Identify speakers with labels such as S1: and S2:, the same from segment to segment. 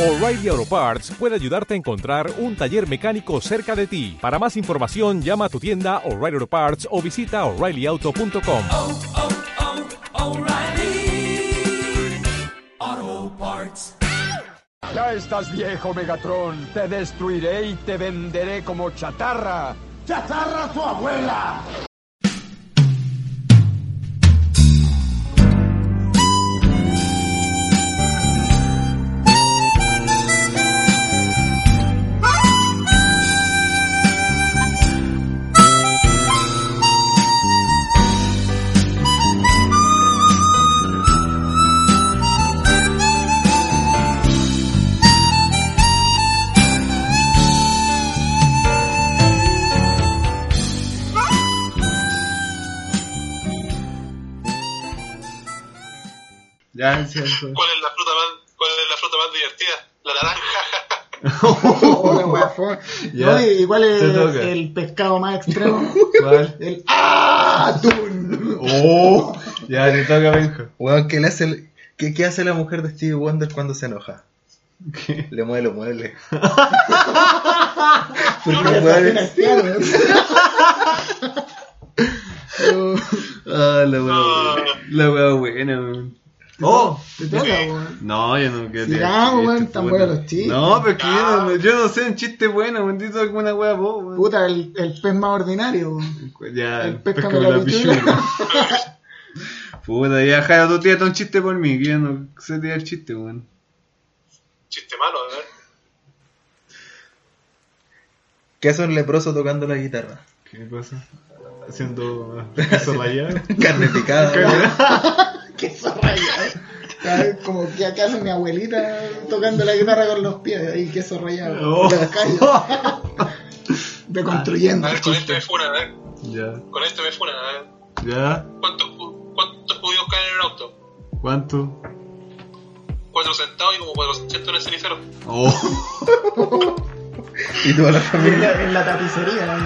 S1: O'Reilly Auto Parts puede ayudarte a encontrar un taller mecánico cerca de ti. Para más información, llama a tu tienda O'Reilly Auto Parts o visita oreillyauto.com.
S2: oh, oh, O'Reilly. Auto Parts.
S3: Ya estás viejo, Megatron. Te destruiré y te venderé como chatarra. ¡Chatarra tu abuela!
S4: Ya, es cierto.
S5: ¿Cuál es la fruta más, cuál es la fruta más divertida? La naranja.
S6: Una Oh, wea fome.
S4: Ya.
S6: No, y- igual es
S4: Te toca.
S6: el pescado más extremo.
S4: ¿Cuál?
S6: el atún.
S4: ¡Oh! Ya, te toca, Benjo.
S7: Weón, ¿qué, le hace el- qué- qué hace la mujer de Stevie Wonder cuando se enoja?
S4: ¿Qué?
S7: Le mueve los muebles.
S6: Porque
S7: no,
S6: es
S7: weón.
S6: financiado.
S4: Ah, la
S5: Ah.
S4: wea buena. La wea buena, weón. ¡Oh!
S6: Te toca, weón.
S4: No, yo no quiero
S6: Sí,
S4: tirar
S6: vamos,
S4: chistes,
S6: weón, tan
S4: puta.
S6: buenos los chistes.
S4: No, pero es que yo no, yo no sé un chiste bueno, bendito alguna wea vos, weón.
S6: Puta, el, el pez más ordinario. weón.
S4: Ya,
S6: El
S4: pesca
S6: pescame
S4: con
S6: la
S4: la
S6: pichula.
S4: pichula. Puta, ya, Jara, tú tírate un chiste por mí, que yo no sé tirar chiste, weón.
S5: Chiste malo, a ver.
S7: ¿Qué hace un leproso tocando la guitarra?
S4: ¿Qué cosa? Haciendo eso rayado.
S7: Carne picada. weón.
S6: Qué rayado. Ay, Como que acá hace mi abuelita tocando la guitarra con los pies y queso rayado.
S4: Oh.
S6: De callo. Deconstruyendo.
S4: Ah,
S5: A
S6: el
S5: ver, con
S6: chiste.
S5: este me funan, a ver.
S4: Ya,
S5: Con este me funan, a ver.
S4: ya,
S5: ¿Cuántos, ju- cuántos judíos caen en un auto?
S4: ¿cuánto?
S5: Cuatro sentados y como 400 en el cenicero.
S4: Oh,
S7: Y toda la
S6: En
S7: familia.
S6: la, en la tapicería.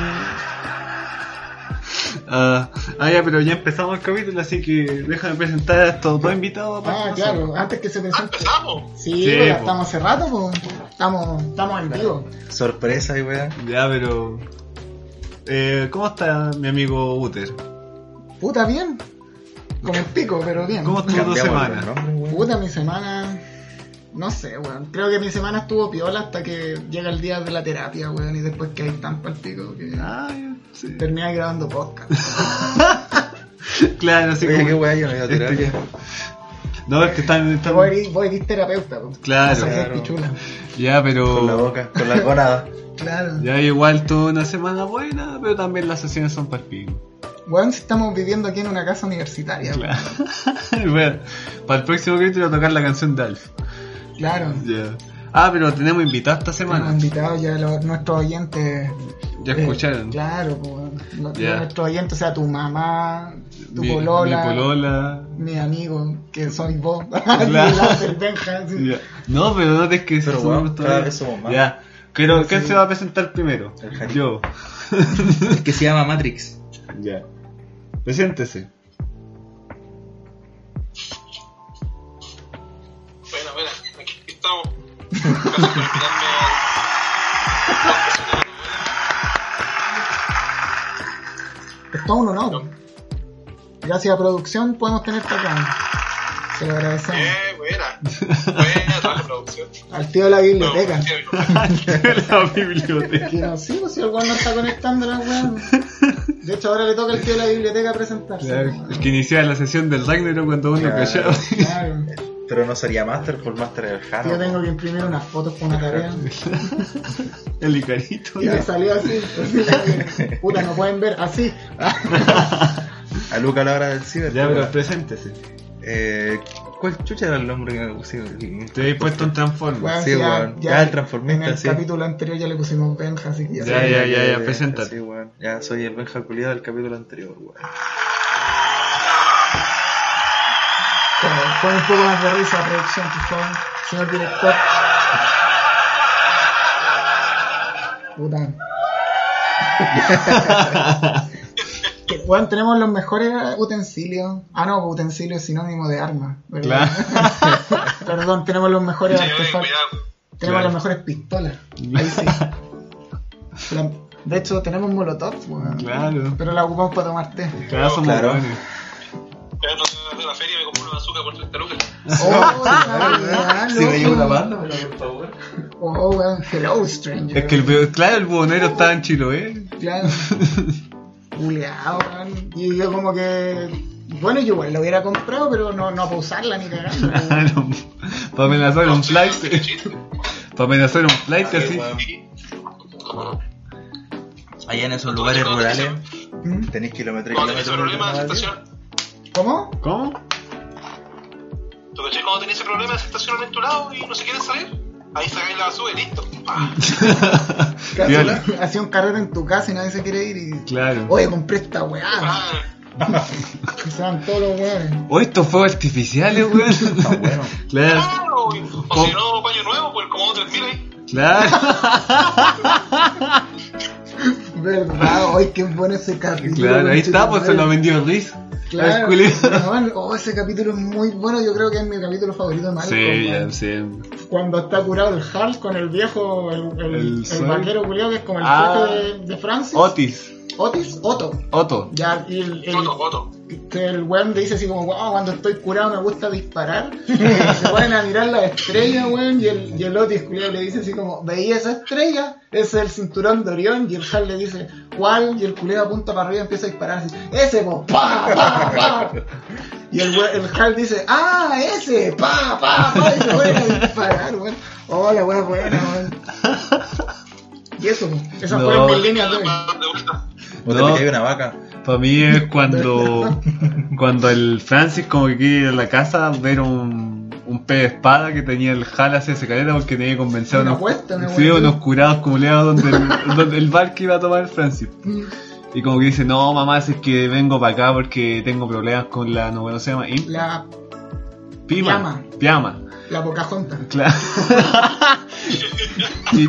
S4: ah, ah, ya, pero ya empezamos el capítulo, así que déjame presentar a estos dos invitados.
S6: Ah, claro. Antes que se
S5: ¡Ah,
S6: presente.
S5: empezamos!
S6: Sí,
S4: Sí,
S6: pues,
S4: po.
S6: estamos hace rato, pues. Estamos, estamos en vivo.
S7: Sorpresa y weón.
S4: Ya, pero. Eh, ¿Cómo está mi amigo Uter?
S6: Puta, bien. Como el pico, pero bien.
S4: ¿Cómo estuvo tu semana?
S7: el nombre, weón.
S6: Puta, mi semana. No sé, weón. Creo que mi semana estuvo piola hasta que llega el día de la terapia, weón. Y después que hay tan pico que
S4: Ah, ya, sí.
S6: termina grabando podcast.
S4: Claro, así
S7: Oye,
S4: como- este
S7: qué weón, yo no he ido a terapia.
S4: No, es que están. están-
S6: Vos eres, vos eres terapeuta, weón.
S4: Claro.
S6: Soy
S7: Claro.
S6: pichula.
S4: Ya,
S7: Con la
S4: pero.
S7: boca, con la gonada.
S6: Claro.
S4: Ya, igual tuve una semana buena, pero también las sesiones son para el pico.
S6: Weón, si estamos viviendo aquí en una casa universitaria,
S4: Claro. bueno, para el próximo capítulo tocar la canción de Alf.
S6: weón. Claro.
S4: Ya. Ah, pero tenemos invitados esta
S6: Hemos
S4: semana.
S6: invitado ya a los- nuestros oyentes.
S4: Ya
S6: eh,
S4: escucharon.
S6: claro, pues, weón. Lo-
S4: Ya.
S6: nuestros oyentes, o sea, tu mamá, tu
S4: Mi-
S6: polola.
S4: Mi polola.
S6: mi amigo, que soy vos.
S4: Claro.
S6: Las cervejas.
S4: Ya. No, pero no te que
S7: Pero,
S4: somos
S7: weón,
S4: todavía.
S7: cada vez somos más.
S4: Ya. Pero, ¿quién se va a presentar primero?
S7: El Jari.
S4: Yo.
S7: Que se llama Matrix.
S4: ya. Preséntese.
S5: Buena, buena. Aquí estamos. Gracias por invitarme al...
S6: Es todo un honor. Gracias a producción podemos tenerte acá. Se lo agradecemos.
S5: Eh, buena. Buena toda la producción.
S6: Al tío de la
S5: No,
S6: biblioteca.
S5: sí, amigo.
S4: la biblioteca.
S6: Que no, sí, pues si el weón no está conectando la weón. De hecho, ahora le toca al tío de la biblioteca presentarse.
S4: Ya, El que iniciaba la sesión del Ragnarok cuando uno
S7: Claro.
S4: callaba.
S6: Claro.
S7: Pero no sería Master por Master del Jano.
S6: Yo tengo que imprimir unas fotos para una tarea.
S4: El Icarito.
S6: Y me salió así. así. Puta, no pueden ver. Así.
S7: A Luca la hora del ciber.
S4: Ya,
S7: weón.
S4: pero preséntese.
S7: Eh, ¿Cuál chucha era el nombre que me pusieron?
S4: Te he puesto un transforme.
S6: Weón,
S7: Sí,
S6: si ya-
S7: weón. Ya el transformista,
S6: En el
S7: sí.
S6: capítulo anterior ya le pusimos Benja, así que ya.
S4: Ya,
S6: sé.
S4: ya, ya, ya, preséntate.
S7: Sí, weón. Ya soy el Benja Culiado del capítulo anterior, weón.
S6: Con un poco más de risa, producción, por favor. Señor director. Puta. Que, Weón, tenemos los mejores utensilios. Ah, no, utensilio es sinónimo de arma. ¿verdad?
S4: Claro.
S6: Perdón, tenemos los mejores
S5: Sí, oye,
S6: artefactos.
S5: cuidado.
S6: Tenemos
S4: Claro.
S6: las mejores pistolas. Ahí sí. La- de hecho, tenemos molotov, weón.
S4: Claro.
S6: Pero la ocupamos para tomar té.
S4: Claro, somos
S7: Claro.
S4: buenos.
S5: El otro de la feria me compré una azúcar por 30 lucas.
S6: Oh, weón,
S7: Si me llevo
S6: loco.
S7: una banda, pues. me la por favor.
S6: Oh, weón. Hello, stranger.
S4: Es que el, bu- claro, el buhonero estaba en Chiloé.
S6: Claro. Culeado, weón. Y yo como que... Bueno, yo igual la hubiera comprado, pero no, no para usarla ni cagando. weón.
S4: Para amenazar un flight.
S5: Chiste.
S4: Para amenazar un flight
S7: Ah,
S4: así.
S7: weón. Allá en esos lugares rurales
S6: ¿Mm?
S7: tenéis kilómetros y
S5: Cuando
S7: kilómetros.
S5: tenés ese problema de
S7: de
S5: aceptación,
S6: ¿Cómo?
S4: ¿Cómo?
S5: ¿Tú cachai cuando tenés ese problema de aceptación en tu lado y no se quieren salir? Ahí sacáis la basura y listo. Pa.
S4: Viola.
S6: Hacía un carrete en tu casa y nadie se quiere ir y...
S4: Claro.
S6: Oye, compré esta weá.
S5: Ah,
S6: Que se van todos los weones.
S4: Oh, estos fuegos artificiales, weón.
S7: bueno.
S4: Claro,
S5: claro, y- o si no, paño nuevo, pues como 3000 ahí.
S4: claro.
S6: Verdad, oye, qué bueno ese capítulo.
S4: Claro, ahí
S6: conche
S4: está,
S6: tu
S4: pues
S6: madre.
S4: se lo vendió Riz.
S6: Claro,
S4: Al culiao.
S6: weón, oh, ese capítulo es muy bueno. Yo creo que es mi capítulo favorito de Malcolm.
S4: Sí, ya,
S6: weón.
S4: sí.
S6: Cuando está curado el Hal con el viejo, el,
S4: El
S6: el, el
S4: Sol.
S6: vaquero culiado que es como el
S4: Ah.
S6: jefe de, de Francis.
S4: Otis.
S6: Otis, Otto.
S4: Otto.
S6: Ya, y el, el-
S5: Foto, foto.
S6: que el weón le dice así como, wow, cuando estoy curado me gusta disparar. Y se ponen a mirar las estrellas, weón, y el, y el Otis culiao, le dice así como, veía esa estrella, ese es el cinturón de Orión, y el Hal le dice, ¿cuál? Y el culiao apunta para arriba y empieza a disparar así, ese, po, pa, pa, pa. Y el, we- el Hal dice, ah, ese, pa, pa, pa, y se ponen a disparar, weón. Hola, weón, buena, weón. Y eso, po. esas
S4: No.
S6: fueron mis líneas de...
S5: De vuelta.
S7: Vos
S4: No.
S7: te peleáis una vaca.
S4: Para mí es cuando, cuando el Francis como que quiere ir a la casa ver un, un pez de espada que tenía el Hal hacia esa caleta porque tenía que convencer a
S6: Una
S4: unos,
S6: apuesta, una
S4: sí,
S6: apuesta.
S4: unos curados culeados donde, el- donde el bar que iba a tomar el Francis. Y como que dice, no mamá, si es que vengo para acá porque tengo problemas con la, no bueno, se llama, ¿Im?
S6: La,
S4: Pima. Piama.
S6: la Pocahontas.
S4: Claro. y,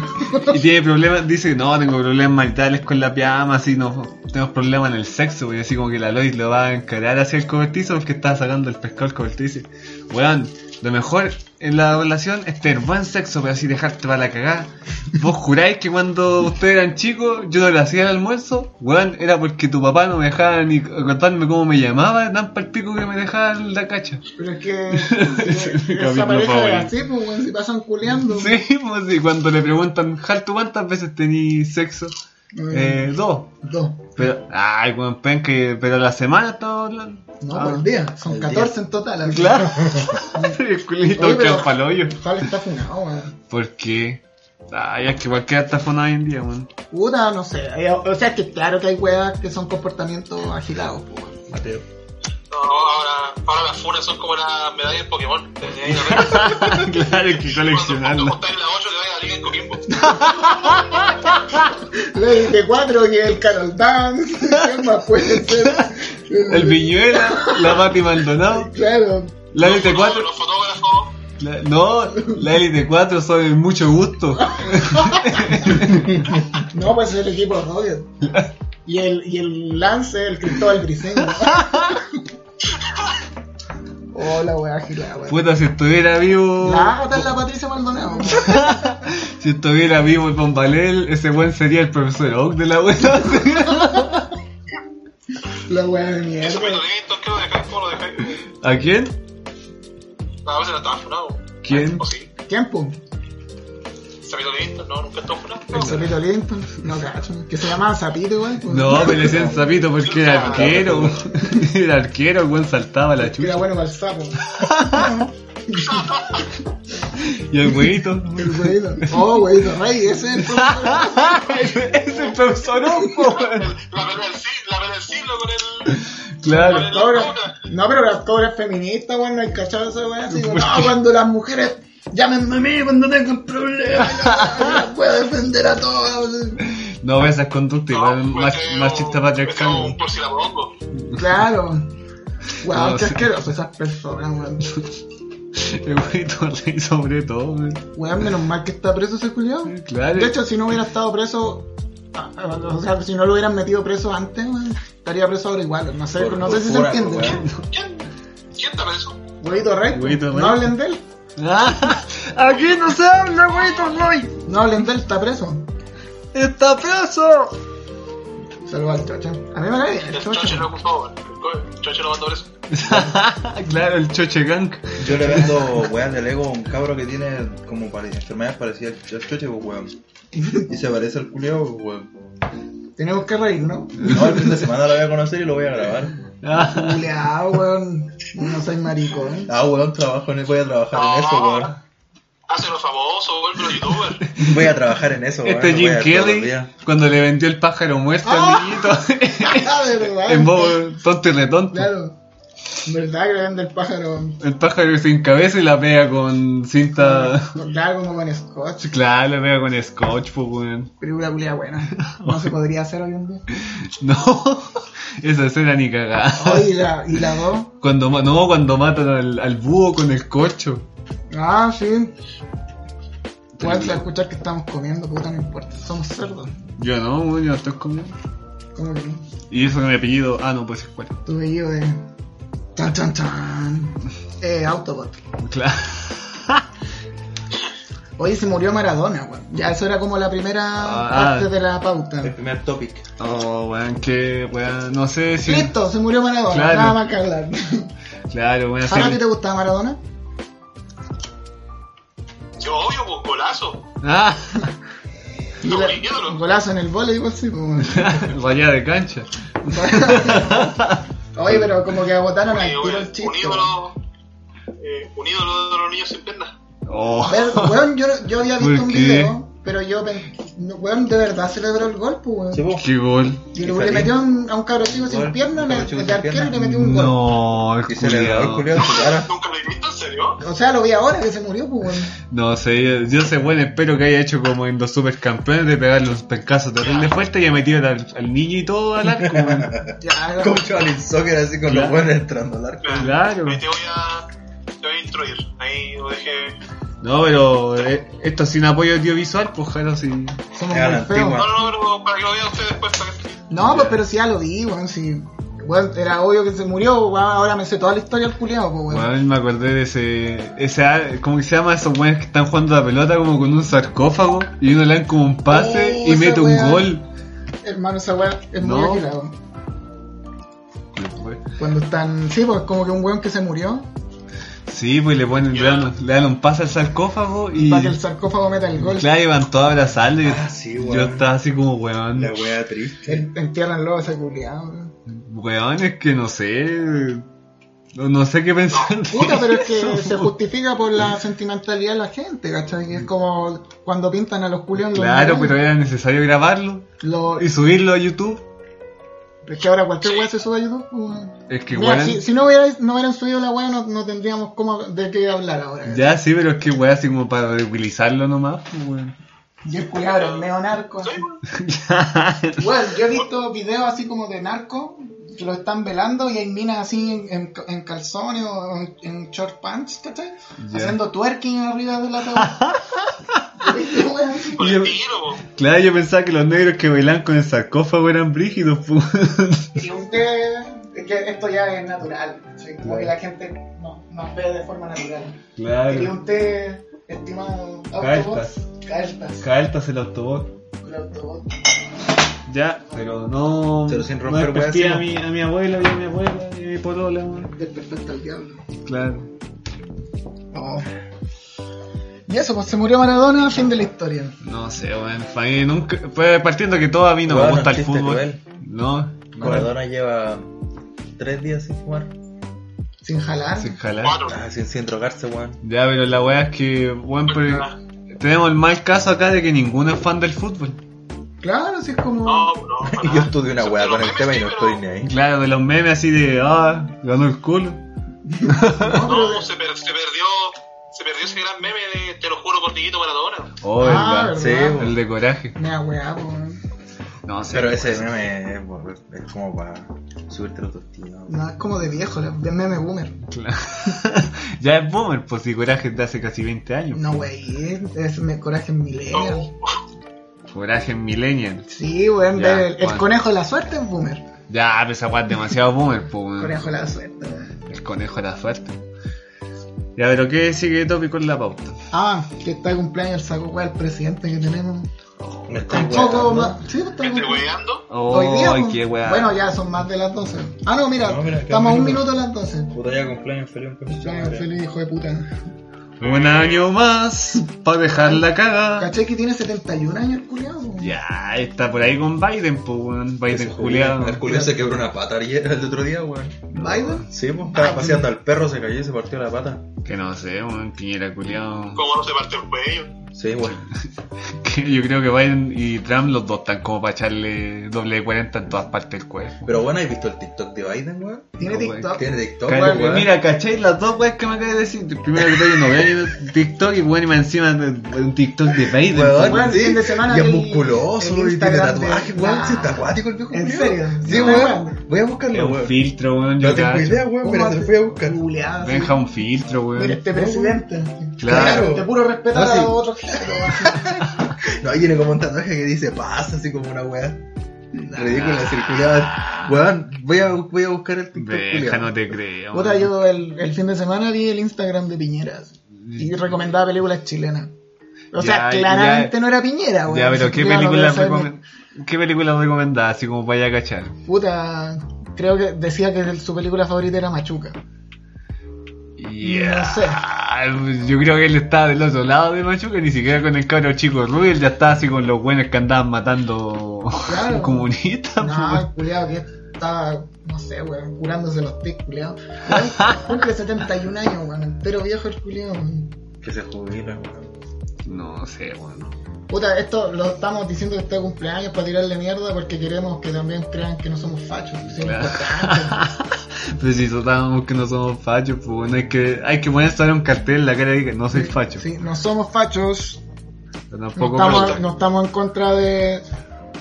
S4: y tiene problemas, dice, no, tengo problemas maritales con la piama, así, no, tenemos problemas en el sexo, y así como que la Lois lo va a encarar hacia el cobertizo porque está sacando el pescado al cobertizo. y dice, Weón, lo mejor en la relación es tener buen sexo, pero así dejarte para la cagada. Vos juráis que cuando ustedes eran chicos, yo no le hacía el almuerzo, weón, era porque tu papá no me dejaba ni contarme cómo me llamaba, tan pa'l pico que me dejaba la cacha.
S6: Pero es que
S4: Es mi capítulo
S6: esa pareja
S4: favorito.
S6: es así, pues, weón, se pasan culeando.
S4: Sí, pues sí, cuando le preguntan, Hal, ¿tú cuántas veces tení sexo?
S6: Mm,
S4: Eh, dos.
S6: dos.
S4: Pero, ay, weón, pen que, pero la semana estamos hablando.
S6: No,
S4: Ah,
S6: por día. Son
S7: el
S6: 14 en total. así.
S4: Claro. el culito
S6: pues, Oye,
S4: que
S6: pero-
S4: al paloyo.
S6: Jal está funado, weón.
S4: ¿Por qué? Ay, es que cualquiera está fonada hoy en día, weón.
S6: Puta, no sé. Eh, O sea, es que claro que hay weas que son comportamientos agilados, pues, weón.
S7: Mateo.
S5: No, ahora, ahora las funas son como las medallas de Pokémon. Te tenés ahí la red.
S4: claro, hay que
S5: Cuando
S4: coleccionarla.
S5: juntas en la 8 te vas a la liga en Coquimbo.
S6: Ley de cuatro que el Carol Dance. ¿Qué más puede ser?
S4: El Viñuela, la Mati Maldonado,
S6: Claro.
S4: la
S5: Los
S4: Elite 4.
S5: Los fotógrafos.
S4: la- no, la Elite 4 son de mucho gusto.
S6: No, pues es el equipo Rocket. Y el, y el lance, el Cristóbal Briseño. Hola, Oh, wea agilada, weón.
S4: Puta, si estuviera vivo.
S6: La otra es la Patricia Maldonado.
S4: Si estuviera vivo el Pombalel, ese buen sería el profesor Oak de la abuela.
S6: La wea de
S5: Esos
S6: mierda.
S5: meteoritos, ¿qué lo dejáis? ¿Cómo lo dejáis?
S4: ¿A quién?
S5: No, a veces no estaba funado.
S4: ¿Quién?
S5: ¿O sí?
S6: Tiempo.
S5: ¿Sapito Livingston? No, nunca estaba funado.
S6: El
S5: No,
S6: Zapito Linton. No cacho. Que se llamaba Zapito, weón.
S4: No, me le decían sapito porque era arquero. Era arquero, el buen saltaba la
S6: Que Era
S4: chucha.
S6: bueno para el sapo.
S4: Y el huevito.
S6: El weito. Oh, weito rey, ese es el
S4: es el profesor Oak, po, weón.
S5: la pelea del siglo, la pelea del siglo con el...
S4: Claro.
S6: Ahora- No, pero las cobras feministas, weón, no hay cachado esa weá. Así, como, no, cuando las mujeres llámenme a mí cuando tengan problemas, la- las voy a defender a todas.
S4: No ves esas conductas, igual
S5: No,
S4: mach-
S5: pues,
S4: machista
S5: eh,
S4: patriarcal.
S5: me cago un Por si la pongo.
S6: Claro. Wow,
S4: No, sí.
S6: qué asqueroso esas personas, weón.
S4: El huevito rey sobre todo, weón.
S6: Weón, menos mal que está preso ese culiao.
S4: Claro.
S6: De hecho, si no hubiera estado preso, ah, ah, o sea, si no lo hubieran metido preso antes, weón, estaría preso ahora igual. No sé,
S7: Por-
S6: no
S7: por
S6: sé si se
S7: pura,
S6: entiende.
S7: weón.
S5: ¿Quién? ¿Quién está preso?
S6: Huevito rey,
S4: Huevito
S6: no
S4: Rey.
S6: hablen de él.
S4: Ah, Aquí no se habla, güey, Loy.
S6: No hablen de él, está preso.
S4: Está preso.
S6: Saludos al chocha. A mí me cae bien el
S5: El choche
S6: chocha.
S5: lo culpó, weón. El choche lo mandó preso.
S4: Ah, claro, el choche gang.
S7: Yo le vendo weas de Lego a un cabro que tiene como pare- enfermedades parecidas al ch- al choche, pues, weón. Y se parece al culiao, pues, weón.
S6: Tenemos que reír, ¿no?
S7: No, el fin de semana lo voy a conocer y lo voy a grabar.
S6: Culeado, weón. No soy ¿eh? maricón.
S7: Ah, weón, trabajo en voy a trabajar en eso, weón.
S5: Hácelo famoso, weón, pero youtuber.
S7: Voy a trabajar en eso, weón.
S4: Este
S7: lo voy a ver
S4: Jim
S7: todos los
S4: Kelly,
S7: días.
S4: cuando le vendió el pájaro muerto
S6: Ah.
S4: al niñito.
S6: Ah, de verdad.
S4: en voz tonto y retonto.
S6: Claro. ¿Verdad que le vende el pájaro?
S4: El pájaro sin cabeza y la pega con
S6: Ah.
S4: cinta.
S6: Claro, como con Scotch.
S4: Claro, la pega con scotch, pues, weón.
S6: Película culiada buena. No se podría hacer hoy en día.
S4: No, esa escena ni cagada.
S6: Oye, y la, y la dos.
S4: Cuando, ma- no, cuando matan al, al búho con el cocho.
S6: Ah, sí. Igual se va a escuchar que estamos comiendo, puta, no importa. Somos cerdos.
S4: Yo no, weón, yo no estoy comiendo.
S6: ¿Cómo que no?
S4: Y eso con mi apellido. Ah, no, pues es cuál.
S6: Tu bello de. Tan, tan, tan. Eh, Autobot.
S4: Claro.
S6: Oye, se murió Maradona, weón. Ya, eso era como la primera
S4: Ah.
S6: parte de la pauta.
S7: El primer topic.
S4: Oh, weón, que, weón, no sé si.
S6: Listo, se murió Maradona.
S4: Claro.
S6: Nada más que hablar.
S4: Claro, weón,
S6: ¿Ahora
S4: sí.
S6: ti te gustaba Maradona?
S5: Sí, obvio, pues, golazo.
S4: Ah,
S6: Y
S5: No,
S6: la-
S5: mi ídolo.
S6: un golazo en el voleibol, sí, pues, weón.
S4: rayada de cancha.
S6: Oye, pero como que agotaron al
S5: Eh,
S6: tiro el
S5: weón, Un
S6: chiste. weón.
S5: ídolo.
S7: pues.
S5: eh, Un ídolo de los niños sin piernas.
S4: Oh.
S6: Ver, weón, yo, yo había visto
S4: ¿Por
S6: un
S4: qué?
S6: video, pero yo, pen- no, weón, de verdad celebró el gol, pues, weón.
S7: Sí, po.
S4: Qué gol.
S6: Y
S7: Qué
S6: le, le
S7: feliz.
S6: metió un- a un cabro chico sin
S7: Gol,
S6: pierna,
S7: un
S6: le,
S7: cabro chico
S6: el
S7: sin
S6: arquero
S7: pierna.
S6: le metió un gol.
S4: No, el
S7: Y se le el
S4: culiao.
S7: culiao en su cara.
S5: ¿Nunca lo he visto, en serio?
S6: O sea, lo vi ahora que se murió, pues, weón.
S4: No sé, yo sé, bueno, espero que haya hecho como en los supercampeones de pegarle un pencazo terrible fuerte y ha metido al, al niño y todo al arco. weón.
S6: Ya,
S7: Como Shaolin Soccer, así con los
S4: Claro.
S7: buenos entrando al arco.
S4: Claro.
S5: Ahí te voy a. Te voy a instruir. Ahí lo dejé.
S4: No, pero eh, esto sin apoyo audiovisual, pues ojalá sí.
S6: somos
S7: Ya,
S6: muy
S7: la
S6: feos.
S7: antigua.
S5: No, no, no, pero para que lo vean ustedes después. Para que...
S6: No, pues, pero si ya lo vi, weón, si... Weón, era obvio que se murió, weón, ahora me sé toda la historia del culiao, pues, weón.
S4: Bueno, me acordé de ese, ese, ar- ¿cómo que se llama? Esos weones que están jugando la pelota como con un sarcófago y uno le dan como un pase
S6: Oh,
S4: y
S6: esa
S4: mete un
S6: wea.
S4: gol.
S6: Hermano, esa weá es muy
S4: No.
S6: águila, weón. Cuando están... Sí, pues, como que un weón que se murió,
S4: Sí, pues le ponen, le dan, le dan un pase al sarcófago y,
S6: para que el sarcófago meta el gol.
S4: claro, y van todos a abrazarle. y
S7: Ah, sí, weón.
S4: yo estaba así como, weón,
S7: La wea triste.
S6: En- Entiérranlo a ese culiao, weón.
S4: Weón, es que no sé. No, no sé qué pensar. de
S6: Puta, pero es que
S4: eso.
S6: se justifica por la sentimentalidad de la gente, ¿cachai? Que es como cuando pintan a los culiados. en los
S4: Claro,
S6: murales.
S4: pero era necesario grabarlo
S6: Lo-
S4: y subirlo a YouTube.
S6: Es que ahora cualquier weá se sube a YouTube. pues, weón.
S4: Es que
S6: Mira,
S4: weón.
S6: si, si no, hubierais- no hubieran subido la weá, no, no tendríamos cómo de qué hablar ahora.
S4: Ya sí, pero es que weón, así como para reutilizarlo nomás, pues, weón.
S6: Yo el culiado era el neo narco. así. Weón, yo he visto videos así como de narco que lo están velando y hay minas así en, en- en calzones o en, en short pants, ¿cachai?
S4: Ya.
S6: Haciendo twerking arriba de la este tabla.
S5: Con
S4: Yo-
S5: el tiro, pues, po.
S4: Claro, yo pensaba que los negros que bailan con el sarcófago eran brígidos, pues.
S6: Si usted. es que esto ya es natural. ¿cachai? Como que la gente no- nos ve de forma natural. Quería
S4: Claro.
S6: un té, estimado
S4: Caltas.
S6: Autobots. Caltas.
S4: Caltas el autobús.
S6: El Autobot.
S4: Ya, pero no.
S7: Pero sin
S4: no
S7: romper weas,
S4: desperté
S7: sí,
S4: a
S7: no.
S4: mi, a mi abuela y a mi abuela y a mi polola, weón.
S6: Del perfecto al diablo.
S4: Claro.
S6: No. Y eso, pues se murió Maradona, fin de la historia.
S4: No sé, weón. pa' mí nunca. Pues partiendo que todo a mí no me
S7: Weón,
S4: gusta el
S7: chiste
S4: fútbol.
S7: cruel.
S4: No,
S7: Maradona lleva tres días sin fumar.
S6: Sin jalar.
S4: sin jalar.
S5: Cuatro.
S7: Ah, sin, sin drogarse, weón.
S4: Ya, pero la weá es que, weón, pero tenemos el mal caso acá de que ninguno es fan del fútbol.
S6: Claro, si es como.
S5: No, no.
S7: Y
S5: para
S7: yo
S5: nada.
S7: estudié una
S5: Excepto
S7: weá con
S5: los
S7: el tema
S5: memes,
S7: y no
S5: sí,
S7: estoy ni
S5: pero-
S7: ahí.
S4: Claro, de los memes así de, ah, ganó el culo.
S5: No, se, per- se perdió. Se perdió ese gran meme de Te lo juro por Dieguito Maradona.
S4: Oh,
S6: Ah,
S4: el,
S7: Sí,
S6: ¿verdad?
S4: el de coraje.
S6: Mea weá, po, weón.
S4: No sé.
S7: Pero ese meme es, bo- es como para subirte los tostinos.
S6: No, es como de viejo, la- de meme boomer.
S4: Claro. ya es boomer, pues si coraje es de hace casi 20 años.
S6: No, wey, es me coraje en millennial.
S5: No.
S4: Coraje es millennial.
S6: Sí, weón,
S4: Ya,
S6: de- el,
S4: bueno.
S6: conejo de la suerte es boomer.
S4: Ya, pero esa weá es demasiado boomer, pues.
S6: Conejo de la suerte, weón.
S4: El conejo era suerte. Ya, pero ¿qué sigue Topi con la pauta?
S6: Ah, que está de cumpleaños el saco weá el presidente que tenemos.
S7: Me estoy
S6: Tampoco
S7: weando.
S6: más. Sí, pues, está
S5: ¿Me
S6: de
S5: estoy
S6: cumpleaños.
S5: hueveando?
S6: Hoy día,
S4: Ay,
S6: pues.
S4: qué weá.
S6: Bueno, ya son más de las 12. Ah, no, mira,
S7: No, mira, queda
S6: estamos a un
S7: un minuto.
S6: minuto de las 12.
S7: Puta ya cumpleaños feliz, un coche.
S6: Ya, feliz hijo de puta.
S4: Un año más para dejar la caga.
S6: ¿Cachai que tiene 71 años el culiado?
S4: Ya, está por ahí con Biden, pues, weón. Biden
S7: Julián.
S4: Julián.
S7: El Julián se quebró una pata ayer, el otro día, weón.
S6: ¿Biden?
S7: Sí, pues
S6: Ah,
S7: estaba paseando al perro, se cayó y se partió la pata.
S4: Que no sé, un piñera culiado.
S5: ¿Cómo no se parte el cuello?
S7: Sí, weón.
S4: Que yo creo que Biden y Trump los dos están como para echarle doble de 40 en todas partes del cuerpo.
S7: Pero bueno, ¿has visto el TikTok de Biden, weón?
S6: Tiene
S4: No, weón,
S6: TikTok.
S7: Tiene TikTok,
S4: Cacha-
S7: weón.
S4: mira, ¿cachai? Las dos weas que me acabas de decir. Primero que todo, yo no veo ni TikTok y bueno, y más encima de- un TikTok de Biden.
S7: Weón,
S6: Weón,
S7: sí,
S6: el fin de semana
S7: y es
S6: vi
S7: musculoso
S6: el
S7: y tiene
S6: Instagram
S7: tatuajes,
S6: de-
S7: weón.
S6: Nah.
S7: Sí, está acuático el viejo.
S6: ¿En
S7: culiao.
S6: serio?
S7: Sí,
S6: No,
S7: weón.
S6: weón.
S7: Voy a
S4: Es
S7: buscarlo,
S4: un
S7: weón.
S4: filtro, weón.
S7: No
S4: Yo
S7: tengo
S4: cacho.
S7: idea, weón, pero te lo voy a buscar.
S6: Googleado, sí.
S4: Deja un filtro,
S6: Mira,
S4: weón.
S6: este presidente.
S4: Claro.
S6: De puro respeto
S7: Ah, sí.
S6: a otros géneros.
S7: No, ahí tiene como un tatuaje que dice pasa, así como una weá. Ridícula, circulada. Weón, voy a, voy a buscar el TikTok,
S4: Deja,
S7: culiao.
S4: no te creo.
S6: Puta,
S4: weón.
S6: yo el, el fin de semana vi el Instagram de Piñera así, y recomendaba películas chilenas. O sea,
S4: Ya,
S6: claramente
S4: ya.
S6: no era Piñera, weón.
S4: Ya, pero
S6: Ese
S4: ¿qué
S6: culiao no
S4: película,
S6: debe saber
S4: recomen- ¿qué película recomendada? Así como para a cachar.
S6: ni- Puta, creo que decía que el- su película favorita era Machuca.
S4: Yeah.
S6: No sé.
S4: Yo creo que él estaba del otro lado de Machuca, ni siquiera con el cabro chico Rubio, él ya estaba así con los buenos que andaban matando
S6: Claro.
S4: comunistas.
S6: No, el
S4: pues.
S6: culiao que estaba, no sé, weón, curándose los tics, culiao. Weón, Cumple 71 años, weón, entero viejo el culiao. weón.
S7: Que se jubila, weón.
S4: No sé, bueno.
S6: Puta, esto lo estamos diciendo que está de cumpleaños para tirarle mierda porque queremos que también crean que no somos fachos, que somos
S4: Claro.
S6: importantes.
S4: Pero si sonábamos que no somos fachos, pues bueno, hay que, hay que poner solo un cartel en la cara y que no soy facho.
S6: Sí, no somos fachos,
S4: Pero
S6: no
S4: tampoco
S6: estamos,
S4: pero-
S6: no estamos en contra de,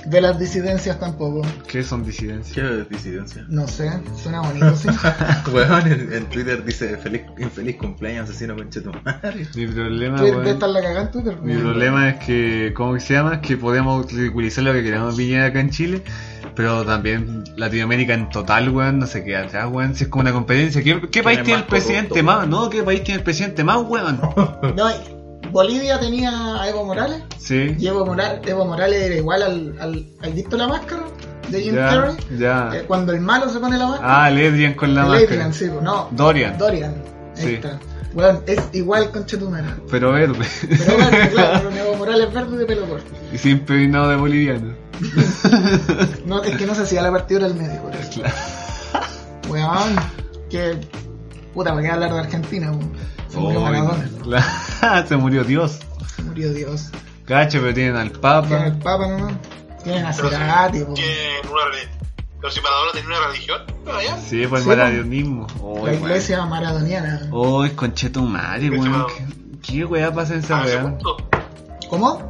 S6: de las disidencias tampoco.
S4: ¿Qué son disidencias?
S7: Qué disidencia.
S6: No sé, suena bonito, sí.
S7: Weón, en, en Twitter dice feliz, infeliz cumpleaños, asesino conche tu madre.
S4: Mi problema,
S6: Twitter
S4: weón,
S6: de estar la cagada en Twitter.
S4: Mi
S6: weón.
S4: problema es que, ¿cómo que se llama? Es que podemos ridiculizar lo que queramos Piñera acá en Chile, pero también Latinoamérica en total, weón, no se queda atrás, weón, si es como una competencia. ¿Qué, qué país
S7: es
S4: tiene el
S7: más
S4: presidente
S7: corrupto,
S4: más? ¿No? ¿Qué país tiene el presidente más, weón?
S6: No, y Bolivia tenía a Evo Morales y
S4: Sí.
S6: Evo, Moral- Evo Morales era igual al, al, al dicto de la máscara de Jim
S4: Ya,
S6: Carrey.
S4: ya.
S6: eh, cuando el malo se pone la máscara,
S4: Ah, Ledrian con la
S6: el
S4: máscara.
S6: Adrian, sí, pues, no,
S4: Dorian.
S6: Dorian. Ahí
S4: Sí.
S6: está. Weón, es igual con Chetumana.
S4: Pero verde.
S6: Pero bueno, claro, Evo Morales verde de pelo corto.
S4: y siempre peinado de boliviano.
S6: No, es que no se hacía la partidura al medio, por eso. Weón, que. Puta, me voy a hablar de Argentina, weón. Se murió
S4: Oh,
S6: Maradona,
S4: la- se murió Dios.
S6: se murió Dios.
S4: Cacho, pero tienen al
S6: Tienen
S4: Papa.
S6: el Papa nomás. Tienen a
S5: Pero si-
S6: Cerati, weón.
S7: pues.
S5: tienen una religión. Pero si Maradona tenía una religión, pero ya.
S4: Sí, por el
S6: Sí, weón.
S4: maradionismo. Oh,
S6: La
S4: weón.
S6: iglesia maradoniana.
S4: Oh, es conchetumare, weón.
S5: Conchetumare.
S4: ¿Qué, qué weá pasa en esa
S6: Ah,
S5: A ese
S4: weá?
S5: punto.
S6: ¿Cómo?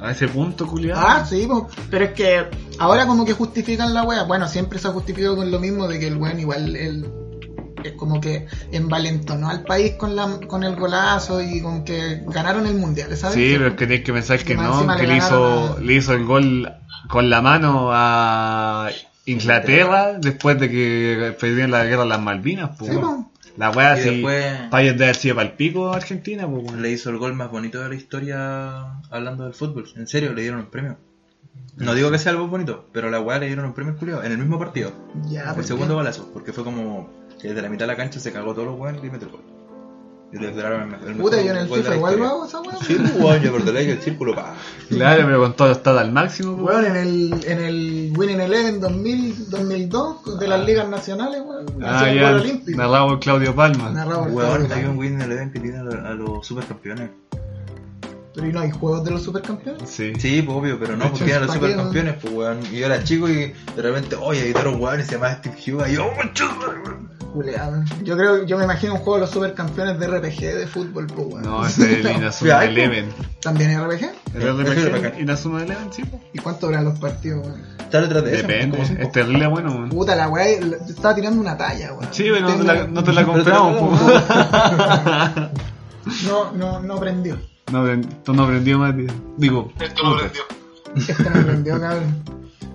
S4: A ese punto, culiado.
S6: Ah, sí, po. pero es que ahora como que justifican la wea. Bueno, siempre se ha justificado con lo mismo de que el weón igual él es como que envalentonó al país con la con el golazo y con que ganaron el mundial, ¿sabes?
S4: sí, pero es que tienes que pensar que
S6: Y más
S4: no,
S6: encima
S4: que
S6: le
S4: le hizo,
S6: ganaron a-
S4: le hizo el gol con la mano a Inglaterra después de que perdieron la guerra a las Malvinas, pues.
S6: Sí,
S4: weón. La weá
S7: Y
S4: así.
S7: después-
S4: Payet de haber sido pa'l pico a Argentina, pues, weón.
S7: Le hizo el gol más bonito de la historia hablando del fútbol. En serio, le dieron un premio. No digo que sea algo bonito, pero la weá le dieron un premio al culiao en el mismo partido.
S6: Ya,
S7: el
S6: pues,
S7: segundo balazo, porque fue como que desde la mitad de la cancha se cagó todos los weones y metió el gol. Y le declararon el mejor. el
S6: Puta,
S7: mejor
S6: yo en el
S7: gol de
S6: FIFA
S7: la
S6: igual lo
S7: historia.
S6: hago esa wea.
S7: Sí, pues, weón, yo acordé que el círculo pa.
S4: Claro, pero con todo estado al máximo, pues.
S6: Weón, en el, en el Winning Eleven 2000, 2002 de las ligas nacionales, weón.
S4: Ah,
S6: hacía el
S4: ya.
S6: gol olímpico.
S4: Narrado por Claudio Palma.
S6: Narrado por
S7: Weón,
S6: Pablo
S7: hay un
S6: Pablo.
S7: Win Eleven que tiene a los, a los supercampeones.
S6: Pero ¿y no hay juegos de los supercampeones.
S4: Sí.
S7: Sí, pues obvio, pero no, porque
S6: Muchos
S7: eran los
S6: paquetes.
S7: supercampeones, pues weón. Y yo era chico y de repente, oye, editaron weón y se llamaba Steve Hughes. Y yo, oh, chulo, weón.
S6: Culeado. Yo creo, yo me imagino un juego de los supercampeones de RPG de fútbol, pues, weón.
S4: No, ese es el Inazuma
S7: Ya, pues.
S4: Eleven.
S6: ¿También RPG?
S4: El
S7: Eso es lo
S4: RPG
S7: bacán.
S4: Inazuma Eleven, sí, pues.
S6: ¿Y cuánto duran los partidos, weón?
S7: Está detrás de eso.
S4: Depende, este
S7: como cinco.
S4: es terrible bueno, weón.
S6: Puta, la weá, eh, la- yo estaba tirando una talla, weón.
S4: Sí, pero no te la, no te la
S7: Pero te la
S4: compramos,
S6: No, no, no prendió.
S4: po. No, aprend- tú no aprendió más, tío. Digo,
S5: Esto lo
S4: puta.
S6: Este
S5: aprendió.
S6: Esto no prendió, cabrón.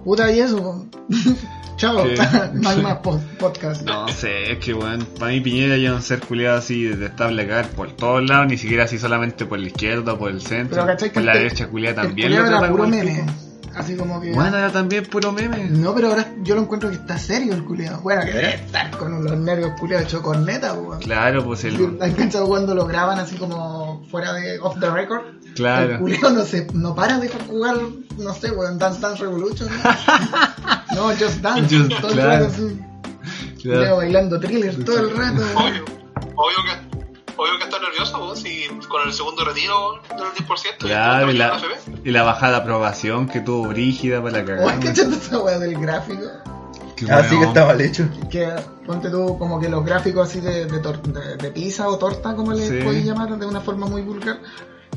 S6: Puta, y eso, weón. Chao.
S4: Sí.
S6: no hay más pod- podcast.
S4: No sé, es que bueno, para mí Piñera ya es un ser culiado así detestable caer por todos lados, ni siquiera así solamente por la izquierda, por el centro,
S6: Pero cachai que
S4: por la
S6: el-
S4: derecha culiada
S6: el
S4: también.
S6: culiao
S4: lo
S6: era
S4: tratan
S6: puro
S4: como el
S6: meme.
S4: pico.
S6: Así como que.
S4: Bueno, eh. era también puro meme.
S6: No, pero ahora yo lo encuentro que está serio el culiado. Bueno, que debe estar con los nervios culiados hecho corneta, weón.
S4: Claro, pues el...
S6: ¿Has cachado cuando lo graban así como fuera de off the record?
S4: Claro.
S6: El culiao no, se, no para de jugar, no sé, weón, Dance Dance Revolution. No, no Just Dance.
S4: Just-
S6: todo el
S4: claro.
S6: rato así.
S4: Claro.
S6: culiao bailando thriller todo el rato. weón.
S5: Obvio, obvio que. Obvio que está nervioso vos y con el segundo retiro del 10%.
S4: Claro, y
S5: y
S4: la,
S5: está metiendo en
S4: y la bajada de aprobación que tuvo Brígida para la
S6: ¿O has
S4: cagada.
S6: cachado esa weá del gráfico?
S4: Qué
S6: Ah,
S7: Así Ah, que
S4: bueno.
S7: está mal hecho.
S6: Que ponte tú como que los gráficos así de, de, tor- de- de pizza o torta, como le
S4: Sí.
S6: podéis llamar de una forma muy vulgar,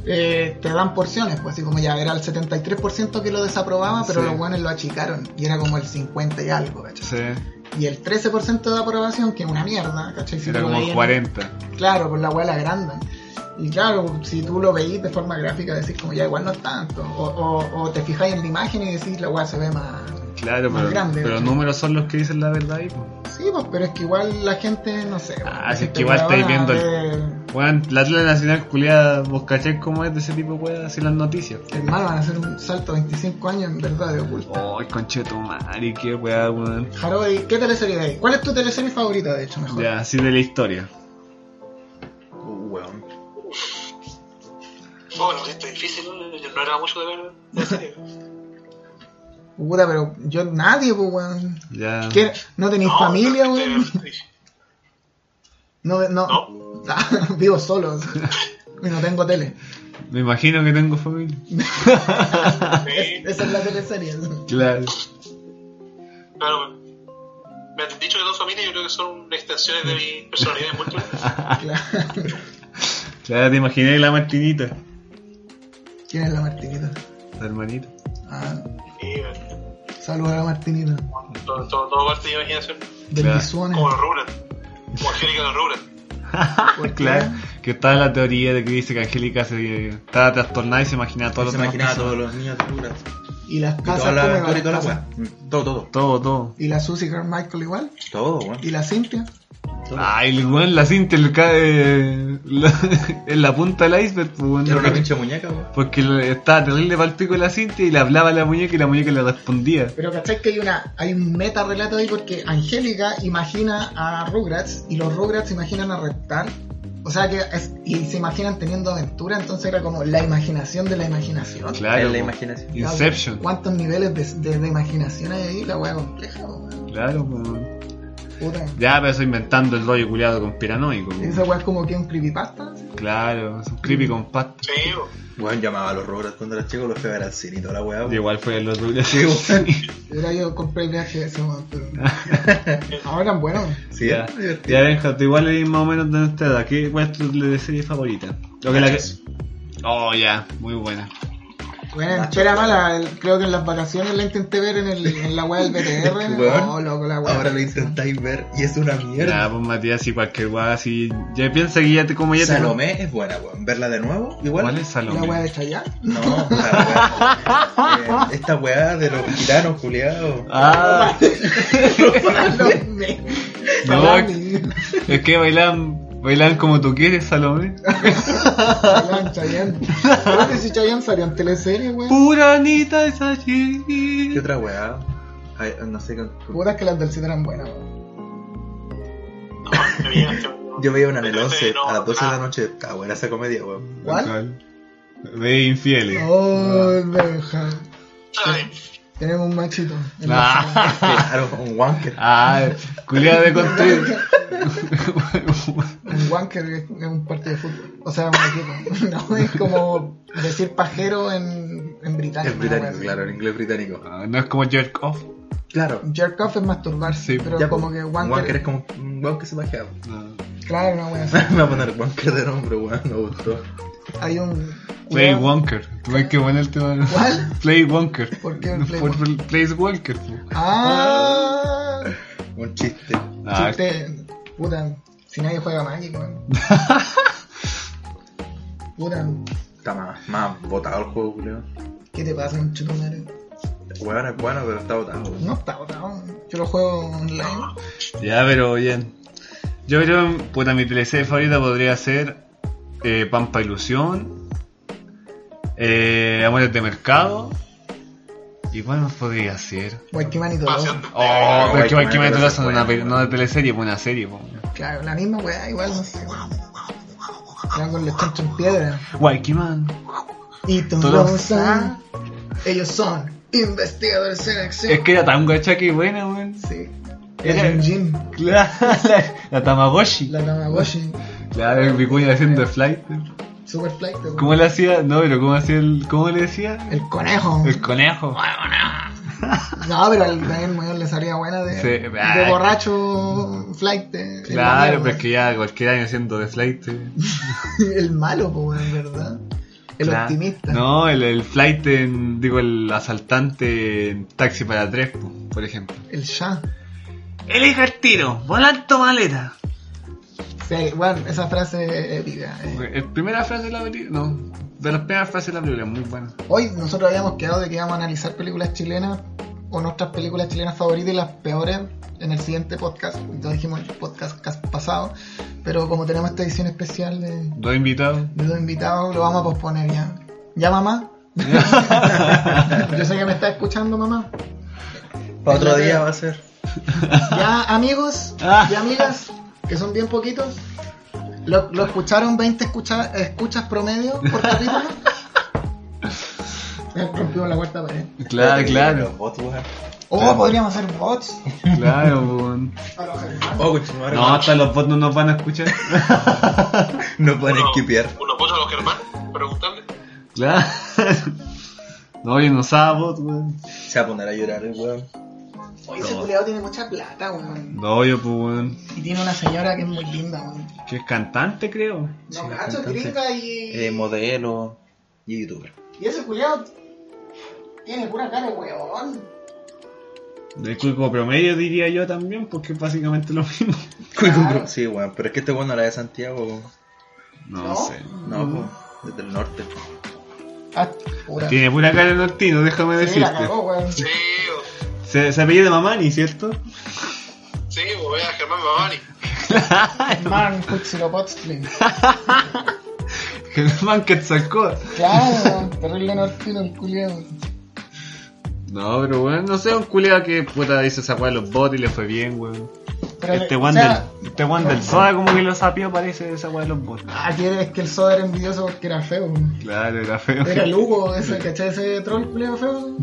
S6: eh, te dan porciones, pues así como ya era el 73% que lo desaprobaba, pero
S4: Sí.
S6: los guanes lo achicaron y era como el 50 y algo, ¿cachai?
S4: Sí,
S6: Y el 13% de aprobación, que es una mierda, ¿cachai? Si
S4: era
S6: tú lo
S4: como
S6: veías-
S4: 40.
S6: Claro, por la hueá la agrandan. Y claro, si tú lo veís de forma gráfica, decís como ya igual no es tanto. O, o- o te fijáis en la imagen y decís la hueá se ve más.
S4: Claro,
S6: Más
S4: pero,
S6: grande,
S4: pero los
S6: ¿no?
S4: números son los que dicen la verdad ahí. pues.
S6: Sí, pues, pero es que igual la gente, no sé. pues,
S4: Ah,
S6: la
S4: si es que
S6: gente
S4: igual estáis
S6: huevona
S4: viendo
S6: ve-
S4: Bueno, la tele nacional culiada, vos cachés cómo es de ese tipo, weón, así las noticias.
S6: Hermano, van a hacer un salto de 25 años en verdad de oculto.
S4: Ay, conchetumari, qué weá, weón.
S6: Harold, ¿qué teleserie veis? ¿Cuál es tu teleserie favorita, de hecho, mejor?
S4: Ya, así de la historia.
S7: Uh, weón.
S5: la FB. Bueno, Oh, esto es difícil, yo no era mucho de ver. En serio.
S6: Puta, pero yo nadie, pues, weón.
S4: Ya.
S6: ¿Qué? ¿No tenéis
S5: No,
S6: familia,
S5: pero-
S6: weón? No, no. Ah, vivo solo. así. Y no tengo tele.
S4: Me imagino que tengo familia.
S5: Sí.
S6: Esa es la teleserie.
S4: Claro.
S5: Claro, me han dicho que dos familias yo creo que son extensiones de mi personalidad múltiple.
S6: Claro.
S4: Claro, te imaginé la Martinita.
S6: ¿Quién es la Martinita?
S4: La hermanita.
S6: Ah,
S5: Y eh,
S6: saludos a la Martinita.
S5: todo, todo, todo parte de mi imaginación.
S6: Del
S4: Claro.
S6: Mizuane.
S5: Como los Rugrats, como Angélica de los Rugrats.
S6: ¿Por qué?
S4: Claro. Que estaba la teoría de que dice que Angélica se estaba trastornada y se imaginaba todo lo
S7: se
S4: que
S7: imaginaba a todos los niños de Honduras.
S6: Y las
S7: Y
S6: casas
S7: toda la
S6: como
S7: aventura y toda la
S6: las casas.
S7: weá. Mm, Todo, todo.
S4: Todo, todo.
S6: Y la Susie Carmichael igual.
S7: Todo, weón.
S4: Mm.
S6: Y la Cynthia.
S7: Todo.
S4: Ay, el weón, la cinta le cae la- en la punta del iceberg, pues, weón.
S7: Era una pinche muñeca, weón.
S4: Porque le- estaba terrible pal pico la cinta y le hablaba a la muñeca y la muñeca le respondía.
S6: Pero ¿cachai que hay una hay un meta relato ahí porque Angélica imagina a Rugrats y los Rugrats se imaginan a Reptar. O sea que es- y se imaginan teniendo aventura, entonces era como la imaginación de la imaginación.
S4: Ah, Claro.
S7: Es la
S4: po.
S7: imaginación.
S4: Inception.
S6: ¿Cuántos niveles de, de- de imaginación hay ahí? La wea compleja, weón.
S4: Claro, pues, weón.
S6: Puta.
S4: Ya, pero eso inventando el rollo culiado con piranoico. pues.
S6: Esa wea es como que un creepypasta.
S4: Claro, es un creepy con pasta.
S5: Sí, bo.
S7: Weón llamaba a los Rugrats cuando era chico, los fue a ver al cine y toda la weá,
S4: Y
S7: weón.
S4: Igual fue el otro día.
S6: Ahora yo compré el viaje de ese weón, pero. Ahora eran buenos.
S7: Sí,
S4: ya,
S7: era divertido.
S4: ya Benja, tú igual eres más o menos de nuestra edad. ¿Qué, ¿Cuál es tu le- serie favorita? Lo que la que... Oh, ya, muy buena.
S6: Bueno, espera mala, el- creo que en las vacaciones la intenté ver en, el, en la wea del BTR.
S7: Este Weón,
S6: no, loco, la wea.
S7: Ahora lo intentáis ver y es una
S4: Ya,
S7: mierda.
S4: pues Matías, y cualquier guada así. Ya piensa que ya te como ya te.
S7: Salomé es buena, weón. Verla de nuevo, igual.
S4: ¿Cuál es
S6: la wea
S4: Salomé?
S6: de Chayanne.
S7: No, puta weá. Eh, esta weá de los gitanos, culiados.
S4: Ah,
S6: Salomé.
S4: No.
S6: Salami.
S4: es que bailan, bailan como tú quieres, Salomé.
S6: Salami, Chayanne. Creo que si Chayanne salió en teleserie, weón.
S4: Puranita es
S7: ¿Qué
S4: allí.
S7: otra weá? Ay, no sé. con- con-
S6: Puta que las del cine eran buenas, weón.
S5: No, este, qué bien, qué bueno.
S7: Yo veía una en el 11
S5: No,
S7: a las 12 de la
S5: ah.
S7: noche. Está buena esa comedia, weón.
S6: ¿Cuál?
S4: De infieles.
S6: Oh, deja.
S5: Ay,
S6: Tenemos un machito. en la sala.
S4: Ah,
S7: Claro, un wanker.
S4: ah culiada de construir.
S6: Un wanker es es un partido de fútbol. O sea, un equipo. No, es como decir pajero en, en británico.
S7: En
S6: una wea
S7: británico,
S6: así.
S7: claro, en inglés británico.
S4: Ah, no es como jerk off.
S7: Claro.
S6: Jerk off es masturbarse,
S4: Sí,
S6: pero
S7: Ya,
S6: como
S7: pues,
S6: que
S7: un
S6: wanker,
S7: es como un weón que se bajea.
S4: No.
S6: Claro, una wea así.
S7: Me va a poner wanker de nombre, weón. Me gustó.
S6: Hay un.
S4: Play Wonker. ¿Ves qué bueno el tema?
S6: ¿Cuál?
S4: Play Wonker.
S6: ¿Por qué Play
S4: Por- por Play Wonker.
S6: Ah,
S7: Un chiste.
S4: Ah,
S6: chiste. Puta, si nadie juega Magic, weón. Puta,
S7: Está más, más botado el juego, culiao.
S6: ¿qué te pasa, un chutumare?
S7: Weón es bueno, pero está botado.
S6: No está botado. Yo lo juego online.
S4: Ya, pero bien. Yo creo, puta, mi teleserie favorita podría ser eh, Pampa Ilusión, eh, Amores de Mercado. ¿Y cuál más podría ser?
S6: Guayquimán y todo.
S5: Pasión de-
S4: Oh, pero es que
S7: Guayquimán
S4: Guayquimán
S7: debe
S4: Tolosa
S7: ser
S4: no es una
S7: buena,
S4: pe- no de teleserie, pues una serie. pues.
S6: Claro, la misma weá, igual no sé. Van con los chanchos en piedra.
S4: Guayquimán.
S6: Y todos
S4: Todos
S6: son. Ellos son investigadores en acción.
S4: Es que era tan gacha que buena, weón.
S6: Sí.
S4: Era-
S6: El Jim,
S4: La, la, la Tamagotchi.
S6: la Tamagotchi,
S4: Claro, el Vicuña haciendo el flight.
S6: Super Flight, weón.
S4: ¿Cómo le hacía? No, pero ¿cómo hacía el. ¿Cómo le decía?
S6: El conejo.
S4: El conejo.
S6: No, pero al Daniel Muñoz le salía buena de,
S4: Sí,
S6: de
S4: ay.
S6: borracho flight. de-
S4: Claro,
S6: el malo,
S4: pero es que ya cualquier año haciendo de flight. eh.
S6: El malo, pues, en verdad. El
S4: Claro.
S6: optimista.
S4: No, el, el flight, en- digo, el asaltante en taxi para tres, po, por ejemplo.
S6: El ya.
S4: Elija el tiro, volando maleta.
S6: Sí, bueno, esa frase épica. eh.
S4: La primera frase de la película, no, de las primeras frases de la película, muy buena.
S6: Hoy nosotros habíamos quedado de que íbamos a analizar películas chilenas o nuestras películas chilenas favoritas y las peores en el siguiente podcast. Lo dijimos en el podcast cas- pasado, pero como tenemos esta edición especial de,
S4: Dos invitados.
S6: de dos invitados, lo vamos a posponer ya. ¿Ya, mamá? Yo sé que me está escuchando, mamá.
S7: Para otro día va a ser.
S6: Ya, amigos y amigas, que son bien poquitos, lo, lo escucharon 20 escucha- escuchas promedio por capítulo. Me rompió la cuarta pared.
S4: Claro,
S7: Los
S4: claro,
S7: bots, weón.
S6: Oh,
S4: Claro.
S6: podríamos hacer bots.
S4: claro, weón.
S7: Oh, continuar.
S4: No, hasta los bots no nos van a escuchar.
S7: No pueden
S5: Uno-
S7: esquipear.
S5: Unos votos a los Germán, preguntarle.
S4: Claro. No, yo no usaba bots, weón.
S7: Se va a poner a llorar el weón.
S6: Oye, ese culiado tiene mucha plata, weón.
S4: No, yo, pues, weón.
S6: Y tiene una señora que es muy linda, weón.
S4: Que es cantante, creo.
S6: No,
S7: Sí,
S6: cacho,
S7: cantante.
S6: gringa y.
S7: Eh, modelo y youtuber.
S6: Y ese culiado tiene pura cara, de weón.
S4: Del cuico promedio diría yo también, porque es básicamente lo mismo.
S6: Claro.
S7: Sí, weón, pero es que este weón no era de Santiago.
S4: No,
S6: ¿No?
S4: sé.
S7: No, po, desde el norte.
S6: Ah, pura.
S4: Tiene pura cara de nortino, déjame
S6: Sí, la
S4: decirte.
S6: cagó, weón.
S5: Sí, o-
S4: Se, se apellida Mamani, ¿cierto?
S5: sí, o vea a Germán Mamani.
S6: Man, Huitzilopochtli.
S4: Germán sacó
S6: Claro, terrible nortino el culiado.
S4: No, pero bueno, no sé, un culiao que puta dice esa weá de los bots y le fue bien, weón.
S6: Pero,
S4: Este
S6: o
S4: weón
S6: sea,
S4: del, este weón del soda como que lo sapió parece esa weá de los bots.
S6: Ah, que es que el Soda era envidioso porque era feo. weón.
S4: Claro, era feo.
S6: Era Lugo, ese, ¿cachai? Ese troll culero feo.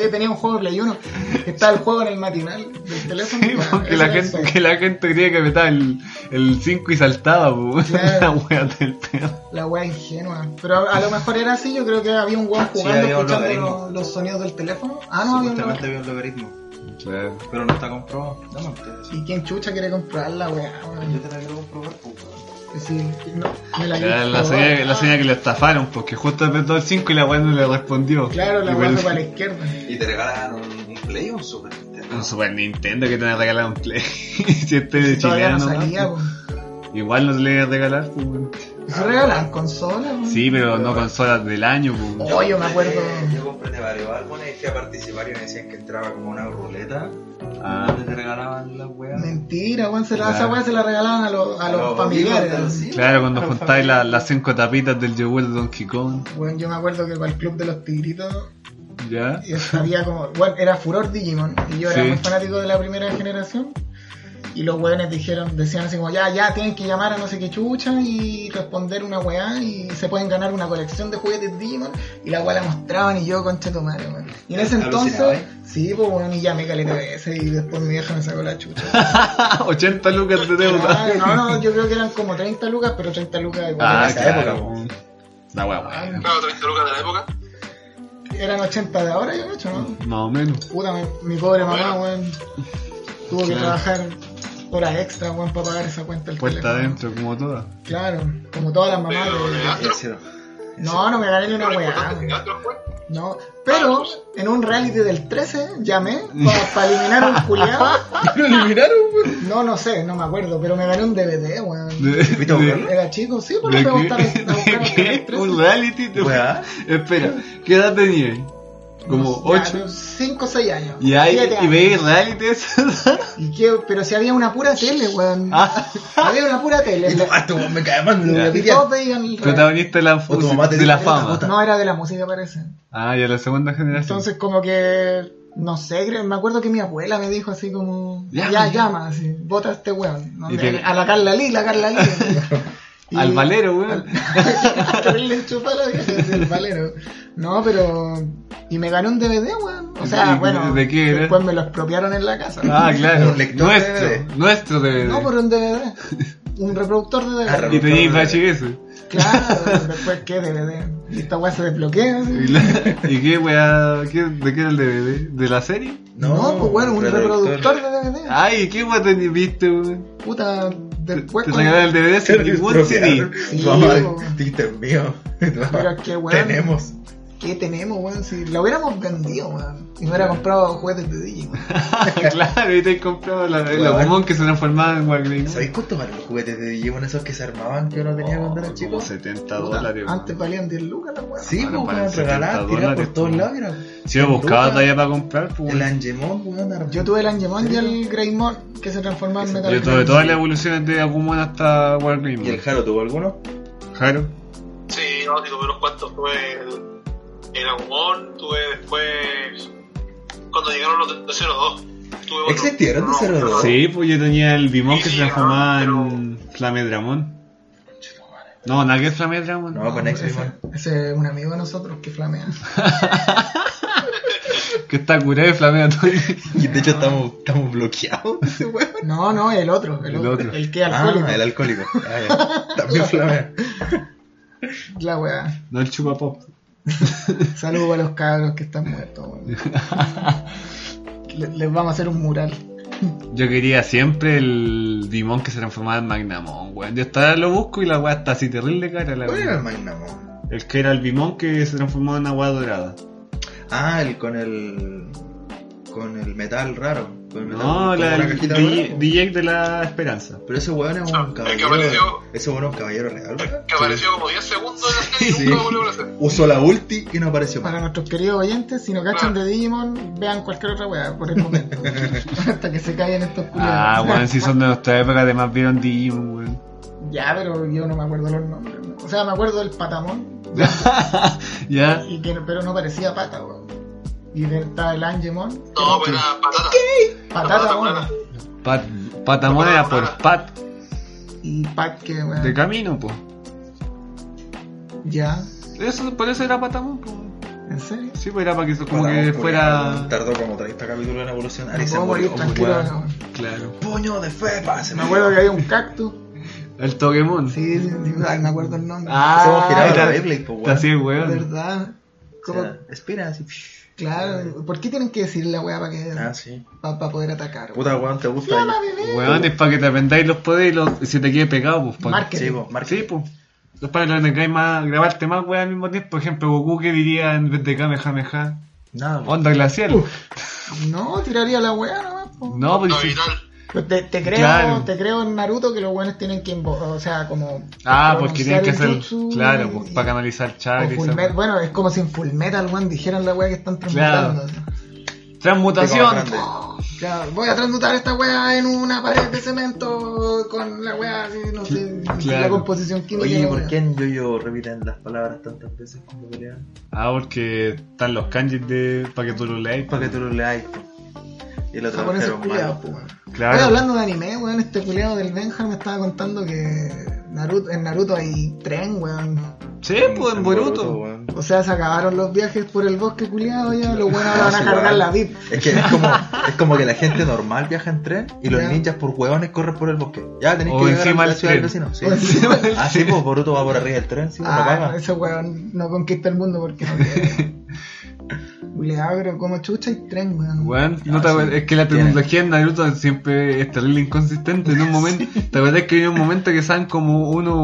S6: Que tenía un juego de Play 1. que Estaba el juego en el matinal del teléfono.
S4: Sí,
S6: Bueno,
S4: porque
S6: ese
S4: la
S6: era el
S4: gente,
S6: Soda.
S4: que la gente creía que metaba el el 5 y saltaba, weón.
S6: Claro.
S4: La weá del pedo.
S6: La wea ingenua. Pero a, a lo mejor era así, yo creo que había un weón
S7: Sí,
S6: jugando,
S7: había un
S6: escuchando
S7: logaritmo.
S6: los, los sonidos del teléfono. Ah, no, había un
S7: Supuestamente
S6: logaritmo.
S7: había un logaritmo,
S4: Claro.
S7: pero no está comprobado. Dame ustedes.
S6: ¿Y quién chucha quiere comprar la wea?
S7: Yo
S6: weón?
S7: te la quiero comprobar, po, weón.
S6: Es decir, no, me la
S4: Era
S6: quito,
S4: la señal,
S6: weón.
S4: la señal que le estafaron, porque justo apretó el 5 y la weá no le respondió.
S6: Ah, Claro, la
S4: Y
S6: wea
S4: fue
S6: fue
S4: el-
S6: para la izquierda.
S7: Y te regalaron un Play o un Super Nintendo.
S4: Un Super Nintendo que te van a regalar un Play. si este de
S6: Todavía
S4: chileno,
S6: no
S4: ¿no?
S6: salía, weón.
S4: igual no te le van a regalar. pues, weón.
S6: ¿Y ¿Se regalan consolas? weón?
S4: Sí, pero no consolas del año. pues, weón.
S6: Oh, yo me acuerdo.
S7: Yo compré de varios álbumes y fui a participar y me decían que entraba como una ruleta.
S4: Ah,
S7: Donde te regalaban las weas.
S6: Mentira, weón, se la, esa
S4: Claro.
S6: weá se la regalaban a los, a los
S7: Los
S6: familiares.
S7: amigos de los
S6: weón.
S7: hijos.
S4: claro, cuando juntáis la- las cinco tapitas del yogur de Donkey Kong.
S6: Weón, yo me acuerdo que para el club de los tigritos
S4: ¿Ya?
S6: y había como. Bueno, era furor Digimon. Y yo era
S4: Sí.
S6: muy fanático de la primera generación. Y los weones dijeron, decían así como, ya, ya, tienen que llamar a no sé qué chucha y responder una weá y se pueden ganar una colección de juguetes Digimon. Y la weá la mostraban y yo, concha tu madre, weón. Y en ese
S7: Alucinaba,
S6: entonces,
S7: ¿eh?
S6: sí, pues weón, y llamé caleta de veces y después mi vieja me sacó la chucha.
S4: 80 lucas de deuda.
S6: Claro, no, no, yo creo que eran como 30 lucas, pero 30 lucas igual
S4: Ah,
S6: en esa
S4: claro.
S6: época.
S4: weón. La wea, weón.
S5: Claro, 30 lucas de la época.
S6: Eran 80 de ahora, yo me hecho, ¿no?
S4: Más o menos.
S6: Puta, mi- mi pobre mamá, weón, tuvo que
S4: Claro.
S6: trabajar horas extra, weón, para pagar esa cuenta del
S4: Puerta
S6: teléfono.
S4: adentro, como todas.
S6: Claro, como todas las mamás.
S5: Pero,
S6: weón.
S5: ¿verdad?
S7: Y hicieron.
S6: No, no me gané ni
S5: Pero
S6: una
S5: lo
S6: weá,
S5: importante es que
S6: weón.
S5: Astro fue.
S6: No, pero
S4: Ah,
S6: en un reality del 13 llamé para eliminar un culiado.
S4: ¿Lo eliminaron, weón?
S6: No, no sé, no me acuerdo, pero me gané un DVD, weón.
S7: fuiste a buscarlo?
S6: Era chico, sí, por
S4: ¿De
S6: eso me gustaba
S4: qué? ¿De qué? ¿Un reality? te-
S7: Weá.
S4: Espera, ¿qué edad tenías? Como 8.
S6: 5 o 6 años.
S4: Y hay,
S6: siete
S4: y
S6: años.
S4: veis realities.
S6: ¿Y qué? Pero si había una pura tele, weón.
S4: Ah.
S6: Había una pura tele.
S7: Ah, este weón me cae mal, me lo voy a
S6: Y
S7: pitear.
S6: todos veían el
S4: Protagonista de la,
S7: O tu mamá te
S4: de la
S7: dice,
S4: fama.
S6: No era de la música, parece.
S4: Ah, y a la segunda generación.
S6: Entonces, como que. No sé, creo- me acuerdo que mi abuela me dijo así como.
S4: Ya,
S6: Ya,
S4: ya.
S6: llama, así. Bota a este weón. No
S4: Y
S6: sé,
S4: te-
S6: A la Carla Lila, Carla Lila. Y-
S4: Al valero, weón.
S6: Terrible chupa la vieja, así, el valero. No, pero. Y me ganó un DVD, weón. O sea,
S4: ¿Y
S6: bueno.
S4: de qué era?
S6: Después me lo expropiaron en la casa.
S4: Ah, claro.
S7: Un lector DVD.
S4: Nuestro, nuestro DVD.
S6: No, por un DVD. Un reproductor de DVD.
S7: Ah, re-
S4: Y teníais VHS.
S6: Claro, después qué DVD. Y esta weá se desbloquea. así.
S4: ¿Y, la- y qué weá? qué- ¿De qué era el DVD? ¿De la serie?
S6: No, pues bueno, un reproductor de DVD.
S7: Ah.
S4: Ay, ¿qué weá tenías viste, weón?
S6: Puta,
S4: Te,
S6: después.
S4: te
S6: cuando-
S4: sacaron el DVD sin ningún CD.
S6: Sí, po.
S7: Mamá, Tito es mío.
S6: Pero es que, weón.
S7: Tenemos.
S6: ¿Qué tenemos, weón? Si lo hubiéramos vendido, weón. Y me hubiera comprado juguetes de Digimon.
S4: claro, y te has comprado la, la
S7: Weón.
S4: Pokémon que se transformaba en Walgreens.
S7: ¿Sabéis cuánto valen los juguetes de Digimon esos que se armaban que uno tenía cuando era
S4: Como
S7: chico?
S4: 70
S6: Puta,
S4: dólares. weón.
S6: Antes valían 10 lucas las weón.
S7: Sí,
S4: Ahora
S7: pues,
S4: valen
S7: weón, regaladas,
S4: 70
S7: tiradas
S4: dólares,
S7: por todos
S4: pues.
S7: lados. era-
S4: Si yo buscaba
S7: Lucas,
S4: todavía para comprar, pues.
S7: El
S4: weón.
S7: Angemon, weón. ar-
S6: Yo tuve el Angemon y el Greymon que se transformaba en Metal
S4: Yo tuve todas las evoluciones de Agumon hasta Walgreens.
S7: ¿Y el Jaro tuvo alguno?
S4: Jaro.
S5: Sí, no, sí, tuve unos cuantos. Tuve el, el Agumon, tuve después. Cuando llegaron los de 02. Tuve otro.
S7: ¿Existieron de
S5: No,
S7: 02?
S4: Sí, pues yo tenía el Bimón que se
S5: Sí,
S4: transformaba
S5: pero-
S4: en Flamedramón. No, nada que Flamedramón.
S7: No, con x
S6: Ese, ese es un amigo de nosotros que flamea.
S4: Que está curado de Flamedramón.
S7: Y de hecho estamos, estamos bloqueados. ese weón.
S6: No, no, el otro. El,
S4: El
S6: otro.
S4: otro.
S6: El que alcohólico.
S7: Ah, el alcohólico. Ah, ya. También flamea.
S6: La weá.
S4: no el Chupapop.
S6: Saludos a los cabros que están muertos, weón. Le- Les vamos a hacer un mural.
S4: Yo quería siempre el Bimón que se transformaba en Magnamon, weón. Yo hasta ahora lo busco y la weá está así terrible cara. La
S7: ¿Cuál era el
S4: weá.
S7: Magnamon?
S4: El que era el Bimón que se transformaba en agua dorada.
S7: Ah, el con el. con el metal raro. Con el metal-
S4: No,
S7: como
S4: la
S7: una
S4: el
S7: cajita
S4: DJ,
S7: rara.
S4: DJ de la esperanza.
S7: Pero ese weón es
S5: Ah,
S7: un
S5: el que
S7: caballero.
S5: apareció.
S7: Ese weón es un caballero real, ¿verdad?
S5: Que apareció como 10 segundos en la serie
S7: Sí.
S5: y nunca volvió a aparecer.
S7: Usó la ulti y no apareció
S6: Para
S7: más.
S6: nuestros queridos oyentes, si no cachan de Digimon, vean cualquier otra weá por el momento. Hasta que se caigan estos culeros.
S4: Ah, weón, si son de nuestra época, además vieron Digimon, weón.
S6: Ya, pero yo no me acuerdo los nombres. ¿no? O sea, me acuerdo del patamón,
S4: ya.
S6: y que, pero no parecía pata, weón. Y de- estaba el Angemon.
S5: No, pues era patata.
S6: Patata,
S5: Patata,
S6: weón.
S5: patata.
S4: Pat, Patamón era por Pat
S6: Y Pat, que weón.
S4: de camino, po.
S6: Ya,
S4: Eso, por eso era Patamón, po.
S6: ¿en serio?
S4: Sí, pues era para que eso como
S7: Para
S4: que
S7: un
S4: fuera.
S7: culiao, Tardó como 30 capítulos en evolucionar y se
S6: Puedo morir
S7: murió. pues,
S6: tranquilo,
S7: weón.
S6: weón.
S4: Claro.
S7: Puño de fepa, se
S6: Me acuerdo que había un cactus.
S4: El Togemon.
S6: Sí, sí, sí, ay, me acuerdo el nombre.
S7: Somos girados
S4: está-
S7: la Beyblade, po,
S4: Está
S7: weón.
S4: Ah, así el weón.
S6: ¿Verdad? Como-
S7: Espera, así. psh.
S6: Claro, ¿por qué tienen que decir la weá para que
S7: Ah, sí.
S6: para poder atacar?
S7: Puta weón, te gusta.
S6: Llama,
S7: ahí.
S6: bebé.
S4: Weón es para que te aprendáis los poderes y los- y se te quede pegado, pues. pa'
S6: Marketing.
S7: Sí, po, Mark.
S4: Sí, pues. Los padres los tengáis más, grabarte más weón al mismo tiempo. Por ejemplo, Goku que diría en vez de Kamehameha,
S7: Nada, weón.
S4: onda glacial.
S6: No, tiraría la weá nomás. po.
S4: No, pues
S5: No,
S4: sí.
S5: y tal.
S6: Pero Te, te creo,
S4: Claro.
S6: te creo en Naruto que los buenos tienen que, invo- o sea, como
S4: Ah, porque tienen que
S6: pronunciar
S4: hacer.
S6: el jutsu
S4: Claro,
S6: y-
S4: pues para canalizar
S6: o
S4: chakras. y esa
S6: Fullmetal.
S4: weá.
S6: Bueno, es como si en Full Metal weón, dijeran la weá que están transmutando. así.
S4: Transmutación.
S7: Te como
S6: Claro, voy a transmutar esta weá en una pared de cemento con la weá así, no sé, la
S4: Claro.
S6: composición química.
S7: Oye,
S6: de
S7: ¿y
S6: la
S7: por
S6: weá.
S7: qué en Yo-Yo repiten las palabras tantas veces cuando pelean?
S4: Ah, porque están los kanjis de. para que tú lo leáis.
S7: Para que tú lo leáis. po. Y lo
S6: japoneses
S7: tradujeron
S6: culiados,
S7: mal.
S6: po, weón.
S4: Claro.
S6: Oye, hablando de anime, weón, este culiado del Benjar me estaba contando que Naruto, en Naruto hay tren, weón.
S4: Sí, pues
S7: En
S4: en Boruto.
S7: weón.
S6: O sea, se acabaron los viajes por el bosque culiado ya, los buenos ahora van
S7: Sí,
S6: a cargar
S7: weón.
S6: la VIP.
S7: Es que es como, es como que la gente normal viaja en tren y los
S6: Ya.
S7: ninjas por huevones corren por el bosque. Ya tenéis
S4: O
S7: que llegar
S4: encima
S7: a la
S4: del
S7: ciudad del
S4: tren.
S7: vecino. Sí.
S6: O encima
S7: Ah, sí, pues Boruto va por arriba del tren, sí, pues, la
S6: Ah,
S7: caga.
S6: ese weón no conquista el mundo porque no quiere. Culeado, pero como chucha y tren, weón.
S4: Weón, no
S7: Ah,
S4: te
S7: sí.
S4: acuerdas- es que la
S7: Tiene.
S4: tecnología en Naruto siempre es terrible inconsistente. En un momento, ¿te acuerdas que había un momento que estaban como uno,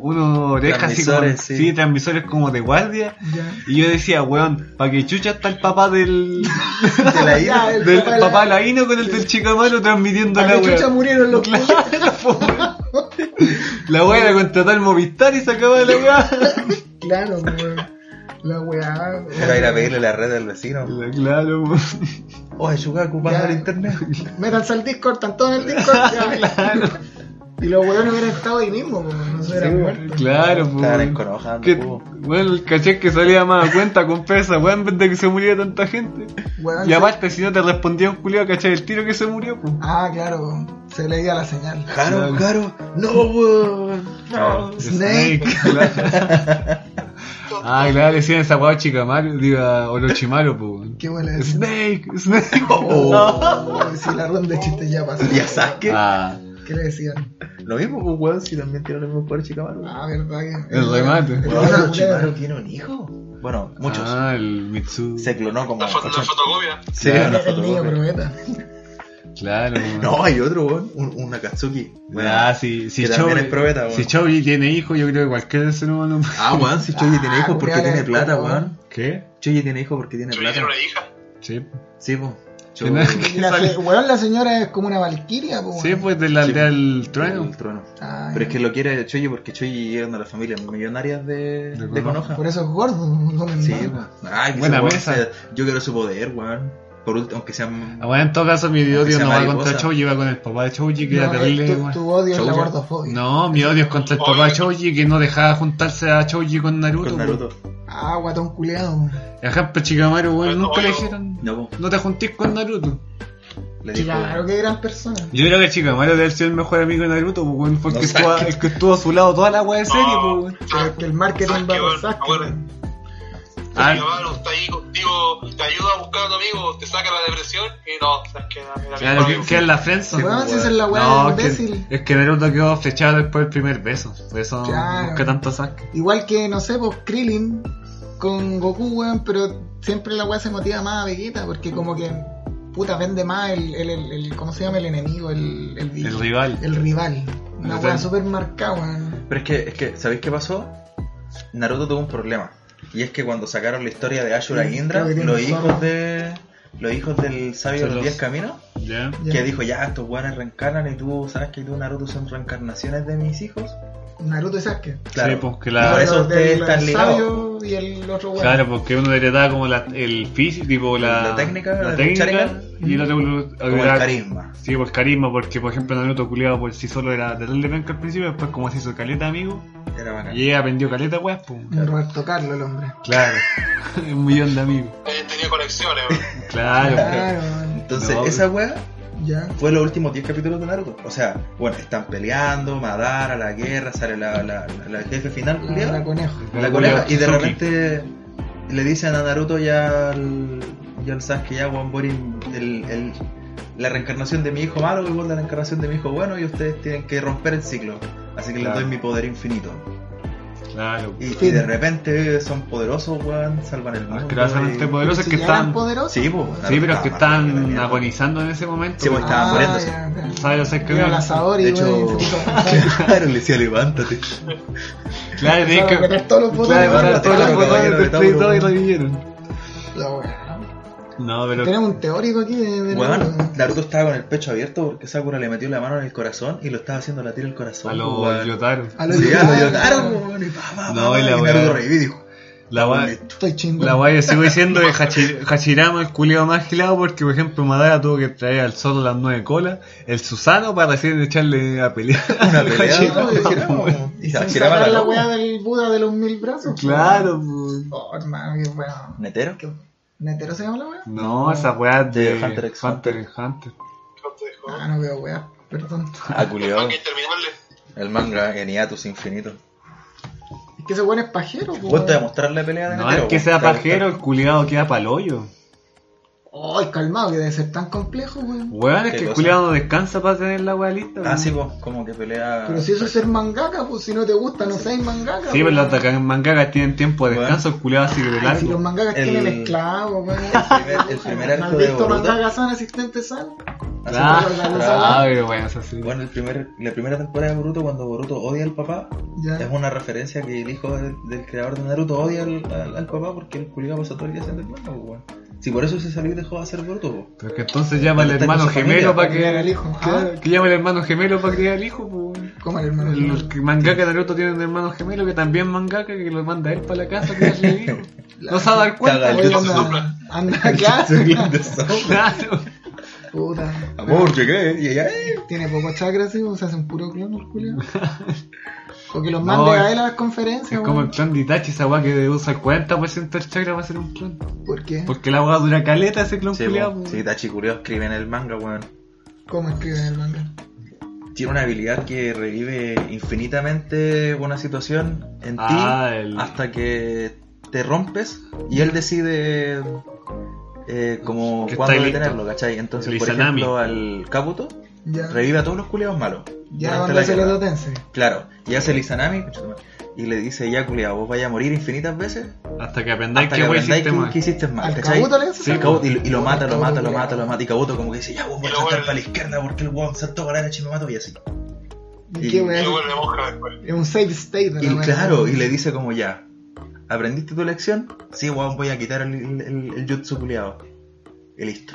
S4: uno orejas así como,
S7: Transmisores,
S4: sí.
S7: sí.
S4: transmisores como de guardia?
S6: Ya.
S4: Y yo decía, weón, ¿para que chucha está el papá del,
S7: De la ira.
S6: Ya, el
S4: del
S6: papá de
S4: papá
S6: la-
S4: Laino con el del chico malo transmitiendo
S6: ¿Para
S4: la
S6: qué chucha
S4: weón?
S6: murieron los culiados?
S4: La weá era contratar Movistar y se acababa la weá.
S6: Claro, weón. La weá.
S7: Voy a ir a pedirle la red al vecino.
S4: Claro, weón.
S7: Oye, Shugaku, baja
S6: Ya.
S7: el internet.
S6: Métanse al Discord, están todos en el Discord. ya. Y los weones hubieran estado ahí mismo, po, no se hubieran muerto.
S4: Claro, pues.
S7: Estaban encorojando,
S4: Que-
S7: po.
S4: Bueno, el caché que salía más a cuenta comprar esa weá en vez de que se muriera tanta gente.
S6: Weón,
S4: Y
S6: se-
S4: aparte, si no te respondía un culiao, caché el tiro que se murió, pues.
S6: Ah, claro, po, se leía la señal.
S7: Caro, caro. No, weón.
S4: No,
S6: Snake.
S4: claro. ah, claro, le decían esa weá chica Mario, diga Orochimaru, pues. weón.
S6: Qué buena es.
S4: Snake, Snake.
S6: Oh, si la ronda de chistes ya pasó.
S7: Ya saqué.
S4: Ah,
S6: ¿Qué le decían?
S7: Lo mismo, pues, weón, si también tiene lo mismo poder, chica malo.
S6: Ah, verdad que.
S4: el remate.
S6: Bueno,
S7: Weón, Chimaru tiene un hijo. Bueno, muchos.
S4: Ah, el Mitsu.
S7: Se clonó como.
S5: La, fo- la fotocopia.
S7: Sí,
S4: Claro.
S7: una
S6: El niño
S7: fotocopia.
S6: probeta.
S4: Claro, weón.
S7: No, hay otro, weón. un- Una Katsuki.
S4: Ah, si, si,
S7: que también
S4: Chobi-
S7: es probeta, weón.
S4: si Chobi tiene hijos, yo creo que cualquier ser humano.
S7: Ah, weón, si Choji tiene hijos porque
S6: culiao,
S7: tiene
S6: eh,
S7: plata,
S6: weón.
S7: weón.
S4: ¿Qué?
S7: Choji tiene hijos porque tiene
S5: Yo dije
S7: plata.
S5: una hija.
S4: Sí.
S7: Sí, po. Choji-
S4: Tiene-
S6: Y La, se- weón, la señora es como una valquiria, po.
S4: Sí, pues de la
S7: Sí.
S4: aldea del trueno.
S7: El trueno.
S6: Ay,
S7: Pero es que lo quiere Choji porque Choji es una de las familias millonarias de,
S4: De
S7: de,
S4: Konoha.
S7: Konoha.
S6: Por eso es gordo, no me
S7: Sí,
S6: manda.
S7: weón. Ay, que
S4: Buena
S7: ese weón
S4: mesa.
S7: sea- yo quiero su poder, weón. Por último, aunque sea.
S4: Ah, bueno, en todo caso, mi odio
S7: sea
S4: no va
S7: mariposa.
S4: contra Choji, va con el papá de Choji, que
S6: No,
S4: era
S6: es-
S4: terrible.
S6: eh, tu,
S4: weón.
S6: tu odio es la
S7: Shoujo.
S6: gordofobia.
S4: No, mi odio es contra el papá de Choji, que no dejaba juntarse a Choji con Naruto.
S7: Con
S4: weón.
S7: Naruto.
S6: Ah, guatón culeado.
S4: Y Ajá, pues Chikamaru, weón,
S5: Pero
S4: nunca
S5: no,
S4: le
S5: yo-
S4: dijeron,
S7: No, po.
S4: no te juntís con Naruto.
S7: Le dijo.
S6: Claro, qué gran persona.
S4: Yo creo que Chikamaru debe ser el mejor amigo de Naruto, pues, weón, porque
S7: No sé.
S4: estuvo, el que estuvo a su lado toda la weá de serie, pues, weón.
S6: Pero es que el marketing
S5: ¿Sabes qué,
S6: va
S5: weón?
S6: a saco.
S5: Ahora-
S6: weón.
S4: Ah,
S5: Mi mamá no está ahí contigo, te ayuda a buscar a tu amigo, te saca la depresión y no, sabes que la
S4: claro, que, que es la friendzone.
S6: Weón,
S4: pues,
S6: si esa es la weá
S4: No,
S6: del
S4: es
S6: imbécil.
S4: que, es que Naruto quedó flechado después del primer beso. Por eso
S6: Claro.
S4: busca tanto Sasuke.
S6: Igual que, no sé, pues Krillin con Goku, weón, pero siempre la weá se motiva más a Vegeta, porque como que puta vende más el, el, el, el- ¿cómo se llama el enemigo? El, el,
S4: El rival.
S6: El rival. Una
S4: El
S6: weá
S4: rival.
S6: súper marcada, weón.
S7: Pero es que, es que, ¿sabéis qué pasó? Naruto tuvo un problema. Y es que cuando sacaron la historia de Ashura
S6: Sí,
S7: y Indra,
S6: Mm, creo que tiene
S7: los
S6: razón.
S7: hijos de. Los hijos del sabio de
S4: Son los-
S7: los 10 caminos,
S4: Ya.
S6: Ya.
S7: que dijo, ya, estos guanes reencarnan y tú sabes que tú, Naruto, son reencarnaciones de mis hijos.
S6: Naruto y Sasuke.
S7: Claro.
S4: Sí, pues,
S7: Y por
S4: claro.
S7: eso
S6: Pero
S7: ustedes
S6: del-
S7: están
S6: el
S7: ligados.
S6: sabio Y el otro weón.
S4: Claro, porque uno heredaba como la, el físico, tipo la,
S7: La técnica,
S4: la
S7: el
S4: técnica,
S7: Sharingan.
S4: y el otro
S7: Como el carisma.
S4: Sí, por el carisma, porque por ejemplo Naruto culiado por sí solo era de tal de penca al principio, después como se hizo caleta amigo,
S7: Era bacán.
S4: y ella aprendió caleta weas, pues.
S6: Un Roberto Carlos, el hombre.
S4: Claro. Un millón de amigos.
S5: Eh, tenía conexiones, weón.
S4: Claro.
S7: Ah,
S6: Claro, weón.
S7: Entonces,
S4: No,
S7: esa weá
S6: Ya.
S7: fue los últimos 10 capítulos de Naruto. O sea, bueno, están peleando, Madara, la guerra, sale la, la, la, la jefe final,
S6: La,
S7: culiao.
S6: la conejo.
S4: pues.
S7: la colega, y de repente le dicen a Naruto ya al, ya al Sasuke, ya One Borin, el, el- la reencarnación de mi hijo malo, igual la reencarnación de mi hijo bueno, y ustedes tienen que romper el ciclo. Así que
S4: Claro.
S7: les doy mi poder infinito.
S4: Claro.
S7: Y,
S6: Fin.
S7: y de repente son poderosos, weón, salvan el
S4: Los
S7: mundo.
S4: que ahora son
S7: y-
S4: poderosos
S6: Si
S4: que
S6: ya eran
S4: están.
S6: poderosos.
S7: Sí, po,
S4: este Sí, pero es
S7: estaba
S4: que
S7: más
S4: están
S7: mierda.
S4: agonizando en ese momento.
S7: Sí, pues,
S4: weón.
S7: Estaban muriéndose.
S6: Ah, ya, ya.
S4: ¿Sabes? Yo sé que-
S6: Vieron a Saori,
S7: De
S6: weón,
S7: hecho,
S6: y se puso-
S7: claro, le decía levántate.
S4: Claro, tenés
S6: Empezaron a
S4: que.
S6: apretar todos los botones,
S4: Claro,
S6: weón.
S4: claro, todos los
S7: Claro,
S4: botones
S7: caballero
S4: de
S7: de
S4: Play
S7: Tauro,
S4: dos y lo
S7: weón.
S4: vieron.
S6: La weá.
S4: No, pero.
S6: Tenemos un teórico aquí de, de
S7: Weón, Naruto estaba con el pecho abierto porque Sakura le metió la mano en el corazón y lo estaba haciendo latir el corazón. pues,
S4: A los
S7: weón.
S4: Yotaro.
S6: A
S7: Sí, ya lo
S6: Yotaro,
S7: lloraron,
S6: weón.
S7: weón, y pa,
S6: Ah,
S7: pa,
S4: No,
S7: pa,
S4: y la
S7: Naruto
S4: weá.
S7: reviví, dijo.
S4: La guay.
S6: Estoy chingón.
S4: La guay, sigo diciendo que Hachi- Hachirama es culiado más gilado porque, por ejemplo, Madara tuvo que traer al Zoro las nueve colas, el Susano para recién echarle a pelear.
S7: Una
S4: al
S7: pelea.
S4: Hachirama.
S7: ¿no? Y
S6: Y
S7: se
S6: sin
S7: tiraba la
S6: sacar la
S7: loca.
S6: weá del Buda de los mil brazos.
S4: Claro, pues.
S6: weón. Oh, hermano, qué weón.
S7: ¿Netero?
S6: ¿Qué- ¿Netero se llama la weá?
S4: No, esa weá de
S7: De Hunter x
S4: Hunter. x Hunter.
S5: Te dejó.
S6: Ah, no veo weá. Perdón.
S7: Ah, culiao.
S5: Manga interminable.
S7: El manga Eniatus Infinito.
S6: Es que ese weón es pajero,
S7: ¿Vos te vas a
S6: weón.
S7: mostrar la pelea de
S4: No
S7: Netero?
S4: es que
S7: vos?
S4: sea
S7: Ah, ¿Te va a
S4: pajero, el culiado queda pa'l hoyo.
S6: Ay, calmado, que debe ser tan complejo, weón.
S4: Weón, es
S7: ¿Qué
S4: que el
S7: cosa?
S4: culiado no descansa para tener la weá lista.
S7: gustar? Ah,
S4: weón.
S7: sí, pues, como que pelea.
S6: Pero si eso es ser mangaka, pues si no te gusta, no seas mangaka.
S4: Sí, pues, pero
S6: weón.
S4: los taka- mangakas tienen tiempo de
S7: pues. Weón.
S4: descanso, el culiado sigue de
S6: Ay, si los
S4: largo.
S6: mangakas
S7: El-
S6: tienen esclavos, weón.
S7: primer- el primer arco
S6: ¿Has
S7: de
S6: visto
S7: Boruto?
S6: mangakas son asistentes san?
S7: Así
S4: Ah,
S6: como la
S4: ah,
S6: cosa-
S4: pero bueno, eso sí.
S7: Bueno, el primer, la primera temporada de Boruto, cuando Boruto odia al papá,
S6: Ya.
S7: es una referencia que el hijo del, del creador de Naruto odia al, al- al papá porque el culiao pasó todo el día haciendo el manga, pues, weón. Si por eso se salió y dejó de hacer Boruto, pues.
S4: Pero que entonces llama al
S7: Está con
S4: hermano
S7: su familia,
S4: gemelo para
S6: para criar
S4: que
S6: al hijo.
S4: Claro,
S6: Ah.
S4: que llama al hermano gemelo para criar al hijo, pues.
S6: ¿Cómo el hermano?
S4: El, el
S6: gemelo?
S4: que mangaka de Naruto tiene un hermano gemelo que también mangaka que lo manda él para la casa que ya le digo. No se va a dar cuenta.
S7: Caga
S6: Oye,
S7: el
S4: weón.
S6: anda, anda, ¿qué hace?
S4: Claro.
S6: Puta.
S7: Amor, llegué. Y ella, eh.
S6: Tiene poco chakra, sí, o sea, es un puro clon el Julio. Porque los
S4: No,
S6: mande a
S4: es-
S6: él a las
S4: Es
S6: conferencias,
S4: como el
S6: weón.
S4: clon de Itachi, esa weá que usa el 40% del chakra para hacer un clon.
S6: ¿Por qué?
S4: Porque la weá dura caleta ese clon
S7: Sí,
S4: culiao,
S7: po.
S4: po.
S7: sí, Tachi Kureo escribe en el manga, weón.
S6: ¿Cómo escriben el manga?
S7: Tiene una habilidad que revive infinitamente una situación en
S4: Ah,
S7: ti
S4: el-
S7: hasta que te rompes y él decide eh, como
S4: Que
S7: cuándo
S4: está listo.
S7: detenerlo, ¿cachai? Entonces,
S4: El
S7: por
S4: Izanami.
S7: ejemplo, al Kabuto
S6: Ya,
S7: revive a todos los culiados malos.
S6: ya
S7: durante
S6: van
S7: la
S6: a ser
S7: guerra.
S6: los dotenses.
S7: Claro, y hace el Izanami conchetumare, y le dice, ya culiado, vos vayas a morir infinitas veces
S4: Hasta que aprendáis
S7: hasta
S4: que
S7: que
S4: weá
S7: aprendáis
S4: hiciste
S7: que,
S4: mal.
S7: que hiciste mal,
S6: ¿Al
S7: ¿cachai?
S6: Kabuto le hace
S7: Sí,
S6: eso?
S7: Kabuto, y, lo- y lo mata, lo
S6: Kabuto,
S7: mata, lo
S6: culiao.
S7: mata, lo mata, y Kabuto como que dice, ya, vos voy a
S5: Y lo
S7: saltar
S5: vuelve.
S7: para la izquierda porque el weón saltó para la derecha y me mató y así.
S6: ¿Y qué
S7: Y-
S5: Y
S6: weón?
S5: luego le moja después.
S6: Es un save state,
S7: Y claro, y le dice como ya, ¿aprendiste tu lección? Sí, weón, voy a quitar el, el, el, el jutsu culiado. Y listo.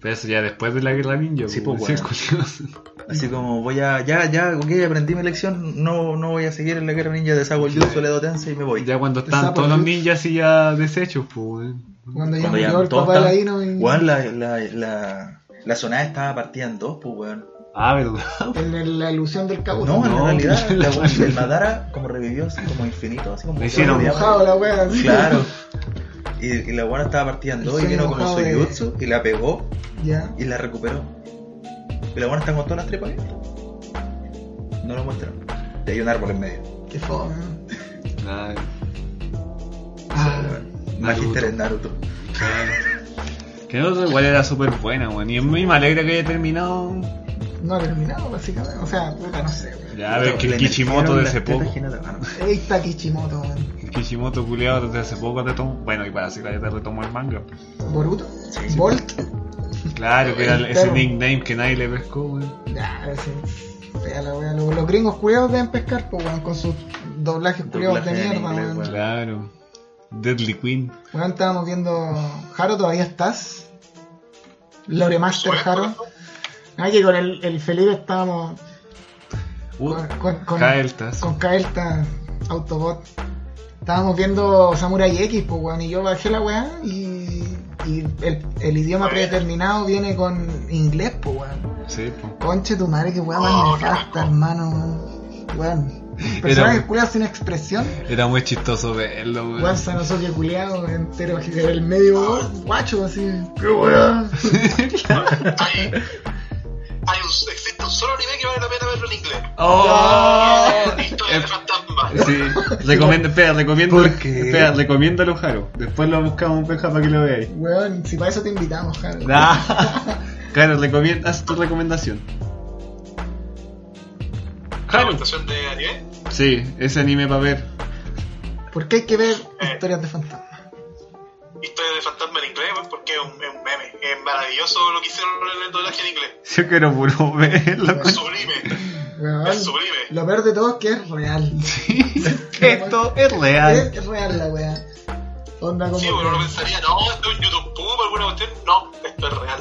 S4: Pero eso ya después de la guerra ninja.
S7: Sí,
S4: po,
S7: po,
S4: ese
S7: weón.
S4: culiao.
S6: Mm.
S7: Así como voy a, ya, ya, ok, aprendí mi lección, no, no voy a seguir en la guerra ninja, deshago el jutsu, le dotense y me voy.
S4: Ya cuando están
S6: Sapo
S4: todos los
S6: Jutsu.
S4: ninjas y ya deshechos, pues.
S6: Cuando ya
S7: Cuando ya
S6: murió el
S7: todos
S6: papá de la
S7: estaban-
S6: Ino y
S7: Weón, la, la, la, la sonada estaba partida en dos, pues weón.
S4: Ah, verdad.
S6: en el- la ilusión del cabo.
S7: No, en
S4: No,
S7: realidad,
S4: la-
S7: la- el Madara como revivió así como infinito, así como
S4: Le hicieron
S7: como-
S6: mojado la wea. así.
S7: Claro. Y, y la guana estaba partida en
S6: El
S7: dos y vino
S6: sueño
S7: con el
S6: mojado de-
S7: Soyutsu y la pegó
S6: Ya.
S7: y la recuperó. Y la guana está con todas las tripas abiertas. No lo muestran. Y hay un árbol en medio.
S6: Qué fome. ¿no?
S4: Ay,
S6: Ah,
S7: Magister en Naruto.
S4: Que no sé, igual era súper buena, weón. Y a mí me alegra que haya terminado.
S6: no ha terminado, básicamente. O sea, puta, no sé, weón.
S4: Ya, a ver, que
S7: Le
S4: el Kishimoto
S7: metieron
S4: de
S7: las
S4: hace
S7: tetas
S4: poco.
S7: Hinata. Ah, no.
S6: Ahí está Kishimoto, weón.
S4: El Kishimoto culiado desde hace poco retomó. Bueno, igual así que te retomó el manga. pues.
S6: Boruto. Bolt.
S4: Claro, que era
S6: El
S4: ese
S6: perro.
S4: nickname que nadie le pescó, weón.
S6: Ya, sí. Fea la wea. Los, los gringos culiados deben pescar, pues, weón, con sus doblajes culiados de
S7: Doblaje en
S6: mierda,
S7: inglés,
S6: weón.
S7: weón.
S4: Claro. Deadly Queen.
S6: Weón, estábamos viendo. Jaro, ¿todavía estás? Lore Master Jaro. Ah, que con el, el Felipe estábamos.
S4: Uh,
S6: Con, con, con,
S4: Kael'thas.
S6: con Kael'thas, Autobot. Estábamos viendo Samurai X, pues, weón, y yo bajé la weá y. y el, el idioma predeterminado viene con inglés, pues, weón.
S4: Sí, pues.
S6: Conche tu madre, que weá más
S5: Oh, qué
S6: nefasta, hermano. weón. Weón. Personajes culiados sin expresión.
S4: Era muy chistoso verlo, weón.
S6: Weón, Sanosuke culiado, entero, el medio
S5: Ah.
S6: weón, guacho, así. ¡Qué weón!
S5: Hay, hay un, existe un solo anime que vale la pena verlo en inglés.
S4: ¡Oh!
S5: La historia
S4: Eh,
S5: del fantasma.
S4: Sí, recomiendo, espera, recomiendo,
S7: ¿Por qué?
S4: espera, recomiéndalo, Jaro. Después lo buscamos un peja para que lo veáis.
S6: Weón, si para eso te invitamos, Jaro.
S4: Ah, claro, recomienda, haz tu recomendación.
S5: La
S4: Jaro.
S5: adaptación de anime.
S4: Sí, ese anime para ver.
S6: ¿Por qué hay que ver
S5: Eh.
S6: historias de fantasmas?
S5: Historia de fantasma en inglés, pues, porque es un, es un meme. Es maravilloso lo que hicieron en el doblaje en inglés.
S4: Yo quiero puro verlo.
S5: Es sublime.
S6: Weón,
S5: Es sublime.
S6: lo peor de todo es que es real.
S4: Esto es real.
S6: Es real la weá. Onda como.
S5: Sí, uno no pensaría, no, esto es YouTube Pub, alguna cuestión. No, esto es real.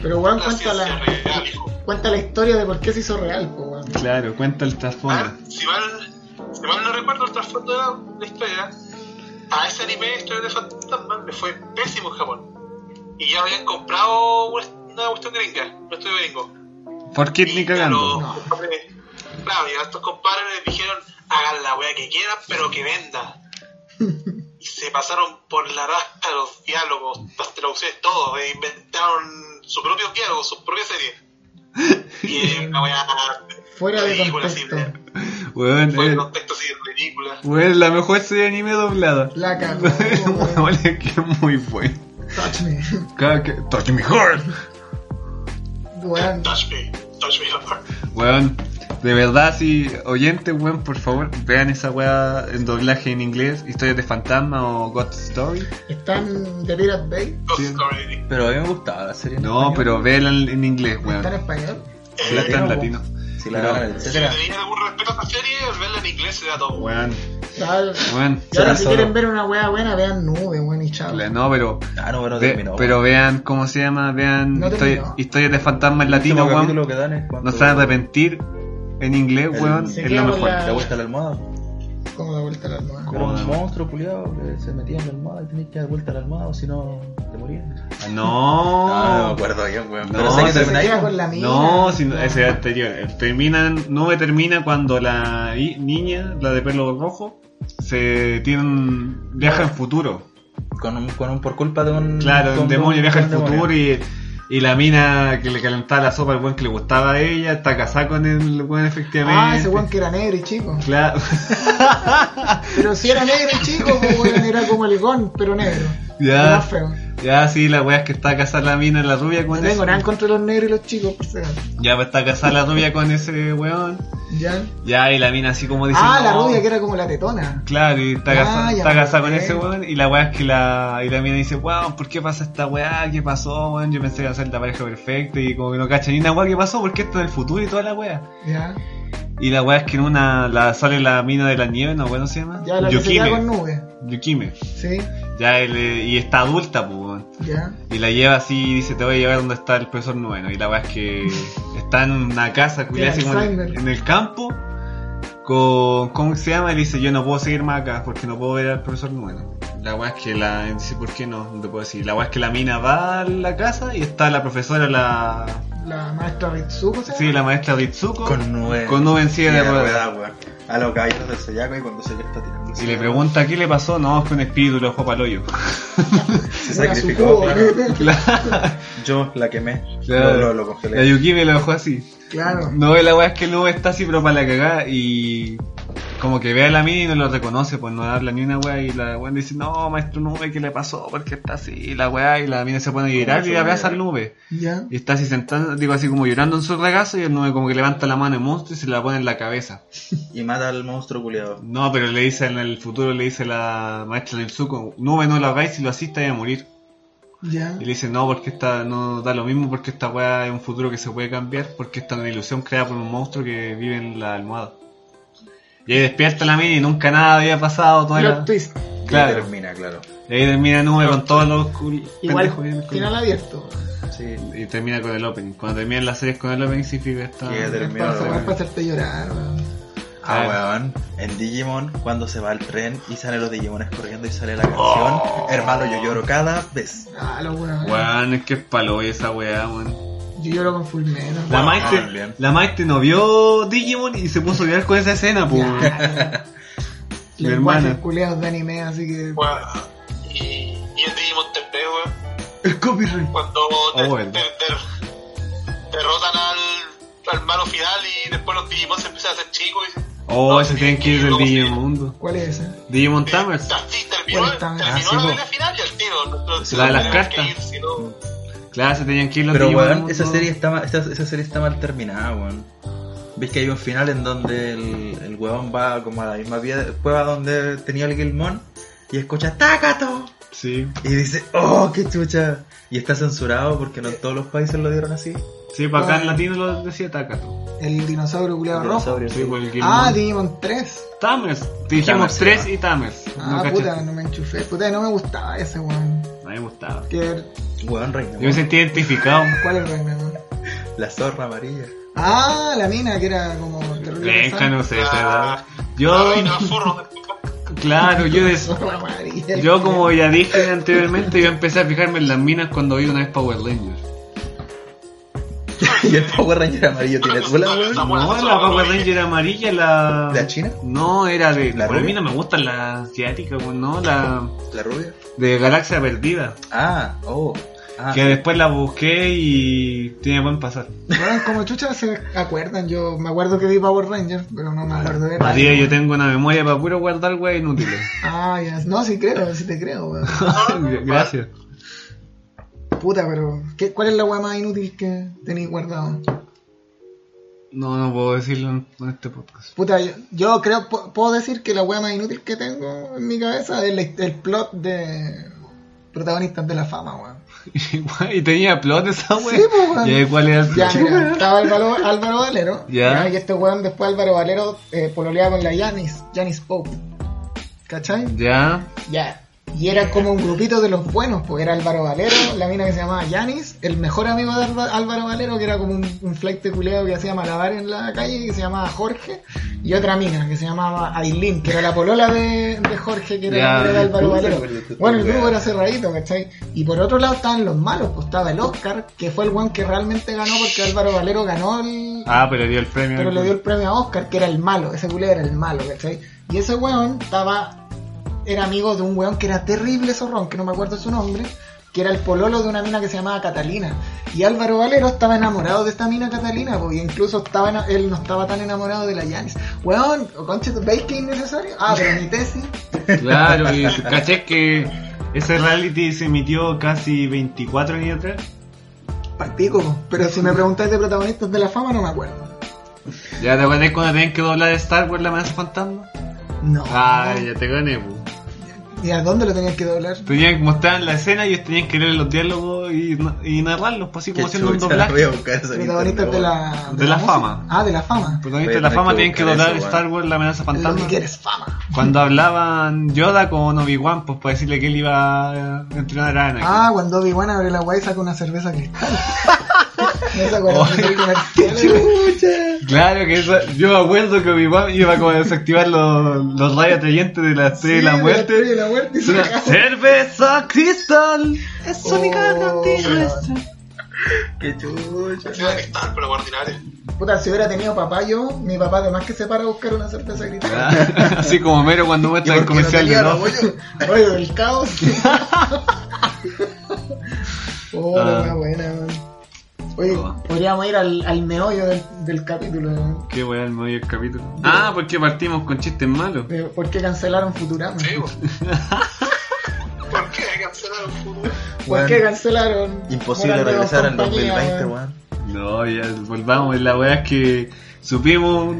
S6: Pero weón,
S5: La
S6: cuenta
S5: ciencia
S6: la,
S5: real, hijo.
S6: cuenta la historia de por qué se hizo real, po, weón.
S4: Claro, cuenta el
S5: Ah,
S4: trasfondo.
S5: si mal, si mal no recuerdo el trasfondo de la, la historia, a ese anime de historia de fantasma le fue pésimo en Japón. Y ya habían comprado una una cuestión gringa, un estudio gringo.
S4: ¿Por qué ni
S5: Y ya los
S4: cagando?
S5: compadres- Claro, y a estos compadres les dijeron, hagan la wea que quieran, pero que venda. y se pasaron por la rasca los diálogos, las traducciones, todo, e inventaron sus propios diálogos, sus propias series. Y es una wea
S4: Eh.
S6: Fuera de
S5: ridícula, así,
S6: contexto.
S4: Weón,
S5: fue
S4: eh,
S5: un contexto así ridícula.
S4: weón, la mejor serie de anime doblada.
S6: La cagó, weón.
S4: Weón, es que es muy bueno.
S6: Touch me.
S4: Cada que- Touch me hard.
S6: Weón.
S5: Touch me, touch me hard.
S4: Weón, de verdad, si oyentes, weón, por favor, vean esa weá en doblaje en inglés, Historias de Fantasma o God Story.
S6: Están de Pirate Bay.
S5: Ghost
S4: Sí.
S5: Story.
S7: Pero a mí me gustaba la serie. en
S4: No,
S7: español.
S4: pero véanla en, en inglés,
S6: Está en
S4: weón.
S6: español.
S4: Si la está en
S7: Latino,
S4: latino.
S7: Si la
S4: Pero-
S7: daban,
S5: Eh, Si le
S7: etcétera.
S5: tenían algún respeto a esta serie, al verla en inglés era todo.
S4: Weón,
S6: Tal.
S4: weón.
S6: Y ahora, si
S7: Solo.
S6: quieren ver una weá buena, vean nube, weón, y chao.
S4: La- No, pero,
S7: Ah, no, pero
S4: ve-
S7: terminó.
S4: pero vean, ¿cómo se llama? Vean
S6: No
S4: Historia-
S6: terminó.
S4: Historias de Fantasma en
S7: El último
S4: latino,
S7: capítulo
S4: weón.
S7: que dan es
S4: No
S7: cuando-
S4: se van a arrepentir. en inglés,
S7: El-
S4: weón,
S6: Se
S4: es
S6: queda
S4: lo
S6: con
S4: mejor.
S6: la-
S7: La vuelta a la almohada.
S6: Como de vuelta a la almohada.
S7: Era
S4: Joder.
S7: un monstruo culiado que se metía en la almohada y tenías que dar vuelta a la almohada o si no te morías.
S4: Ah,
S7: Ah,
S6: Ah,
S4: No,
S7: acuerdo yo, weón.
S4: No,
S7: Pero sé que
S4: se-
S6: Se
S7: termináis.
S6: queda con la mina.
S4: no, si no, ese es anterior. Eh, Terminan, no me termina cuando la i- niña, la de pelo rojo, se tiene un viaja al futuro.
S7: Con un, con un por culpa de un.
S4: Claro,
S7: de
S4: un demonio viaja al
S7: de un
S4: futuro y, y la mina que le calentaba la sopa al buen que le gustaba a ella, está casada con el buen efectivamente.
S6: Ah, ese weón que era negro y chico.
S4: Claro.
S6: Pero si era negro y chico, pues, weón, era como el gon, pero negro.
S4: Ya.
S6: Era Más feo.
S4: Ya, sí, la weá es que está casada la mina, la rubia
S6: No
S4: con
S6: tengo
S4: ese.
S6: nada en contra de los negros y los chicos, por si acaso.
S4: Ya, pues está casada la rubia con ese weón.
S6: Ya.
S4: Ya, y la mina así como dice.
S6: Ah, la
S4: "No".
S6: rubia que era como la tetona.
S4: Claro, y está
S6: Ah,
S4: casada,
S6: ya
S4: está
S6: me
S4: casada con
S6: acordé.
S4: ese weón. Y la weá es que la, y la mina dice, wow, ¿por qué pasa esta weá? ¿Qué pasó, weón? Yo pensé que iba a ser la pareja perfecta y como que no cacha ni una weá que pasó porque esto es el futuro y toda la weá.
S6: Ya.
S4: Y la weá es que en una la sale la mina de la nieve, no, ¿cómo se llama?
S6: Ya la que se queda con nubes.
S4: Yukime.
S6: Sí.
S4: Ya, él, eh, y está adulta, pues, weón.
S6: Ya.
S4: Y la lleva así y dice, te voy a llevar donde está el profesor noveno. Y la weá es que está en una casa, culiá,
S6: Tiene
S4: así como en,
S6: Alzheimer.
S4: en el campo. Con, ¿Cómo se llama? Y le dice, yo no puedo seguir más acá porque no puedo ver al profesor noveno. La weá es que la... Dice, ¿por qué no? No te puedo decir. La weá es que la mina va a la casa y está la profesora, la...
S6: La maestra Ritsuko, ¿sabes?
S4: Sí, la maestra Ritsuko.
S7: Con nube.
S4: Con nube en silla de ruedas.
S7: weón. A los caballeros del Sellaco y cuando se le está tirando.
S4: Y le pregunta, ¿qué le pasó? No, es que un espíritu lo dejó pa'l hoyo.
S7: Se
S6: Era su
S7: sacrificó.
S6: cubo.
S7: claro.
S4: Claro.
S7: Yo la quemé. Lo,
S4: Claro.
S7: lo, lo
S4: La
S7: congelé.
S4: Yukime lo dejó así.
S6: Claro.
S4: No, la weá es que el nube está así, pero para la cagada y. Como que ve a la mina y no lo reconoce, pues no habla ni una weá y la weá dice, no, maestro nube, ¿qué le pasó? ¿Por qué está así? Y la weá y la mina se pone a llorar y abraza al nube.
S6: Ya.
S4: Y está así sentando, digo así como llorando en su regazo y el nube como que levanta la mano del monstruo y se la pone en la cabeza.
S7: Y mata al monstruo culiado.
S4: No, pero le dice en el futuro, le dice la maestra del suco, nube no lo hagáis, si lo así estáis a morir.
S6: Ya.
S4: Y le dice, no, porque esta no da lo mismo, porque esta weá es un futuro que se puede cambiar, porque esta es una ilusión creada por un monstruo que vive en la almohada. Y ahí despierta la mina y nunca nada había pasado, todo era...
S6: Plot twist.
S4: Claro.
S7: Y termina, claro.
S4: Y ahí termina Nube con todos los cul-
S6: Igual,
S4: pendejos bien
S6: final
S4: culiados.
S6: abierto.
S7: Sí.
S4: Y termina con el opening. Cuando terminan las series con el opening, sí, fica esta...
S7: Que de- Terminó,
S6: Para
S7: weón.
S6: para hacerte llorar, weón.
S7: Ah,
S4: Ah.
S7: weón. En Digimon, cuando se va al tren y salen los Digimones corriendo y sale la canción,
S4: Oh.
S7: hermano, yo lloro cada vez.
S6: Ah, lo weón.
S4: Weón, es que es palo esa weá, weón.
S6: Yo lloro con Fulmero.
S4: La
S7: bien.
S4: Maite, la Maite no vio Digimon y se puso a llorar con esa escena, pues. Mi
S6: Lenguajes
S4: hermana.
S6: culeados de anime, así que.
S5: Bueno, y, y el Digimon Temple, weón.
S4: El copyright.
S5: cuando te-
S4: Oh, bueno.
S5: te- te- derrotan al, al malo final y después los Digimon se empiezan a hacer chicos y
S4: Oh,
S5: No,
S4: se tienen que ir del
S5: no, sí.
S4: Digimundo.
S6: ¿Cuál es esa?
S4: Digimon
S5: eh,
S4: Tamers.
S5: así terminó,
S6: Bueno, también.
S5: terminó
S4: Ah, sí,
S5: la
S4: po.
S5: pelea final y al tiro. no- no-
S4: La de las
S5: no tenemos
S4: cartas.
S5: que ir, si no-
S4: Claro, se tenían que ir los
S7: Pero
S4: Digimon.
S7: weón, esa serie está mal, esa, esa serie está mal terminada, weón. Ves que hay un final en donde el, el weón va como a la misma pie- cueva donde tenía el Gilmon y escucha ¡Tácato!
S4: Sí,
S7: Y dice, ¡oh, qué chucha! Y está censurado porque no en todos los países lo dieron así.
S4: sí, para acá
S6: Ah.
S4: en latino lo decía Takato.
S6: El dinosaurio culeado rojo.
S7: Dinosaurio,
S4: Sí,
S7: sí.
S4: por el
S6: Ah,
S4: Digimon.
S6: Digimon 3.
S4: Tamers. Te dijimos
S7: Tamers,
S4: tres
S7: sí,
S4: y Tamers.
S6: Ah,
S4: Pues No
S6: puta,
S4: cachaste.
S6: no me enchufé. Puta, no me gustaba ese weón.
S4: No me gustaba.
S6: Que-
S7: Weón, reina.
S4: Yo me sentí identificado.
S6: ¿Cuál es el rey, weón?
S7: La zorra amarilla.
S6: Ah, la mina que era como terrible.
S4: Venga, no sé, esa edad.
S5: Ah,
S4: Yo,
S5: ay, no, forro.
S4: claro, yo des-
S6: pesada.
S4: Yo como ya dije anteriormente, yo empecé a fijarme en las minas cuando vi una vez Power Rangers.
S7: y el Power Ranger amarillo tiene tula,
S5: La
S7: weón.
S5: buena
S4: No,
S5: persona,
S4: la Power
S5: güey.
S4: Ranger amarilla, la...
S7: ¿La china?
S4: No, era de...
S7: ¿La
S4: Pero a mí
S7: rubia?
S4: no me gustan las asiáticas, weón, no, la...
S7: La rubia.
S4: De Galaxia Perdida.
S7: Ah, oh. Ah,
S4: Que después la busqué y tiene buen pasar.
S6: Bueno, como chucha se acuerdan, yo me acuerdo que vi Power Rangers, pero no me acuerdo de
S4: A
S6: nada.
S4: día yo tengo una memoria para puro guardar weas inútiles.
S6: Ah, ya. No, sí creo, sí te creo, weón.
S4: Gracias.
S6: Puta, pero ¿qué, ¿cuál es la weá más inútil que tenéis guardado?
S4: No, no puedo decirlo en en este podcast.
S6: Puta, yo, yo creo, po- puedo decir que la weá más inútil que tengo en mi cabeza es la hist- el plot de protagonistas de la fama, weón.
S4: y tenía plot esa wea.
S6: Sí, pues, weón.
S4: ¿Y ahí cuál es el
S6: Ya,
S4: plot?
S6: mira, estaba Álvaro, Álvaro Valero.
S4: Ya.
S6: Y este weón después Álvaro Valero eh, pololeaba con la Yanis, Yanis Pope. ¿Cachai?
S4: Ya,
S6: Ya. Y era como un grupito de los buenos, porque era Álvaro Valero, la mina que se llamaba Yanis, el mejor amigo de Alba- Álvaro Valero, que era como un, un flight de culeo que hacía malabar en la calle, que se llamaba Jorge, y otra mina que se llamaba Aileen, que era la polola de, de Jorge, que era
S7: Ya,
S6: la amiga de
S7: el
S6: Álvaro
S7: grupo,
S6: Valero.
S7: pero esto
S6: Bueno, el
S7: está
S6: grupo
S7: weá.
S6: era cerradito, ¿cachai? Y por otro lado estaban los malos, pues estaba el Oscar, que fue el one que realmente ganó porque Álvaro Valero ganó el,
S4: Ah, pero dio el premio.
S6: pero le dio el premio a Oscar, que era el malo, ese culé era el malo, ¿cachai? Y ese weón estaba, era amigo de un weón que era terrible zorrón, que no me acuerdo su nombre, que era el pololo de una mina que se llamaba Catalina. Y Álvaro Valero estaba enamorado de esta mina Catalina, porque incluso estaba, ena- él no estaba tan enamorado de la Yanis. Weón, oh, conche, ¿veis que es innecesario? Ah, pero mi tesis.
S4: Claro, y caché que ese reality se emitió casi 24 años atrás.
S6: Partico, pero si me preguntáis de protagonistas de la fama, no me acuerdo.
S4: ¿Ya te acordás cuando tenían que doblar Star Wars la mesa fantasma?
S6: No.
S4: Ah, ya te gané, pu.
S6: ¿Y a dónde lo tenías que doblar?
S4: Tenían que mostrar la escena y ellos tenían que leer los diálogos y, y narrarlos, pues así
S7: Qué
S4: como haciendo un
S7: chucha, voy
S4: doblaje.
S7: a buscar eso en
S6: Protagonistas
S7: internet,
S6: de
S7: weón.
S6: la...
S4: De la
S6: música.
S4: fama.
S6: Ah, de la fama.
S4: Protagonistas de
S7: Voy a
S4: Pues, la
S7: tener
S4: fama
S7: que
S4: tenían que
S7: buscar
S4: doblar
S7: eso, weón.
S4: Star Wars la amenaza
S6: Lo que
S4: fantasma.
S6: quieres, fama.
S4: Cuando hablaban Yoda con Obi-Wan, pues para decirle que él iba a entrenar a Anakin.
S6: Ah, cuando Obi-Wan abre la guay saca una cerveza cristal. no se acuerdan
S4: Oh,
S6: de ese comercial, ¿eh? güey?
S7: Chucha.
S4: Claro que eso, yo me acuerdo que Obi-Wan iba como a desactivar los, los rayos atrayentes de la estrella de la
S6: Sí,
S4: muerte.
S6: estrella de la muerte y
S4: Es
S6: se
S4: una
S6: acaba.
S4: cerveza cristal. Es
S6: Oh,
S4: única contigo
S6: bueno.
S4: esta.
S7: Qué chucha.
S5: Era que estar, pero ordinario.
S6: Puta, si hubiera tenido papá yo, mi papá además que se para a buscar una cerveza cristal.
S4: Ah, Así como mero cuando
S7: ¿Y
S4: muestra
S7: por qué
S4: el
S7: no
S4: comercial
S7: tenía
S4: de
S7: la
S4: no.
S7: bollo?
S6: Oye, el caos. oh, la
S4: Ah.
S6: wea buena, man. Oye,
S4: Oh.
S6: podríamos ir al, al meollo del, del capítulo, man.
S4: Qué weá, el medio del capítulo. Ah, porque partimos con chistes malos.
S6: De ¿Por qué cancelaron Futurama?
S5: Sí, po. ¿Por qué cancelaron el fútbol?
S6: ¿Por
S7: Weón,
S6: qué cancelaron?
S7: Imposible
S6: Moral de
S7: regresar al
S6: compañía,
S7: 2020,
S6: man?
S7: weón.
S4: No, ya volvamos. La weá es que supimos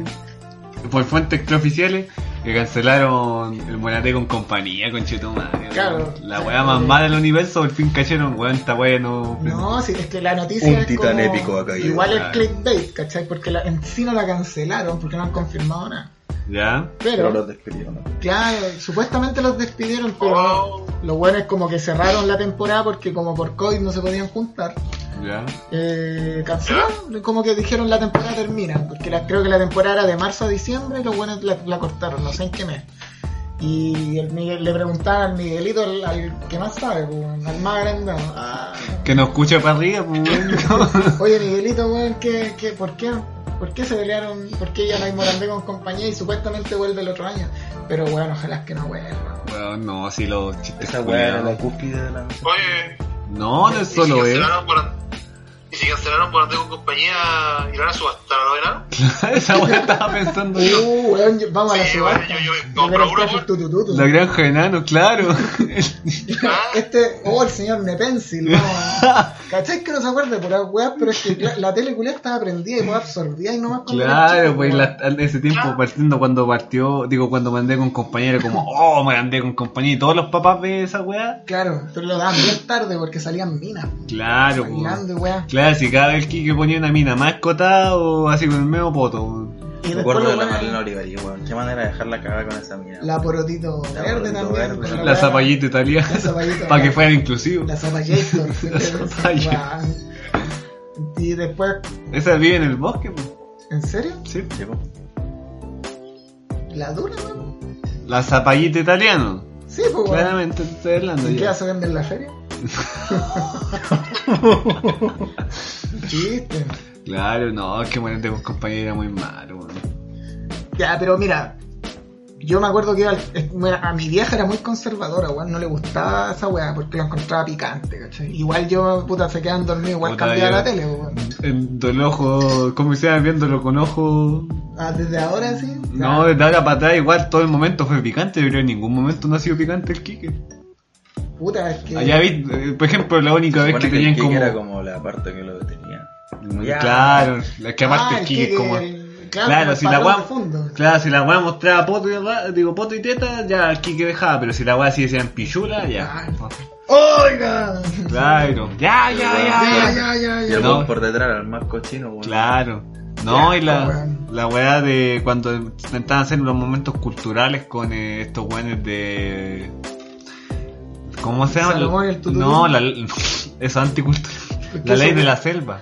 S4: por fuentes extraoficiales que cancelaron el Morate con compañía, con Chetumare.
S6: Claro.
S4: La weá más mala del universo, por fin cayeron, weón, esta weá no.
S6: No, sí, es que la noticia
S7: Un
S6: es
S7: titán
S6: como-
S7: épico ha caído.
S6: Igual el
S4: Claro.
S6: clickbait, ¿cachai? Porque la, en sí no la cancelaron, porque no han confirmado nada.
S4: ¿Ya?
S7: Pero
S6: Pero,
S7: los despidieron. ¿no?
S6: claro, supuestamente los despidieron, pero
S5: Oh.
S6: lo bueno es como que cerraron la temporada porque como por COVID no se podían juntar.
S4: ¿Ya?
S6: Eh, cancelaron, como que dijeron la temporada termina, porque la- creo que la temporada era de marzo a diciembre y los buenos la, la cortaron, no sé en qué mes. Y el Miguel- le preguntaban al Miguelito, al, al que más sabe, pues, al más grande.
S4: Que nos escucha para arriba, pues weón.
S6: Oye, Miguelito, weón, ¿qué, qué, por, qué, ¿por qué se pelearon? ¿Por qué ya no hay Morandé con compañía y supuestamente vuelve el otro año? Pero, weón, ojalá es que no vuelva.
S4: Weón, no, si los chistes.
S7: Esa weá era la
S4: culiados.
S7: cúspide de la mesa.
S5: Oye,
S4: No, no es
S5: y si
S4: solo él.
S5: cancelaron por- Y si cancelaron por Ante con compañía y lo van a subastar, ¿no ganaron?
S4: Esa weá estaba pensando yo.
S6: Uh, weón, yo- vamos a la
S5: Sí,
S6: subasta.
S5: weón, yo- yo
S6: De
S5: compro
S6: veras
S5: uno,
S6: que haces
S5: weón.
S6: tu, tu, tu, tu.
S4: La granja de enano, claro.
S5: Ah,
S6: Este, oh, el señor Nepensil, vamos. ¿Cachai que no se acuerde por las weas? Pero es que la, la tele culiá estaba prendida y no absorbía y no más
S4: Claro, pues la- en ese tiempo partiendo cuando partió, digo cuando mandé con compañía era como, oh, me mandé con compañía y todos los papás ven esa weá.
S6: Claro, pero lo daban bien tarde porque salían minas,
S4: Claro, pues.
S6: bailando y weas.
S4: Claro, si cada vez que que ponía una mina más escotada o así con el medio poto. weón.
S6: Y
S7: Me
S6: después
S7: acuerdo
S6: lo
S7: de la
S6: weón,
S7: Marlena Olivari, weón. Qué manera de dejarla cagada con esa mierda.
S6: la porotito
S7: La
S6: verde
S7: Porotito
S6: también.
S7: Verde.
S6: pero
S4: La
S6: weón,
S4: zapallita italiana.
S6: La
S4: Para que
S6: zapallita, claro.
S4: fuera inclusivo.
S6: La Zapa Jason.
S4: La Zapa Jason.
S6: y después,
S4: Esa vive en el bosque, pues.
S6: ¿en serio?
S4: Sí.
S7: Chico.
S6: ¿La dura, weón?
S4: La zapallita italiana.
S6: Sí, pues, weón.
S4: Claramente te estoy hablando
S6: ¿Y qué
S4: ya.
S6: hace vender en la feria? Chiste.
S4: Claro, no, es que morirte con compañía era muy malo, weón.
S6: Ya, pero mira, yo me acuerdo que iba al- es- bueno, a mi vieja era muy conservadora, weón. No le gustaba esa weá porque la encontraba picante, ¿cachai? Igual yo, puta, se quedan dormidos, igual
S4: Puta,
S6: cambiaba
S4: yo-
S6: la tele, weón.
S4: Viendo el ojo, como se viéndolo con ojo.
S6: Ah, desde ahora sí.
S4: No, eh, de ahora para atrás igual todo el momento fue picante, yo creo que en ningún momento no ha sido picante el Kike.
S6: Puta, es que.
S4: Allá vi, eh, por ejemplo, la única vez
S7: Supone
S4: que
S7: el
S4: tenían
S7: Kike
S4: como...
S7: era como la parte que lo detenía. Ya.
S4: Claro, es que aparte el
S6: Ah, el
S4: Kike es
S6: Kike,
S4: como...
S6: el- claro, como
S4: Claro,
S6: el
S4: si la
S6: patrón
S4: weá...
S6: de fondo.
S4: Claro, si la weá mostraba poto y, ra- digo, poto y teta, ya el Kike dejaba, pero si la weá sí decían pichula, ya.
S6: ¡Oiga!
S4: Claro, ya, ya, ya. ya.
S6: Ya, ya, ya,
S7: Y
S6: ya.
S7: el
S4: No.
S7: weón por detrás era el más cochino, weón.
S4: Claro. No,
S6: Ya, pues,
S4: y la,
S6: weón.
S4: la weá de cuando intentaban hacer los momentos culturales con eh, estos weones de. ¿Cómo se llama?
S6: Salomón y el Tuturí.
S4: no, la, eso es anticultural.
S6: ¿Qué
S4: La ley
S6: son?
S4: de la selva.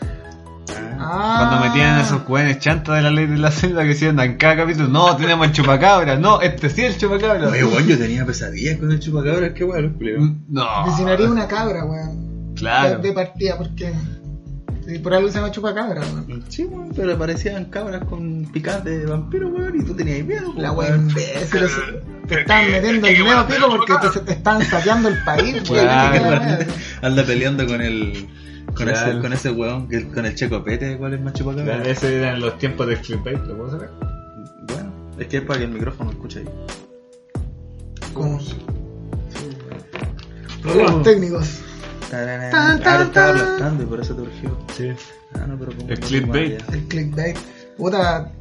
S6: Ah.
S4: Cuando metían a esos jóvenes chantas de la ley de la selva que decían en cada capítulo, no, tenemos el chupacabra, no, este sí es el chupacabra. Mm,
S7: Oye, weón, yo tenía pesadillas con el chupacabras, qué weón, culero.
S4: No.
S6: Designaría una cabra, weón.
S4: Claro.
S6: De, de partida, porque. sí, Por algo se llama chupacabra, weón.
S7: Sí, weón, pero aparecían cabras con picantes de vampiro, weón, y tú tenías miedo, pues,
S6: La
S7: weón.
S6: weá imbécil. eso. Te están metiendo el medio pico porque te, se te están saqueando el país, weón.
S4: Claro.
S6: La weá.
S7: Anda peleando con el. Con,
S4: Claro.
S7: ese, con ese weón, que- con el checopete, ¿cuál es más chupacabra?
S4: Claro, Esos eran los tiempos de clickbait, ¿lo puedo saber?
S7: Bueno, es que es para que el micrófono escuche ahí.
S6: Como-
S4: Oh. Uh.
S6: Problemas técnicos.
S7: Ah,
S6: Tan,
S7: te
S6: tan,
S7: estaba
S6: tan.
S7: aplastando y por eso te urgió.
S4: Sí.
S7: Ah, no, pero como.
S4: El clickbait.
S6: El clickbait. Puta.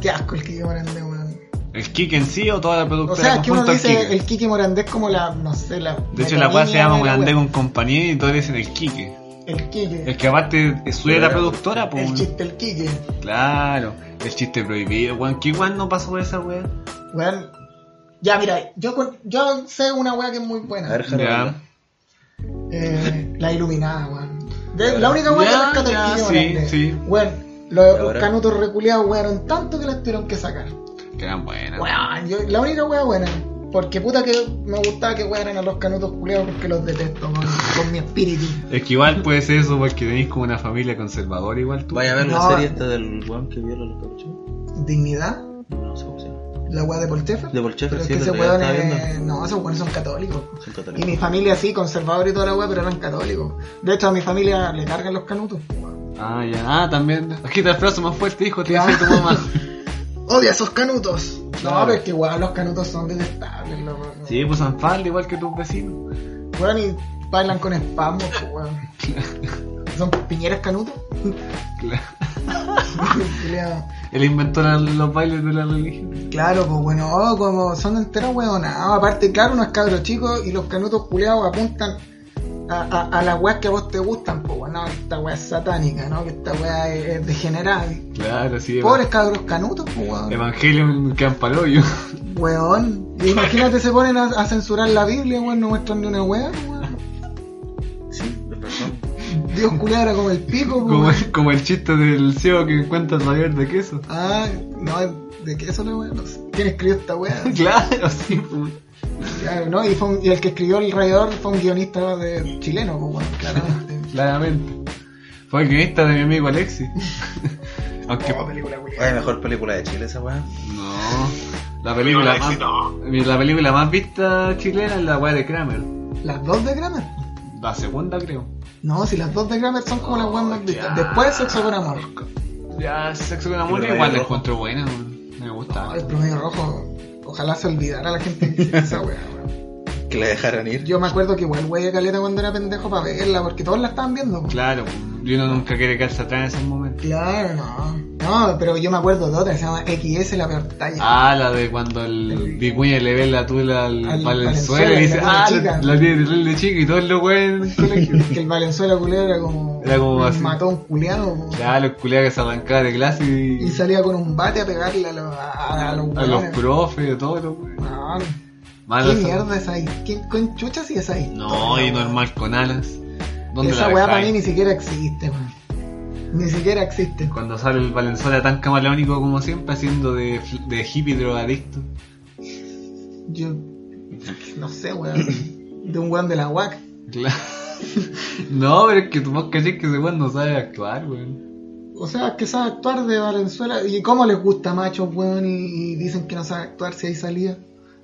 S6: Qué asco el Kiki Morandés, weón.
S4: ¿El kick en sí o toda la
S6: O
S4: productora?
S6: sea, es que uno
S4: conjunto al
S6: dice
S4: Quique?
S6: el Kiki Morandés como la, no sé, la.
S4: De hecho,
S6: la
S4: la cual se llama
S6: niña de la
S4: Morandé
S6: weá.
S4: con compañía y todos le dicen el Quique.
S6: El Kike.
S4: Es que aparte es suya la productora,
S6: El
S4: pues.
S6: chiste, el Kike.
S4: Claro, el chiste prohibido, weón. ¿Qué weón no pasó por esa weón?
S6: Weón. Ya, mira, yo, con- yo sé una weá que es muy buena.
S7: A ver,
S4: Ya.
S7: Jara.
S6: Eh, la iluminada, weón. De- La única weá que
S4: Ya,
S6: rescato
S4: ya,
S6: el Kike
S4: sí,
S6: Morandés.
S4: sí.
S6: Weón, los
S7: Ahora.
S6: canutos reculeados wearon tanto que las tuvieron que sacar.
S4: Que eran
S7: Ah.
S4: buenas.
S6: Weón, yo- la única wea buena. Porque puta que me gustaba que wearan a los canutos culeados porque los detesto, weón, con mi espíritu.
S4: Es que igual puede ser eso porque tenéis como una familia conservadora igual tú.
S7: Vaya a ver la
S6: No.
S7: serie esta del weón que viola a los cauchos.
S6: Dignidad,
S7: No sé cómo se llama.
S6: la wea de Polchefer.
S7: De Polchefer,
S6: Pero es
S7: sí,
S6: que
S7: el
S6: ese
S7: otro día
S6: weón
S7: estaba
S6: es-
S7: viendo.
S6: No, esos weones son católicos.
S7: Son
S6: Y
S7: católicos.
S6: mi familia sí, conservadora y toda la wea, pero eran católicos. De hecho, a mi familia le cargan los canutos. weón.
S4: Ah, ya. Ah, también. Agita el brazo más fuerte, hijo, te dice
S6: Claro.
S4: tu mamá.
S6: ¡Odia esos canutos! No,
S4: Claro.
S6: pero es que weón, los canutos son detestables, loco.
S4: Sí, pues Anfalda igual que tus vecinos.
S6: Weón, y bailan con espasmos, pues, weón. ¿Son piñeras canutos?
S4: Claro.
S6: Culeado.
S4: Él inventó la- los bailes de la religión.
S6: Claro, pues bueno, oh, como son enteros huevonados. Aparte, claro, unos cabros chicos y los canutos culeados apuntan a, a- a las weas que a vos te gustan, pues bueno, no, que esta wea es satánica, ¿no? Que esta wea es, es degenerada. Y
S4: Claro, sí.
S6: Pobres cabros canutos, pues
S4: eva-
S6: weón.
S4: Evangelio en Campaloyo.
S6: Weón. Y Imagínate se ponen a, a censurar la Biblia, weón, no muestran ni una wea, weón.
S7: Sí, de razón.
S6: Dios culeado era como el pico, pues,
S4: como,
S6: weón.
S4: el- como el chiste del ciego que encuentra el mayor de queso.
S6: Ah, no, ¿de qué eso la wea? No sé. ¿Quién escribió esta wea?
S4: Claro, sí. pues.
S6: Claro, ¿no? Y, fue un- y el que escribió el rayador fue un guionista de chileno, pues weón, claramente.
S4: Claramente. Fue el guionista de mi amigo Alexi. Aunque.
S7: Oye, mejor película de Chile esa weón.
S4: No. La película,
S5: Alexi,
S4: más,
S5: no.
S4: la película más vista chilena es la weá de Kramer.
S6: ¿Las dos de Kramer?
S4: La segunda, creo.
S6: No, si las dos de Kramer son como las weas más vistas.
S4: ya.
S6: Después Sexo con Amor.
S4: Ya, sexo con amor
S7: Pero
S4: igual la
S7: rojo.
S4: encuentro buena, weón. me gusta.
S6: El promedio rojo, ojalá se olvidara la gente que hizo esa wea. weón.
S7: Que la dejaron ir.
S6: Yo me acuerdo que igual wey caleta cuando era pendejo para verla, porque todos la estaban viendo. po.
S4: Claro, y uno nunca quiere quedarse atrás en esos momentos.
S6: Claro, no. No, pero yo me acuerdo de otra que se llama XS la peor talla.
S4: Ah, la de cuando el Vicuña le ve la tula al,
S6: Al
S4: Valenzuela y
S6: Valenzuela,
S4: dice,
S6: la tiene
S4: ah,
S6: chica".
S4: la, la tiene de de chica y todos los weones en el colegio.
S6: Que el Valenzuela culero era como,
S4: Era como así.
S6: un matón culeado. po.
S4: ya, los culiados que se arrancaban de clase
S6: Y
S4: y,
S6: salía con un bate a pegarle a los, a, a los
S4: a los
S6: weones.
S4: profes, a todos los weones.
S6: No,
S4: Malos
S6: ¿Qué
S4: son-
S6: mierda es ahí? ¿Qué conchucha si es ahí?
S4: No, y normal con alas. ¿Dónde
S6: Esa
S4: la
S6: weá
S4: dejáis?
S6: para mí ni siquiera existe, weón. Ni siquiera existe.
S4: Cuando sale el Valenzuela tan camaleónico como siempre, haciendo de, fl- de hippie drogadicto.
S6: Yo. No sé, weón. De un weón de la UAC.
S4: Claro. no, pero es que tu vos cachés que ese weón no sabe actuar, weón.
S6: O sea, que sabe actuar de Valenzuela. ¿Y cómo les gusta machos, weón? Y, y dicen que no sabe actuar si hay salida.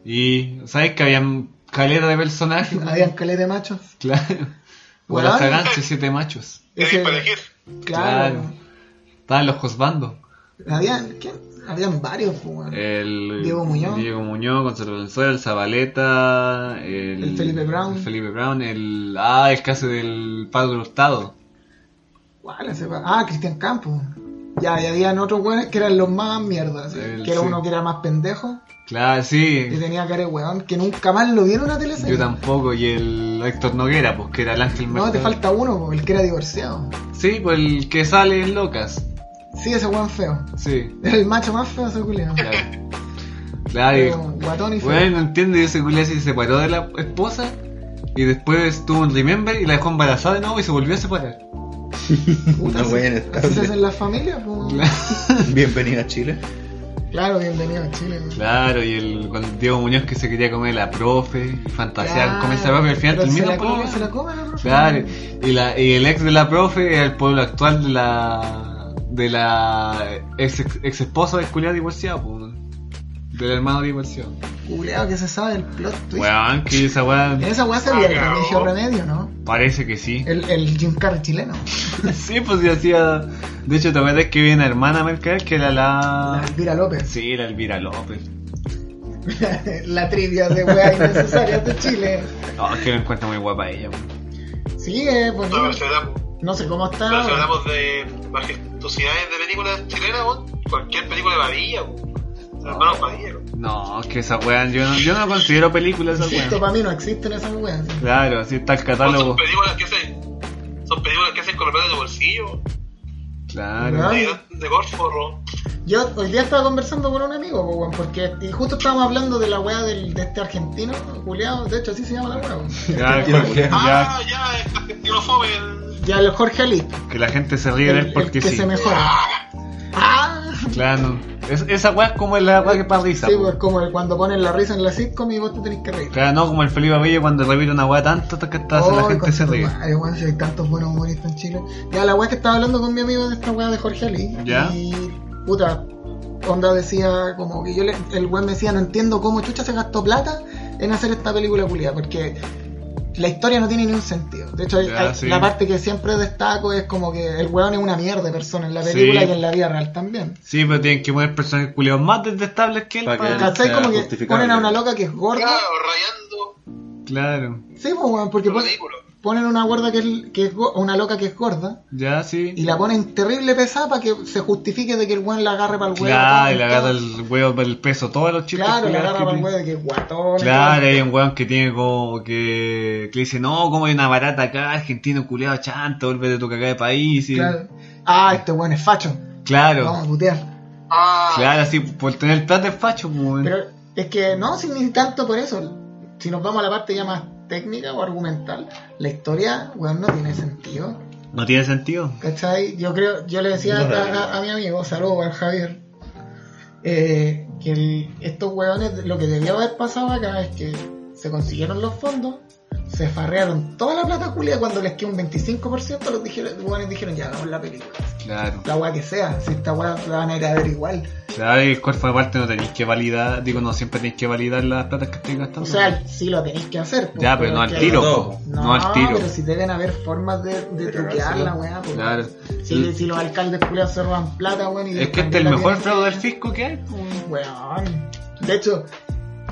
S4: Y, ¿sabes que habían caleta de personajes? weón?
S6: Habían caleta de machos.
S4: Claro. O
S6: Weón.
S4: la Saganche, siete machos.
S5: Tenéis para elegir.
S6: Claro.
S4: Estaban los Josbando.
S6: Habían. ¿Quién? Habían varios, pues, weón.
S4: Eh. El
S6: Diego Muñoz.
S4: Diego Muñoz, Gonzalo Valenzuela, el Zabaleta, el,
S6: El Felipe Brown.
S4: el Felipe Brown, el ah, el caso del Pablo Hurtado.
S6: ¿Cuál ese weón? Ah, Cristian Campos. Ya, y habían otros weones que eran los más mierdas.
S4: El-
S6: que era
S4: sí.
S6: uno que era más pendejo.
S4: Claro,
S6: Que
S4: sí.
S6: tenía cara de weón. Que nunca más lo vieron en una teleserie.
S4: Yo tampoco, y el Héctor Noguera, pues que era el ángel
S6: No, te
S4: Mercado.
S6: falta uno, po, el que era divorciado.
S4: Sí, pues el que sale en Locas.
S6: Sí, ese weón feo.
S4: Sí,
S6: Era el macho más feo, ese culiao.
S4: claro. Claro, y-
S6: Pero Guatón y feo.
S4: Bueno, no entiendo, y ese culiao se separó de la esposa y después tuvo un Remember y la dejó embarazada de nuevo y se volvió a separar.
S7: Una buena
S6: Así se
S7: estable.
S6: hacen las familias, pues.
S7: Bienvenido a Chile.
S6: Claro, bienvenido a Chile. weón.
S4: Claro, y el con Diego Muñoz que se quería comer a la profe, y fantasear,
S6: Claro,
S4: comerse a la profe, al final
S6: pero
S4: termina
S6: se la
S4: por-
S6: come, se la come la profe.
S4: Claro, y, la, y el ex de la profe era el pueblo actual de la de la ex, ex esposa de Julián divorciado, po, weón. del hermano divorciado.
S6: Culeado que se sabe el plot twist.
S4: Weón, que esa weá
S6: Esa weá sería el
S5: Claro.
S6: remedio remedio, ¿no?
S4: parece que sí.
S6: El, el Jim Carrey chileno.
S4: sí, pues sí hacía. De hecho, te acuerdas que había una hermana Mercader que era la.
S6: La Elvira López.
S4: Ah. Sí, era Elvira López.
S6: la trivia de weá innecesarias de Chile.
S4: No, es que me encuentro muy guapa ella. weón.
S6: Sí, es
S5: No,
S6: bonito.
S5: pero si hablamos,
S6: pues, No sé cómo está.
S5: pero si
S6: ahora.
S5: hablamos de majestuosidades de películas chilenas, weón, cualquier película de Badilla, weón. hermanos Badilla, weón.
S4: No, es que esa weá, yo no, yo no considero película esa
S6: Esto
S4: weá.
S6: para mí no existen esas weas.
S4: Claro, así está el
S5: son
S4: catálogo.
S5: películas que hacen, son películas que hacen con los platos de bolsillo,
S4: Claro.
S6: Ay.
S5: de, de golf, weón.
S6: Yo hoy día estaba conversando con un amigo, po, weón, porque y justo estábamos hablando de la weá del, de este argentino, Juliado, de hecho así se llama la weá. weón.
S4: Ya,
S7: Tiene
S4: Jorge,
S7: que-
S5: Ah, ya, es argentino fome, el-
S6: Ya el Jorge Ali,
S4: ya, que la gente se ríe
S6: el,
S4: de
S6: el
S4: él porque
S6: que
S4: sí.
S6: se mejora. Ah,
S4: Claro. Es- esa weá es como la weá que para risa.
S6: sí,
S4: po.
S6: pues como el- cuando ponen la risa en la sitcom y vos te tenés que reír.
S4: Claro, no como el Felipe Abello cuando repite una weá tanto hasta que hasta hace la
S6: Ay,
S4: gente se
S6: conchetumare,
S4: ríe.
S6: weón, si hay tantos buenos humoristas en Chile. Ya, la weá que estaba hablando con mi amigo de esta weá de Jorge Ali.
S4: Ya.
S6: Y puta, onda decía, como que yo le, el weón me decía, no entiendo cómo Chucha se gastó plata en hacer esta película culia, porque la historia no tiene ni un sentido. De hecho,
S4: Ya,
S6: hay-
S4: sí.
S6: la parte que siempre destaco es como que el weón es una mierda de persona en la película
S4: Sí.
S6: y en la vida real también.
S4: Sí, pero tienen que poner personajes culiados más detestables que él.
S7: Pa' que
S4: pa-
S7: él-
S6: ¿Cachai?
S7: sea
S6: Como que
S7: justificable.
S6: ponen a una loca que es gorda.
S5: Claro, rayando,
S4: Claro.
S6: Sí, pues, weón, porque pon-
S5: ridículo.
S6: ponen una gorda que es, que es go- una loca que es gorda.
S4: Ya, sí.
S6: Y la ponen terrible pesada para que se justifique de que el weón la agarre para el huevo.
S4: Claro, y le agarra el huevo por el peso, todos los chistes.
S6: Claro, la
S4: culiados
S6: agarra
S4: que
S6: para el
S4: tiene.
S6: huevo de que es guatón.
S4: Claro,
S6: y
S4: hay un weón que tiene como que, que le dice, no, como hay una barata acá, argentino culiado chanto, vuelve de tu cagada de país. Y,
S6: Claro. Ah, este weón es facho.
S4: Claro,
S6: Vamos a putear.
S5: Ah,
S4: claro, así, por tener plata es facho, pues, weón.
S6: Pero es que no, si ni tanto por eso. Si nos vamos a la parte ya más técnica o argumental, la historia, weón, no tiene sentido.
S4: No tiene sentido.
S6: ¿Cachai? Yo creo, yo le decía
S7: No,
S6: a-
S7: no, no.
S6: a, a mi amigo, saludos al Javier, eh, que el- estos hueones, lo que debía haber pasado acá es que se consiguieron los fondos, se farrearon toda la plata culia cuando les quedó un 25%, los dijeron, hueones dijeron, ya hagamos la película.
S4: Claro,
S6: La hueá que sea, si esta hueá la van a ir a ver igual.
S4: claro, y el cuerpo aparte no tenéis que validar, digo, no siempre tenéis que validar las platas que estáis gastando.
S6: O sea, sí lo tenéis que hacer. pues,
S4: Mm. ya, pero no al
S6: que-
S4: tiro,
S7: No.
S4: po,
S6: No,
S4: no, al tiro.
S6: pero si deben haber formas de, de truquear la hueá. pues.
S4: Claro.
S6: Si, si los alcaldes culiados se roban plata, hueón, y
S4: Es
S6: les
S4: que este es
S6: cambian
S4: el
S6: la
S4: mejor
S6: vida.
S4: fraude del fisco que hay. po.
S6: Weón. De hecho,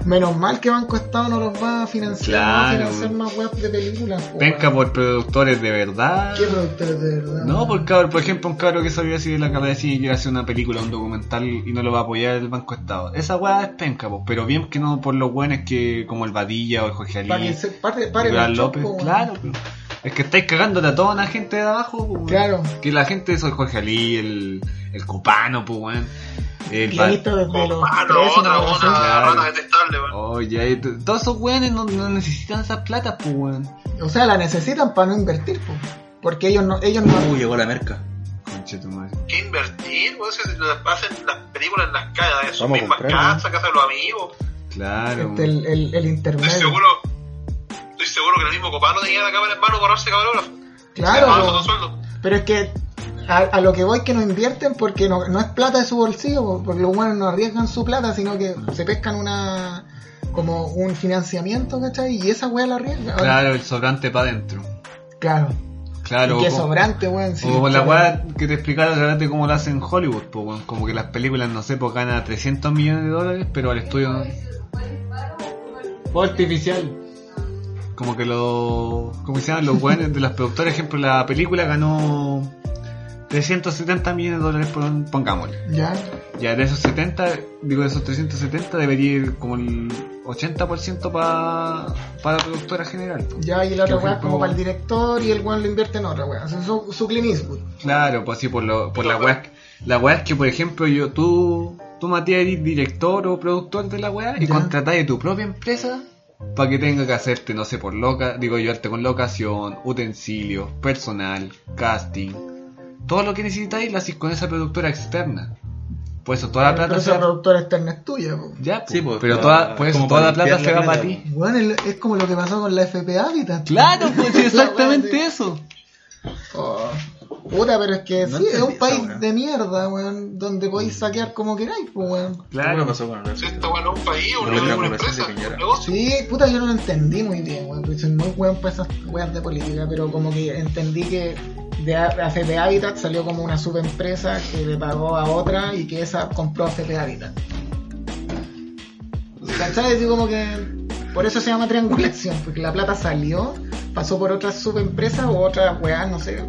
S6: menos mal que Banco Estado no los va a financiar, no va a
S4: Claro,
S6: financiar
S4: weón.
S6: más webs de películas. po,
S4: Venga
S6: weón.
S4: por productores de verdad.
S6: ¿Qué productores de verdad?
S4: No,
S6: weón?
S4: por cabro, por ejemplo, un cabro que sabía así de la cabeza y quiere hacer una película, un documental y no lo va a apoyar el Banco Estado. Esa weá es penca, po, pero bien que no por los buenos que como el Badilla o el Jorge
S6: Para que
S4: Alí,
S6: se pare, pare el
S4: Iván
S6: choco,
S4: López,
S6: weón.
S4: claro. po. Es que estáis cagándote a toda la gente de abajo, po, weón.
S6: Claro.
S4: Que la gente es el Jorge Alí, el, el Copano, pues, weón. El Ba-
S6: Guionistas desde los
S5: Ah, no,
S6: 13,
S5: otra,
S6: no,
S5: una
S4: Claro.
S5: rata detestable, weón.
S4: Oye, ahí t- todos esos weones no, no necesitan esas platas, pues, weón.
S6: O sea, la necesitan para no invertir, po. porque ellos no, ellos no,
S7: Uy, llegó la merca.
S4: Conche tu madre.
S5: que invertir, weón, si se las hacen las películas en las casas, en sus
S7: Vamos a
S5: mismas
S7: comprar, ¿no?
S5: casas, casas de los amigos.
S4: Claro. weón.
S6: este, el, el, el
S5: Estoy
S6: intermedio.
S5: seguro, estoy seguro que el mismo Copano tenía la cámara en mano para ahorrarse camarógrafo.
S6: Claro,
S5: Se pagaba su
S6: weón.
S5: sueldo.
S6: pero es que a, a lo que voy que no invierten porque no, no es plata de su bolsillo, po, porque los buenos no arriesgan su plata, sino que se pescan una como un financiamiento, ¿cachai? Y esa weá la arriesga.
S4: Claro, el sobrante para adentro.
S6: Claro.
S4: Claro.
S6: y que
S4: po.
S6: sobrante, weón. sí.
S4: O la weá que te explicaba otra vez de cómo lo hacen en Hollywood, po, weón. como que las películas, no sé, pues ganan 300 millones de dólares, pero al estudio no. Fuego artificial. Como que lo. Como que se llaman los weones de las productoras, ejemplo, la película ganó 370 millones de dólares, pon- pongámosle.
S6: Ya.
S4: Ya de esos 70, digo de esos 370, debería ir como el 80% para para la productora general. po.
S6: Ya, y la otra
S4: Por
S6: weá es
S4: ejemplo-
S6: como para el director y el weón lo invierte en otra weá. O sea, Su, su Clint Eastwood.
S4: Claro, pues sí, por, lo, por la weá. La weá es que, por ejemplo, yo, tú, tú Matías, eres director o productor de la weá y
S6: Ya.
S4: contratás de tu propia empresa para que tenga que hacerte, no sé, por loca, digo, ayudarte con locación, utensilios, personal, casting, todo lo que necesitáis lo haces con esa productora externa. Por eso toda la
S6: Pero
S4: Ah, plata se
S6: esa
S4: va
S6: productora externa es tuya, po.
S4: ya, po.
S7: Sí, pues,
S4: pero
S7: para-
S4: toda, por eso
S7: como
S4: toda
S7: para
S4: la plata
S7: limpiar la
S4: se va para
S7: plata.
S4: ti.
S6: Bueno, el- es como lo que pasó con la FP Habitat.
S4: Claro, pues sí,
S6: La
S4: exactamente
S6: wea
S4: eso.
S6: Oh, puta, pero es que
S7: No
S6: sí, es
S7: entendí
S6: un
S7: esa Mm.
S6: país
S7: wea.
S6: de mierda, weón, donde podéis saquear como queráis, pues, weón.
S7: ¿Cómo lo pasó con el
S5: Si Esta bueno, un país, una,
S7: No, la
S5: una
S7: población de
S5: empresa,
S7: Piñera.
S5: un negocio.
S6: Sí, puta, yo no lo entendí muy bien, weón, porque soy muy weón para esas weas de política, pero como que entendí que de A- AFP Habitat salió como una subempresa que le pagó a otra y que esa compró AFP Habitat. ¿Cachai? Así como que por eso se llama triangulación, porque la plata salió, pasó por otras subempresas o otras weas, no sé,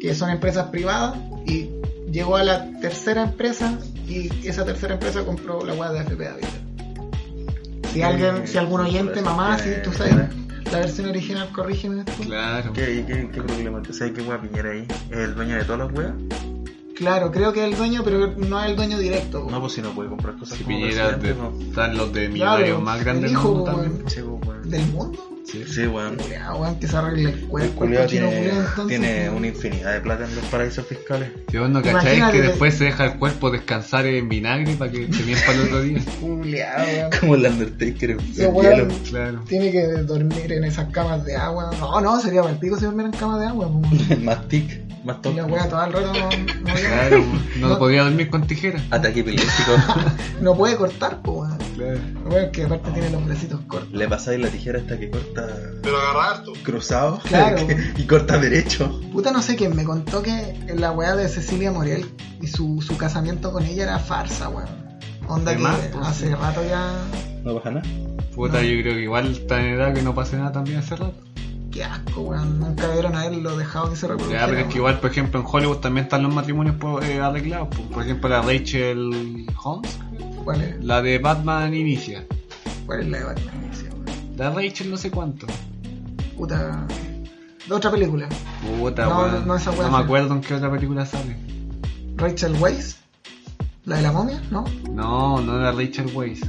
S6: que son empresas privadas y llegó a la tercera empresa y esa tercera empresa compró la wea de AFP Habitat. Si alguien, si algún oyente, mamá, si tú sabes la versión original, corrígeme esto.
S4: Claro.
S7: ¿Qué, qué, qué problema? O sea, ¿qué hueá Piñera ahí? ¿Es el dueño de todas las weas?
S6: Claro, creo que es el dueño, pero no es el dueño directo.
S7: No, pues si no puede comprar cosas
S4: Si
S7: como
S4: Piñera
S7: presidente,
S4: de- están los de
S6: Claro,
S4: millonarios más grandes
S6: el
S4: del
S6: hijo,
S4: mundo
S6: weón.
S4: también.
S7: po. Sí, pues, weón.
S6: ¿Del mundo?
S4: Sí.
S7: Sí, weón.
S6: Culeado, weón, que se arregle el
S7: El
S6: cuerpo.
S7: culiao
S6: cochino
S7: tiene,
S6: culiao, entonces.
S7: tiene una infinidad de plata en los paraísos fiscales.
S4: Si vos no cacháis
S6: Imagínate
S4: que
S6: que-
S4: después se deja el cuerpo descansar en vinagre para que se mienta el otro día.
S6: Culeado, weón.
S7: Como el Undertaker en
S6: Ese weón
S4: Claro.
S6: tiene que dormir en esas camas de agua. No, no, sería mal pico si durmiera en camas de agua. weón.
S7: Más tic, más
S6: Y la
S7: top.
S6: wea todo el rato no, no-
S4: Claro, no
S6: No-
S4: podía dormir con tijeras.
S7: Ataque epiléptico.
S6: no puede cortar, po, weón.
S4: Claro.
S6: Weón, que aparte tiene los bracitos cortos.
S7: Le pasáis la tijera hasta que corta
S5: Pero agarrar harto.
S7: cruzado
S6: Claro.
S7: y corta derecho.
S6: Puta, no sé quién me contó que la weá de Cecilia Morel y su, su casamiento con ella era farsa, weón. Onda
S4: De
S6: que
S4: más, pues,
S6: hace rato ya.
S7: No pasa nada.
S4: Puta, yo creo que igual está en edad que no pase nada también hace rato.
S6: Qué asco, weón. Nunca debieron haberlo dejado que se reprodujera.
S4: Ya, pero es que
S6: weón.
S4: igual, por ejemplo, en Hollywood también están los matrimonios po- eh, arreglados. po. Por ejemplo, la Rachel Holmes,
S6: ¿Cuál es,
S4: la de Batman Inicia.
S6: cuál es la de Batman? Sí, weón.
S4: La Rachel no sé cuánto.
S6: Puta. De otra película.
S4: Puta,
S6: No,
S4: weón.
S6: no, esa weá
S4: me
S6: sí.
S4: acuerdo en qué otra película sale.
S6: Rachel Weisz. La de la momia, ¿no?
S4: No, no la Rachel Weisz.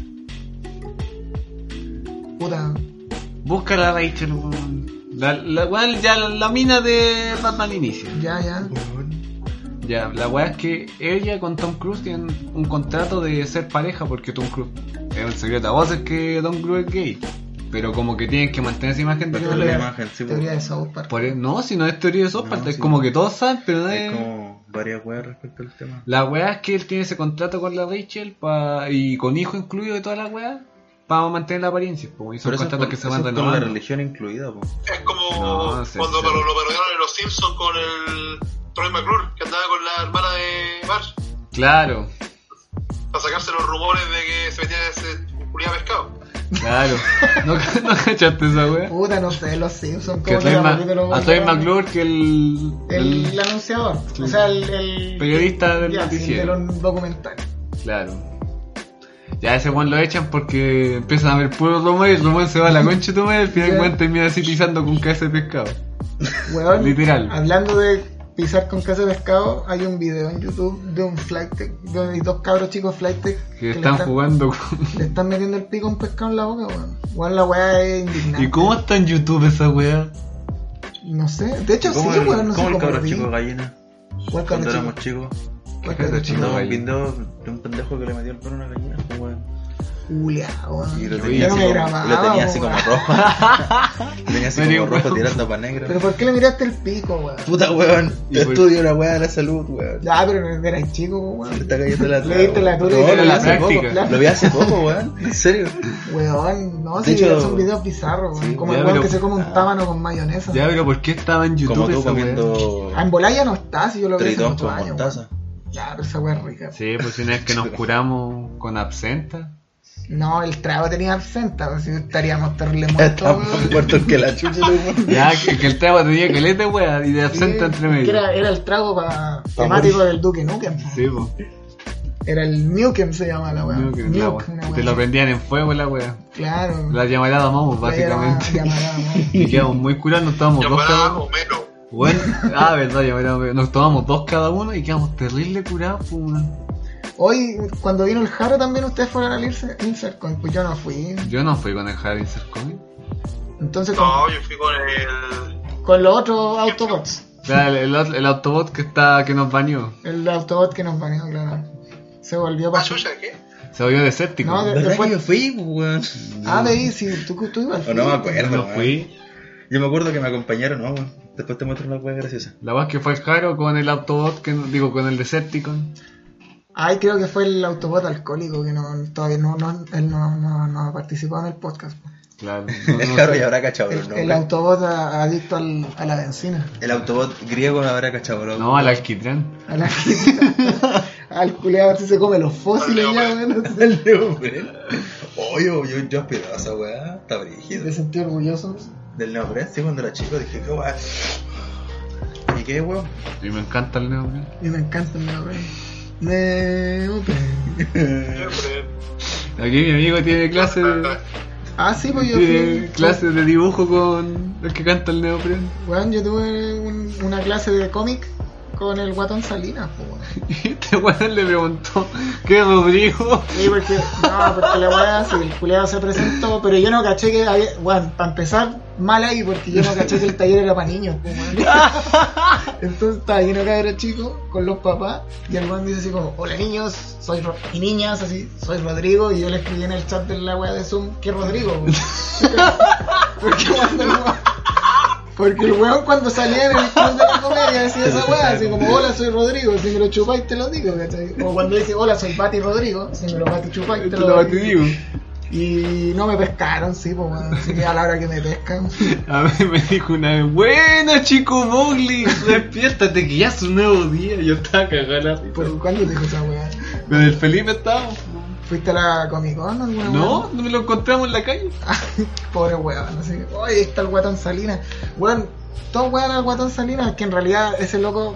S6: Puta.
S4: Busca la Rachel, weón. La, la, weón, ya la, la mina de Batman Inicia.
S6: Ya, ya.
S4: Ya, la weá es que ella con Tom Cruise tienen un contrato de ser pareja porque Tom Cruise es el secreto a voces que Tom Cruise es gay. Pero como que tienen que mantener esa imagen de
S7: Pero
S4: que-
S7: la
S6: Teoría-
S7: imagen, sí,
S6: Teoría
S7: pues.
S6: de South Park.
S4: Por e- No, si no es teoría de South
S7: No,
S4: Park, es
S7: sí.
S4: como que todos saben, pero nadie...
S7: Hay como varias weas respecto al tema.
S4: La weá es que él tiene ese contrato con la Rachel pa... y con hijo incluido de toda la weá para mantener la apariencia. Como
S7: Pero eso
S4: esos
S7: es
S4: contratos
S7: con-
S4: que se
S7: eso
S4: van
S7: es con la
S4: renovando.
S7: religión incluida, pues. po.
S5: Es como
S4: No, sí,
S5: cuando
S4: sí.
S5: pero lo perdieron en Los Simpsons con el Troy McClure, que andaba con la hermana de Marge,
S4: Claro,
S5: para sacarse los rumores de que se metía ese culiado pescado.
S4: claro. ¿No, ca- no cachaste esa weá?
S6: Puta, no sé, los Simpsons.
S4: Que
S6: ¿cómo
S4: a
S6: se
S4: Troy
S6: llama?
S4: Ma-
S6: Capítulo,
S4: a
S6: weón.
S4: Troy McClure que el...
S6: El, el anunciador. O sea, el. el
S4: Periodista del
S6: ya, sí, de
S4: noticiero.
S6: los documentales.
S4: Claro. Ya ese weón lo echan porque empiezan a ver puro rumor y el rumor se va a la concha de tu madre y al final el
S6: Ya.
S4: weón termina así pisando con cabeza de pescado.
S6: Weón,
S4: Literal.
S6: Hablando de pisar con casa de pescado, hay un video en YouTube de un flight tech, de dos cabros chicos flight tech
S4: Que están jugando con...
S6: Le están metiendo el pico a un pescado en la boca, weón. Weón, la weá es indignante.
S4: ¿Y cómo está en YouTube esa weá?
S6: No sé. De hecho, sí,
S7: ¿Cómo el,
S6: weón, no sé
S7: cómo el
S6: cómo
S7: cabro
S6: lo vi.
S7: chico gallina?
S6: Weón,
S7: Cuando
S6: cabro
S7: éramos
S6: chico.
S7: chicos,
S6: Weón,
S4: Cabro chico.
S6: cabro chico.
S7: mandaba un
S4: gallina.
S7: video de un pendejo que le metió el pelo a una gallina, po, weón.
S6: Julia, weón.
S7: Y lo
S6: Yo
S7: tenía
S6: no
S7: así
S6: me
S7: como,
S6: grababa,
S7: lo tenía así como
S6: weón.
S7: rojo. Lo tenía así
S4: Sería
S7: como
S4: un
S7: rojo
S4: weón.
S7: tirando para negro.
S6: Pero ¿por qué le miraste el pico, weón?
S7: Puta weón,
S4: Y
S7: yo
S4: por-
S7: estudio la weá de la salud, weón.
S6: Ya, pero no eras chico,
S7: Le
S6: weón.
S7: está cayendo la
S6: Le diste la dura y
S7: No,
S6: te
S7: lo
S6: la
S7: vi hace
S4: práctica.
S7: poco, Lo vi hace poco, weón. En serio.
S6: Weón, no,
S7: De
S6: sí,
S7: hecho-
S6: son videos bizarros, weón.
S7: Sí,
S6: como
S4: ya,
S6: el weón
S4: pero-
S6: que se come
S7: Ah.
S6: un tábano con mayonesa.
S4: Ya, pero ¿por qué estaba en YouTube
S7: Como tú
S4: esa weá?
S7: comiendo
S6: Ah, en Bolaya no está, si yo lo veo hace
S7: tritón
S6: muchos
S7: con
S6: años.
S7: mostaza.
S6: weón. Ya, pero esa weá es rica.
S4: Sí, pues si una vez que nos curamos con absenta.
S6: No, el trago tenía absenta, pues, si no estaríamos
S7: Está
S6: terrible muertos.
S7: más
S6: weón.
S7: muerto que la chucha, weón.
S4: Ya, que, que el trago tenía caleta, weá, y de
S6: Sí,
S4: absenta entre medio.
S6: que Era, era el trago pa- temático del Duque Nukem. po.
S4: Sí, pues.
S6: Era el Nukem se llama la weá.
S4: Digo que la
S6: Nuke,
S4: weá.
S6: una weá.
S4: Te lo prendían en fuego la weá.
S6: Claro.
S4: La llamarada vamos, básicamente.
S6: Ya, ya, ya, ya, ya.
S4: Y quedamos muy curados, nos tomamos
S5: Ya
S4: dos
S5: para
S4: cada uno.
S5: o menos.
S4: Bueno, ah, verdad, ya, verdad, verdad. nos tomamos dos cada uno y quedamos terrible curados, pues. weón.
S6: Hoy, cuando vino el Jaro, también ustedes fueron al Insert Insert Coin, pues yo no fui.
S4: Yo no fui con el Harry Sarkozy.
S6: Entonces, con,
S5: No, yo fui con el.
S6: con los otros Autobots.
S4: El, el, el autobot que está que nos bañó.
S6: El Autobot que nos manejó, claro. Se volvió
S5: ¿La
S6: para.
S5: suya qué?
S4: Se volvió desértico.
S6: No, de-
S4: No,
S7: ¿Verdad
S6: después-
S7: que yo fui, pues, weón?
S6: Ah, de ahí, sí, tú, tú ibas.
S7: O Pues no me acuerdo, weón.
S4: fui.
S7: Yo me acuerdo que me acompañaron, no, weón. Después te muestro una weá graciosa.
S4: La vez que fue el Jaro con el autobot, que no- digo, con el Decepticon.
S6: Ay, creo que fue el Autobot alcohólico que no, todavía no, no, él no, no, no participó en el podcast. pues.
S4: Claro. no-
S7: El
S4: no
S7: Jaro
S4: sé.
S7: ya habrá cachado los
S6: El, el
S7: nombres.
S6: Autobot a- adicto al- a la benzina.
S7: El autobot griego no habrá cachado los
S4: No, al alquitrán.
S6: A la al culeado si se come los fósiles
S5: Al
S6: ya,
S5: león.
S6: weón.
S7: El neopren. Oye, yo, yo aspiraba a esa weá, está brígido.
S6: Me sentí orgulloso.
S7: Del neopren, sí, cuando era chico dije, qué weá. ¿Y qué weón?
S4: Y me encanta el neopren.
S6: Y me encanta el neopren. Neopren.
S7: Eh,
S4: Aquí mi amigo tiene clase
S6: Ah, sí, pues yo
S4: tiene
S6: fui.
S4: clases de dibujo con el que canta el neopren.
S6: Weón, yo tuve un- una clase de cómic con el guatón Salinas, pues, weón.
S4: Y este weón le preguntó, ¿qué es Rodrigo?
S6: Sí, porque, no, porque la weá, sí, el culeado se presentó, pero yo no caché que había, bueno, para empezar, mal ahí, porque yo no caché que el taller era para niños, po, weón. Entonces estaba lleno de cabros chicos con los papás, y el weón dice así como, hola niños, soy Ro- y niñas, así, soy Rodrigo, y yo le escribí en el chat de la weá de Zoom, que Rodrigo, weón. porque cuando el weón- porque el weón cuando salía en el club de la comedia decía esa weá, así como, hola soy Rodrigo, si me lo chupáis te lo digo, ¿cachai? O cuando dice, hola soy Pati Rodrigo, si me lo Pati chupáis te
S4: Te
S6: lo,
S4: lo
S6: digo.
S4: digo.
S6: Y no me pescaron, sí, pues, weón. Así que a la hora que me pescan.
S4: A mí me dijo una vez, buena chico Mowgli, despiértate que ya es un nuevo día. Yo estaba cagada.
S6: ¿Por cuándo te dijo esa weá?
S4: Con el Felipe estábamos.
S6: ¿Fuiste a la Comic Con alguna
S4: No, no me lo encontramos en la calle.
S6: weá? Pobre weón. Así que, oye, ahí está el guatón Salinas. Weón, todo weón al guatón Salinas, que en realidad ese loco.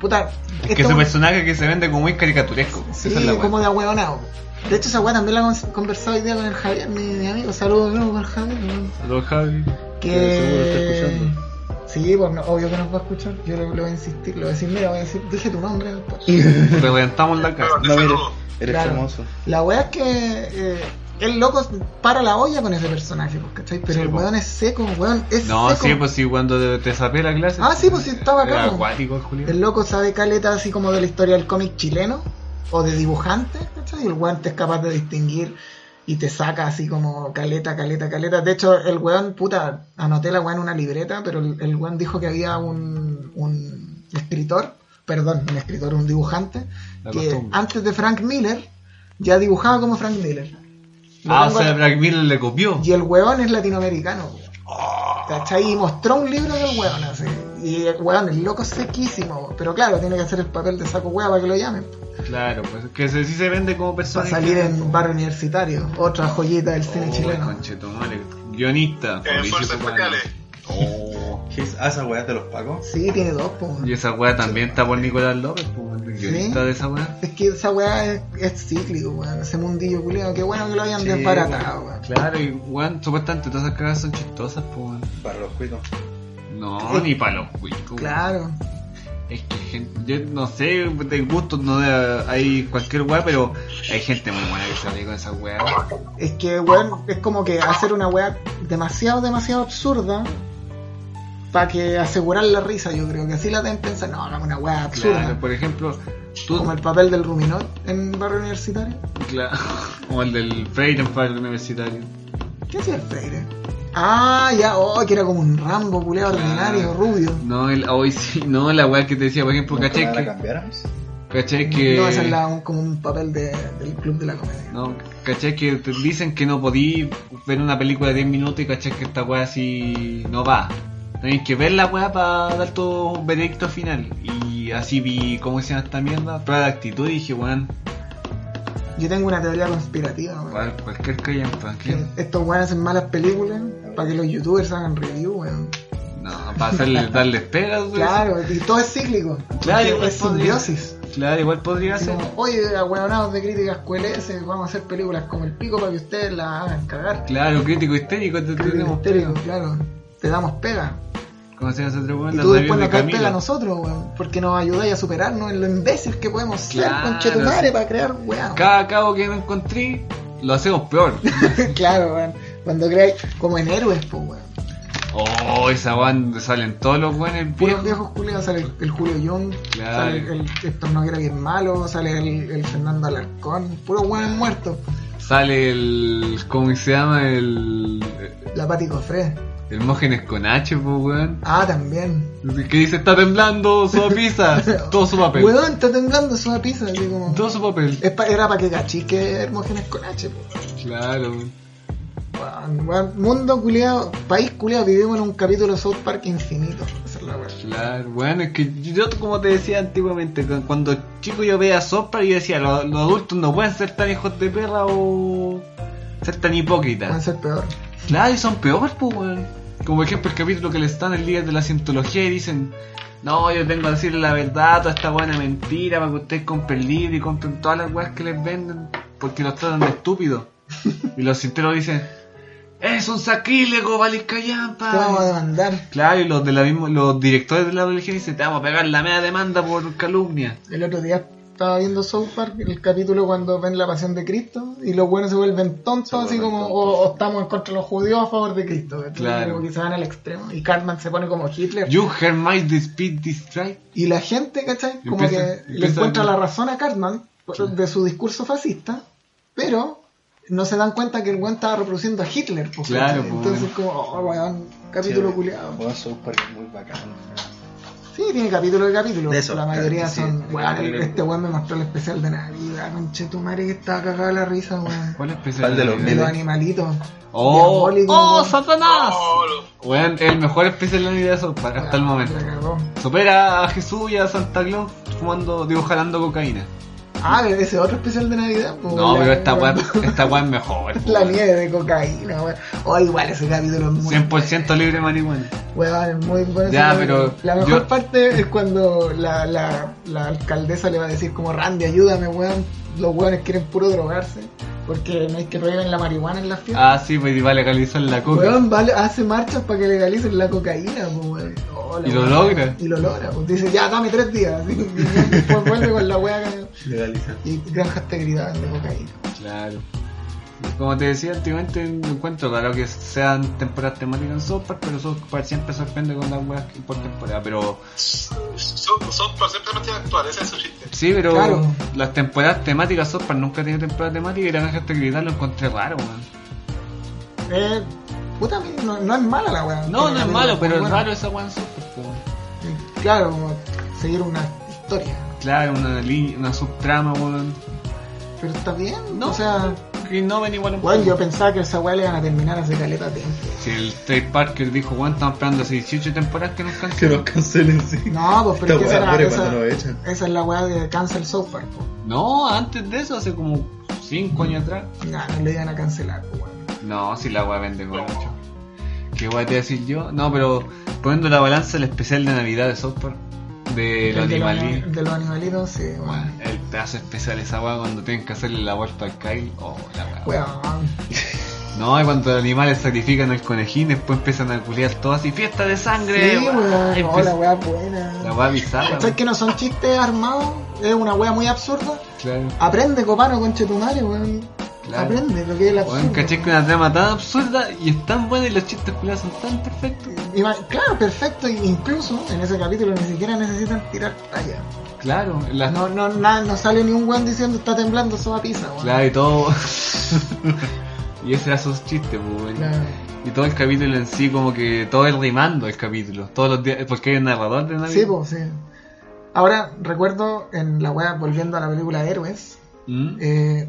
S6: Puta.
S4: Es que ese
S6: esto-
S4: personaje que se vende como muy caricaturesco.
S6: Sí,
S4: Esa es la
S6: como
S4: weá.
S6: de ahueonado. De hecho, esa weá también la hemos conversado hoy día con el Javier, mi, mi amigo. Saludos de nuevo al Javier, weón.
S4: Los Javi.
S7: Que seguro está
S6: Que.
S7: escuchando.
S6: Sí, pues no, obvio que nos va a escuchar. Yo le, le voy a insistir, le voy a decir, mira, voy a decir, dije tu nombre después.
S4: Reventamos la casa.
S5: Te
S7: No, mire,
S5: saludo.
S7: eres
S6: Claro.
S7: famoso.
S6: La wea es que eh, el loco para la olla con ese personaje, pues, ¿cachai? Pero
S4: Sí,
S6: el
S4: po.
S6: weón es seco, weón, es
S4: No,
S6: seco.
S4: sí, pues sí, cuando te- te sapé la clase.
S6: Ah, sí, pues sí, estaba acá,
S4: Era
S6: ¿no?
S4: acuático el Julián.
S6: El loco sabe caleta así como de la historia del cómic chileno o de dibujante, ¿cachai? Y el weón te es capaz de distinguir y te saca así como caleta, caleta, caleta. De hecho, el weón, puta, anoté la weón en una libreta, pero el, el weón dijo que había un, un escritor, perdón, un escritor, un dibujante,
S4: La
S6: que
S4: costumbre.
S6: antes de Frank Miller ya dibujaba como Frank Miller. Lo
S4: Ah, o
S6: tengo
S4: sea,
S6: acá.
S4: Black Mirror le copió.
S6: Y el huevón es latinoamericano. weón.
S4: Ah.
S6: ¿Cachai? Y mostró un libro del huevón así. Y el huevón, el loco es sequísimo. weón. Pero claro, tiene que hacer el papel de saco hueva para que lo llamen.
S4: Claro, pues que se, sí se vende como
S6: Para
S4: personaje.
S6: salir en barrio universitario. Otra joyita del
S4: Oh,
S6: cine Este chileno.
S4: conchetumare. Guionista.
S5: Eh,
S4: Fabricio
S5: Fuerzas
S4: Copano.
S5: especiales.
S4: Oh.
S7: ¿Qué es? Ah, esa weá te los pago.
S6: Sí, tiene dos, po, weón.
S4: Y esa weá también está por Nicolás López, pues, el guionista de esa weá.
S6: Es que esa weá es, es cíclico, weón. Ese mundillo culiao. Qué bueno que lo hayan
S4: Sí,
S6: desbaratado,
S4: weón.
S6: weón.
S4: Claro, y weón, supuestamente todas esas cagas son chistosas, pues. weón.
S7: Para los cuicos.
S4: No, ni para los cuicos.
S6: Claro.
S4: Es que gente, yo no sé, de gusto no de- hay cualquier weá, pero hay gente muy buena que sale con esa weá.
S6: Es que, weón, es como que hacer una weá demasiado, demasiado absurda para que asegurar la risa, yo creo. Que así la den piensa, no, hagamos una weá absurda.
S4: Claro, por ejemplo, tú
S6: Como el papel del Ruminot en Barrio Universitario.
S4: Claro, como el del Freire en Padre Universitario.
S6: ¿Qué hacía el Freire? Ah, ya, oh, que era como un Rambo, culeo ordinario, rubio.
S4: No, el, hoy sí, no, la weá que te decía, por ejemplo,
S7: ¿Nunca
S4: caché
S7: la
S4: que.
S7: cambiáramos?
S4: Caché que.
S6: No, esa es la- un- como un papel de- del Club de la Comedia.
S4: no, caché que te dicen que no podí ver una película de 10 minutos y caché que esta weá así no va. Tenés que ver la weá para dar tu veredicto final. Y así vi, ¿cómo se llama esta mierda? Prueba de actitud y dije, weón,
S6: Yo tengo una teoría conspirativa, weón.
S4: cual- cualquier callan, tranquilo.
S6: Que Estos weones hacen malas películas para que los youtubers hagan review, weón.
S4: No, para hacerle, darle pegas, weón.
S6: Claro, y todo es cíclico.
S4: Claro,
S6: Porque
S4: igual
S6: es
S4: podría-
S6: simbiosis.
S4: Claro, igual podría
S6: Así
S4: ser.
S6: como, Oye, ahueonados de críticas QLS, vamos a hacer películas como el pico para que ustedes las hagan cagar.
S4: Claro, crítico histérico, te
S6: Crítico
S4: tenemos.
S6: histérico, claro. Te damos pega.
S4: ¿Cómo se llama ese otro weón?
S6: Y
S4: La
S6: tú
S4: Marion
S6: después
S4: de
S6: nos caes pega
S4: Camilo.
S6: a nosotros, weón. Porque nos ayudáis a superarnos en lo imbécil que podemos ser,
S4: Claro.
S6: conchetumare, para crear, weón.
S4: Cada cabo que no encontré, lo hacemos peor.
S6: claro, weón. Cuando creáis como en héroes, pues, weón.
S4: Oh, esa banda salen todos los buenos viejos.
S6: Puros viejos culiados, sale el, el Julio Young,
S4: Claro.
S6: sale el, el Héctor Noguera bien malo, sale el, el Fernando Alarcón, puros weones muertos.
S4: Sale el. ¿Cómo se llama? El.
S6: La Pati Cofré.
S4: Hermógenes con H, pues, weón.
S6: Ah, también.
S4: Que dice: Está temblando, su pizza. todo su papel.
S6: Weón, Eh. está temblando su pizza, así como.
S4: Todo su papel.
S6: Es pa- era para que cachique Hermógenes con H, po.
S4: Claro, weón.
S6: Weón, weón, mundo culiado, país culiado, vivimos en un capítulo de South Park infinito. Esa es la weá.
S4: Claro, bueno, es que yo, como te decía antiguamente, cu- cuando chico yo veía sopa y yo decía, los, los adultos no pueden ser tan hijos de perra o ser tan
S6: Pueden
S4: hipócritas.
S6: ser peor.
S4: Claro, y son peores, pues, weón. Como por ejemplo el capítulo que le están el líder de la cientología y dicen, no, yo vengo a decirle la verdad, toda esta buena mentira, para que ustedes compren libros y compren todas las weas que les venden, porque los tratan de estúpidos. y los científicos dicen, es un saquílego, valiscayampa.
S6: Te vamos a demandar.
S4: Claro, y los, de la misma, los directores de la religión dicen, te vamos a pegar la media demanda por calumnia.
S6: El otro día estaba viendo South Park, el capítulo cuando ven la pasión de Cristo y los buenos se vuelven tontos, así como o, o estamos en contra de los judíos a favor de Cristo. ¿cachai?
S4: Claro.
S6: Como que se van al extremo. Y Cartman se pone como Hitler.
S4: You heard my speed this try.
S6: Y la gente, ¿cachai? Como
S4: Empieza-
S6: que le
S4: empieza
S6: encuentra
S4: a-
S6: la razón a Cartman por- de su discurso fascista, pero no se dan cuenta que el weón estaba reproduciendo a Hitler. pues,
S4: Claro,
S6: ¿cachai?
S4: pues.
S6: Entonces, como, oh, weón, capítulo
S7: Sí,
S6: culiado.
S7: Weón, South Park es muy bacán.
S6: Sí, tiene capítulo de capítulo.
S7: De eso,
S6: la mayoría
S7: claro, sí.
S6: son. weón, el- este weón me mostró el especial de Navidad, conche tu madre que estaba cagada de la risa, weón.
S4: ¿Cuál
S7: ¿Cuál
S4: es especial?
S7: de los
S6: De
S7: mil?
S6: los animalitos.
S4: ¡Oh!
S6: Diabólico,
S4: ¡Oh,
S6: weón.
S4: Satanás!
S5: Oh, lo-
S4: Weón, el mejor especial de la vida so- para- hasta el momento.
S6: La cagó.
S4: Supera a Jesús y a Santa Claus fumando, digo, jalando cocaína.
S6: Ah, pero ese otro especial de Navidad. pues,
S4: No,
S6: la-
S4: pero esta weá
S6: cuando-
S4: esta weá es mejor.
S6: La
S4: weón.
S6: nieve de cocaína, weón. Oh, igual ese capítulo es muy.
S4: 100% libre marihuana.
S6: Weón, es muy bueno. ese
S4: Ya,
S6: capítulo.
S4: pero
S6: La mejor
S4: yo-
S6: parte es cuando la, la, la alcaldesa le va a decir, como Randy, ayúdame, weón. Los weones quieren puro drogarse. Porque no hay que prohíben la marihuana en las fiestas.
S4: Ah, sí, pues iba a legalizar la coca.
S6: Weón, vale, hace marchas para que legalicen la cocaína, po, weón. Hola,
S4: Y lo
S6: weón.
S4: logra.
S6: Y lo logra, pues dice, ya, dame tres días. así, y después vuelve con la weá que-
S7: Legaliza.
S6: y granjas te gritaban de cocaína.
S4: Claro. Como te decía antiguamente, no encuentro claro que sean temporadas temáticas en South Park, pero South Park siempre sorprende con las weas que- por temporada. Pero
S5: Son, son para siempre mantiene actual, ese es su chiste.
S4: sí, pero
S6: Claro.
S4: las temporadas temáticas South Park nunca tenía temporada temática y la caja de gritar lo encontré raro, weón.
S6: Eh, puta, a mí no, no es mala la weá.
S4: No,
S6: Tiene
S4: no es
S6: capítulos
S4: malo,
S6: muy
S4: pero es
S6: buenos.
S4: raro esa wea en South Park, po, weón.
S6: Sí, Claro, como seguir una historia.
S4: Claro, una línea, una subtrama, weón.
S6: Pero está bien,
S4: No.
S6: o sea,
S4: Que no ven igual un
S6: weón,
S4: poco.
S6: yo pensaba que esa weá le iban a terminar hace caleta de tiempo.
S4: Si el Trey Parker dijo, weón, estamos esperando hace 18 temporadas que nos
S7: Que
S4: cancelen.
S7: los cancelen, sí.
S6: No, pues
S7: Esta
S6: pero es que esa,
S7: weá muere
S6: era- esa,
S7: cuando nos echan.
S6: esa es la weá de Cancel Software, po.
S4: No, antes de eso, hace como 5 años atrás.
S6: Nah, no le iban a cancelar, po, weón.
S4: No, si la weá vende con mucho. ¿Qué weá te voy a decir yo? No, pero poniendo la balanza el especial de Navidad de software de los
S6: El de los
S4: animalitos.
S6: ani- De los animalitos, sí, weón.
S4: El pedazo especial esa weá cuando tienen que hacerle la vuelta al Kyle. Oh, la weá.
S6: Weón.
S4: No, y cuando los animales sacrifican al conejín, después empiezan a culiar todo así: ¡Fiesta de sangre!
S6: Sí,
S4: weá".
S6: weón.
S4: Empieza-
S6: No, la weá es
S4: pues, La
S6: buena.
S4: weá bizarra.
S6: ¿Sabes que no son chistes armados? Es una weá muy absurda.
S4: Claro.
S6: Aprende, copano, conche tu madre, weón.
S4: Claro.
S6: Aprende lo que es el absurdo.
S4: Weón, caché que una trama tan absurda y es tan buena y los chistes culiados son tan perfectos.
S6: Ima- Claro, perfecto. e Incluso en ese capítulo ni siquiera necesitan tirar talla.
S4: Claro, las
S6: No, no, na- no sale ni un weón diciendo está temblando soba pizza, weón.
S4: Claro, y todo. y ese era su chiste, pues, weón.
S6: Claro.
S4: Y todo el capítulo en sí, como que todo el rimando el capítulo. Todos los días, porque hay un narrador de Navidad.
S6: Sí, pues, sí. Ahora, recuerdo en la weá, volviendo a la película Héroes,
S4: ¿Mm?
S6: eh,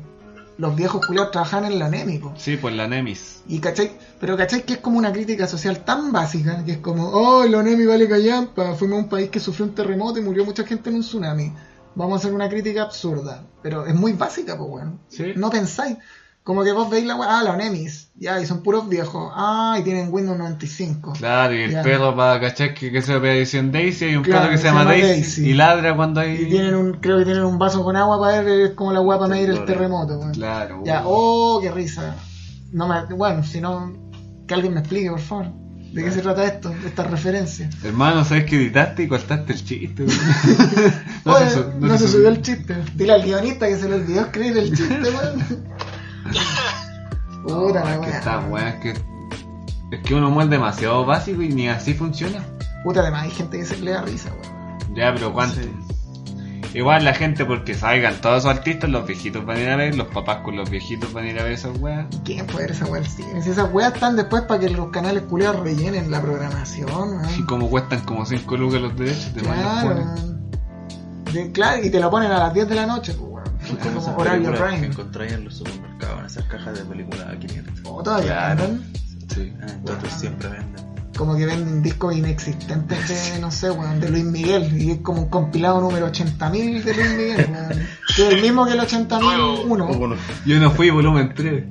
S6: los viejos culiados trabajaban en la NEMI, po.
S4: Sí, pues la Nemis.
S6: Y cachai, pero cachai que es como una crítica social tan básica, que es como, oh, el Onemi vale callampa, fuimos un país que sufrió un terremoto y murió mucha gente en un tsunami. Vamos a hacer una crítica absurda, pero es muy básica, pues, weón.
S4: Sí.
S6: No pensáis. Como que vos veis la weá, ah, la Onemis, ya, y son puros viejos, ah, y tienen Windows 95.
S4: Claro, y el
S6: Ya.
S4: perro para cachar que, que se llama edición Daisy, hay un
S6: Claro,
S4: perro que se llama, Daisy, y ladra cuando hay.
S6: Y tienen un, creo que tienen un vaso con agua para ver, es como la weá para medir el
S7: Temblores.
S6: terremoto, weón.
S4: Claro,
S6: Ya,
S4: weón.
S6: oh, qué risa. No me, bueno, si no, que alguien me explique, por favor. ¿De qué se trata esto? De esta referencia.
S4: Hermano, ¿sabes que editaste y cortaste el chiste? weón?
S6: No,
S4: su-
S6: no, se subió el chiste. Dile al guionista que se le olvidó escribir el chiste, weón. Puta la
S4: Que
S6: weá.
S4: está weón, es que. Es que uno muere demasiado básico y ni así funciona.
S6: Puta, además hay gente que se le da risa, weón.
S4: Ya, pero ¿cuánto? Igual la gente, porque salgan todos esos artistas, los viejitos van a ir a ver, los papás con los viejitos van a ir a ver esas weas.
S6: ¿Quién puede ver esa weá al cine? Si esas weas están después para que los canales culiados rellenen la programación,
S4: Y
S6: weón.
S4: como cuestan como 5 lucas los derechos, de más los
S6: Claro,
S4: ponen.
S6: weón. De- claro, y te la ponen a las 10 de la noche, pues, weón.
S7: Como
S6: Como
S7: esas
S6: horario
S7: películas que
S6: prime.
S7: encontráis en los supermercados, en esas cajas de películas a 500.
S6: O Oh, todavía,
S4: Claro.
S6: andan.
S4: Sí.
S7: Ah, Entonces
S6: Wow.
S7: siempre venden.
S6: como que venden discos inexistentes de, no sé, weón, de Luis Miguel, y es como un compilado número 80.000 de Luis Miguel, weón, que es el mismo que el
S4: Oh,
S6: 80.001.
S7: Bueno,
S4: Yo no fui volumen 3.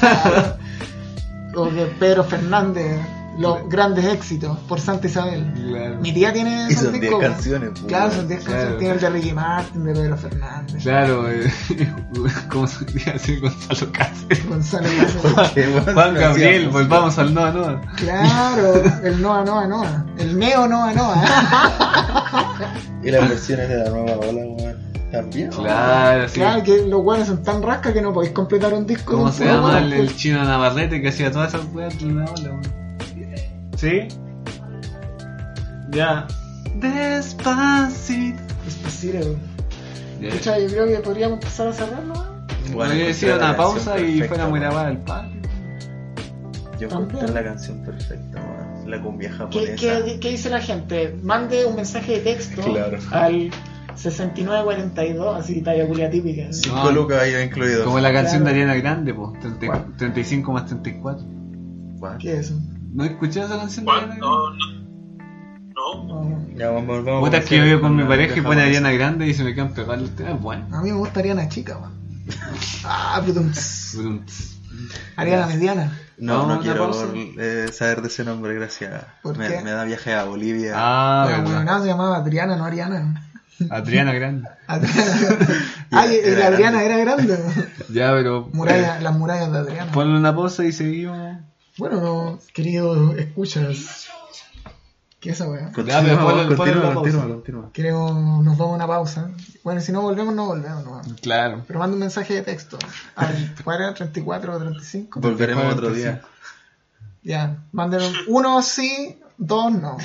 S6: Claro. o que Pedro Fernández, los grandes éxitos, por Santa Isabel.
S4: Claro.
S6: Mi tía tiene
S7: Y
S6: esos
S7: son 10
S6: discos, weón.
S7: canciones, pues,
S6: Claro,
S7: weón.
S6: son 10
S4: Claro.
S6: canciones. Tiene el de Ricky Martin, de Pedro Fernández.
S4: Claro, eh, ¿cómo se diría así Gonzalo Cáceres?
S6: Gonzalo Cáceres.
S7: Qué bueno,
S4: Juan Gabriel,
S7: hacíamos.
S4: volvamos al Noa Noa.
S6: Claro, el Noa Noa Noa. El Neo Noa Noa.
S7: Y las versiones de la nueva ola, weón. También.
S4: Claro, sí.
S6: Claro, que los guanes son tan rascas que no podéis completar un disco.
S4: ¿Cómo
S6: con
S4: se
S6: puro
S4: llama
S6: weón,
S4: el,
S6: pues.
S4: el chino Navarrete que hacía todas esas weas de la ola? weón? ¿Sí? Ya. Despacito.
S6: Despacito.
S4: Ya.
S6: Escucha, yo creo que podríamos pasar a cerrar, ¿no?
S7: Bueno,
S4: Hubiera
S7: encontré la
S4: sido una
S7: canción
S4: pausa y
S7: perfecta,
S4: fuéramos a
S7: weón.
S4: grabar al parque.
S7: Yo encontré la canción perfecta, weón. La cumbia
S6: ¿Qué,
S7: japonesa.
S6: qué, qué dice la gente? Mande un mensaje de texto
S7: Claro.
S6: al 6942, así talla culia típica.
S7: Cinco
S4: No.
S7: lucas ahí incluido.
S4: Como la canción
S6: Claro.
S4: de Ariana Grande, po, 30
S6: ¿Cuál?
S4: 35 más 34.
S7: Bueno,
S6: ¿Qué es eso?
S4: ¿No escuché esa canción de Ariana
S5: ¿Cuál?
S4: Grande?
S5: No, no. No.
S6: No.
S7: Ya vamos, vamos.
S4: Puta, es que yo vivo con mi pareja y pone
S7: japonesa.
S4: Ariana Grande y se me quedan pegados los temas. Bueno,
S6: A mí me gusta Ariana Chica, weón. Ah, putum.
S4: Brum, tss.
S6: Ariana Mediana.
S7: No, no,
S4: No,
S7: quiero
S4: una pausa.
S7: eh, saber de ese nombre, gracias.
S6: ¿Por
S7: me,
S6: qué?
S7: me da viaje a Bolivia.
S4: Ah,
S6: La
S4: verdad.
S6: weonada se llamaba Adriana, no Ariana.
S4: Adriana Grande.
S6: Adriana. Ay,
S7: Era
S6: la Adriana
S7: grande.
S6: era grande.
S4: Ya, pero. eh,
S6: Muralla, las murallas de Adriana.
S4: Ponle una pausa y seguimos.
S6: Bueno, querido, escuchas. ¿Qué es esa weá?
S4: Ya, pero ponle- ponle la pausa.
S6: Creo nos vamos a una pausa. Bueno, si no volvemos, no volvemos. No. vamos.
S4: Claro.
S6: Pero manda un mensaje de texto al 40, 34 o 35.
S7: Volveremos otro día.
S6: Ya, manden un- uno sí, dos no.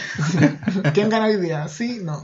S6: ¿Quién gana hoy día? Sí, no.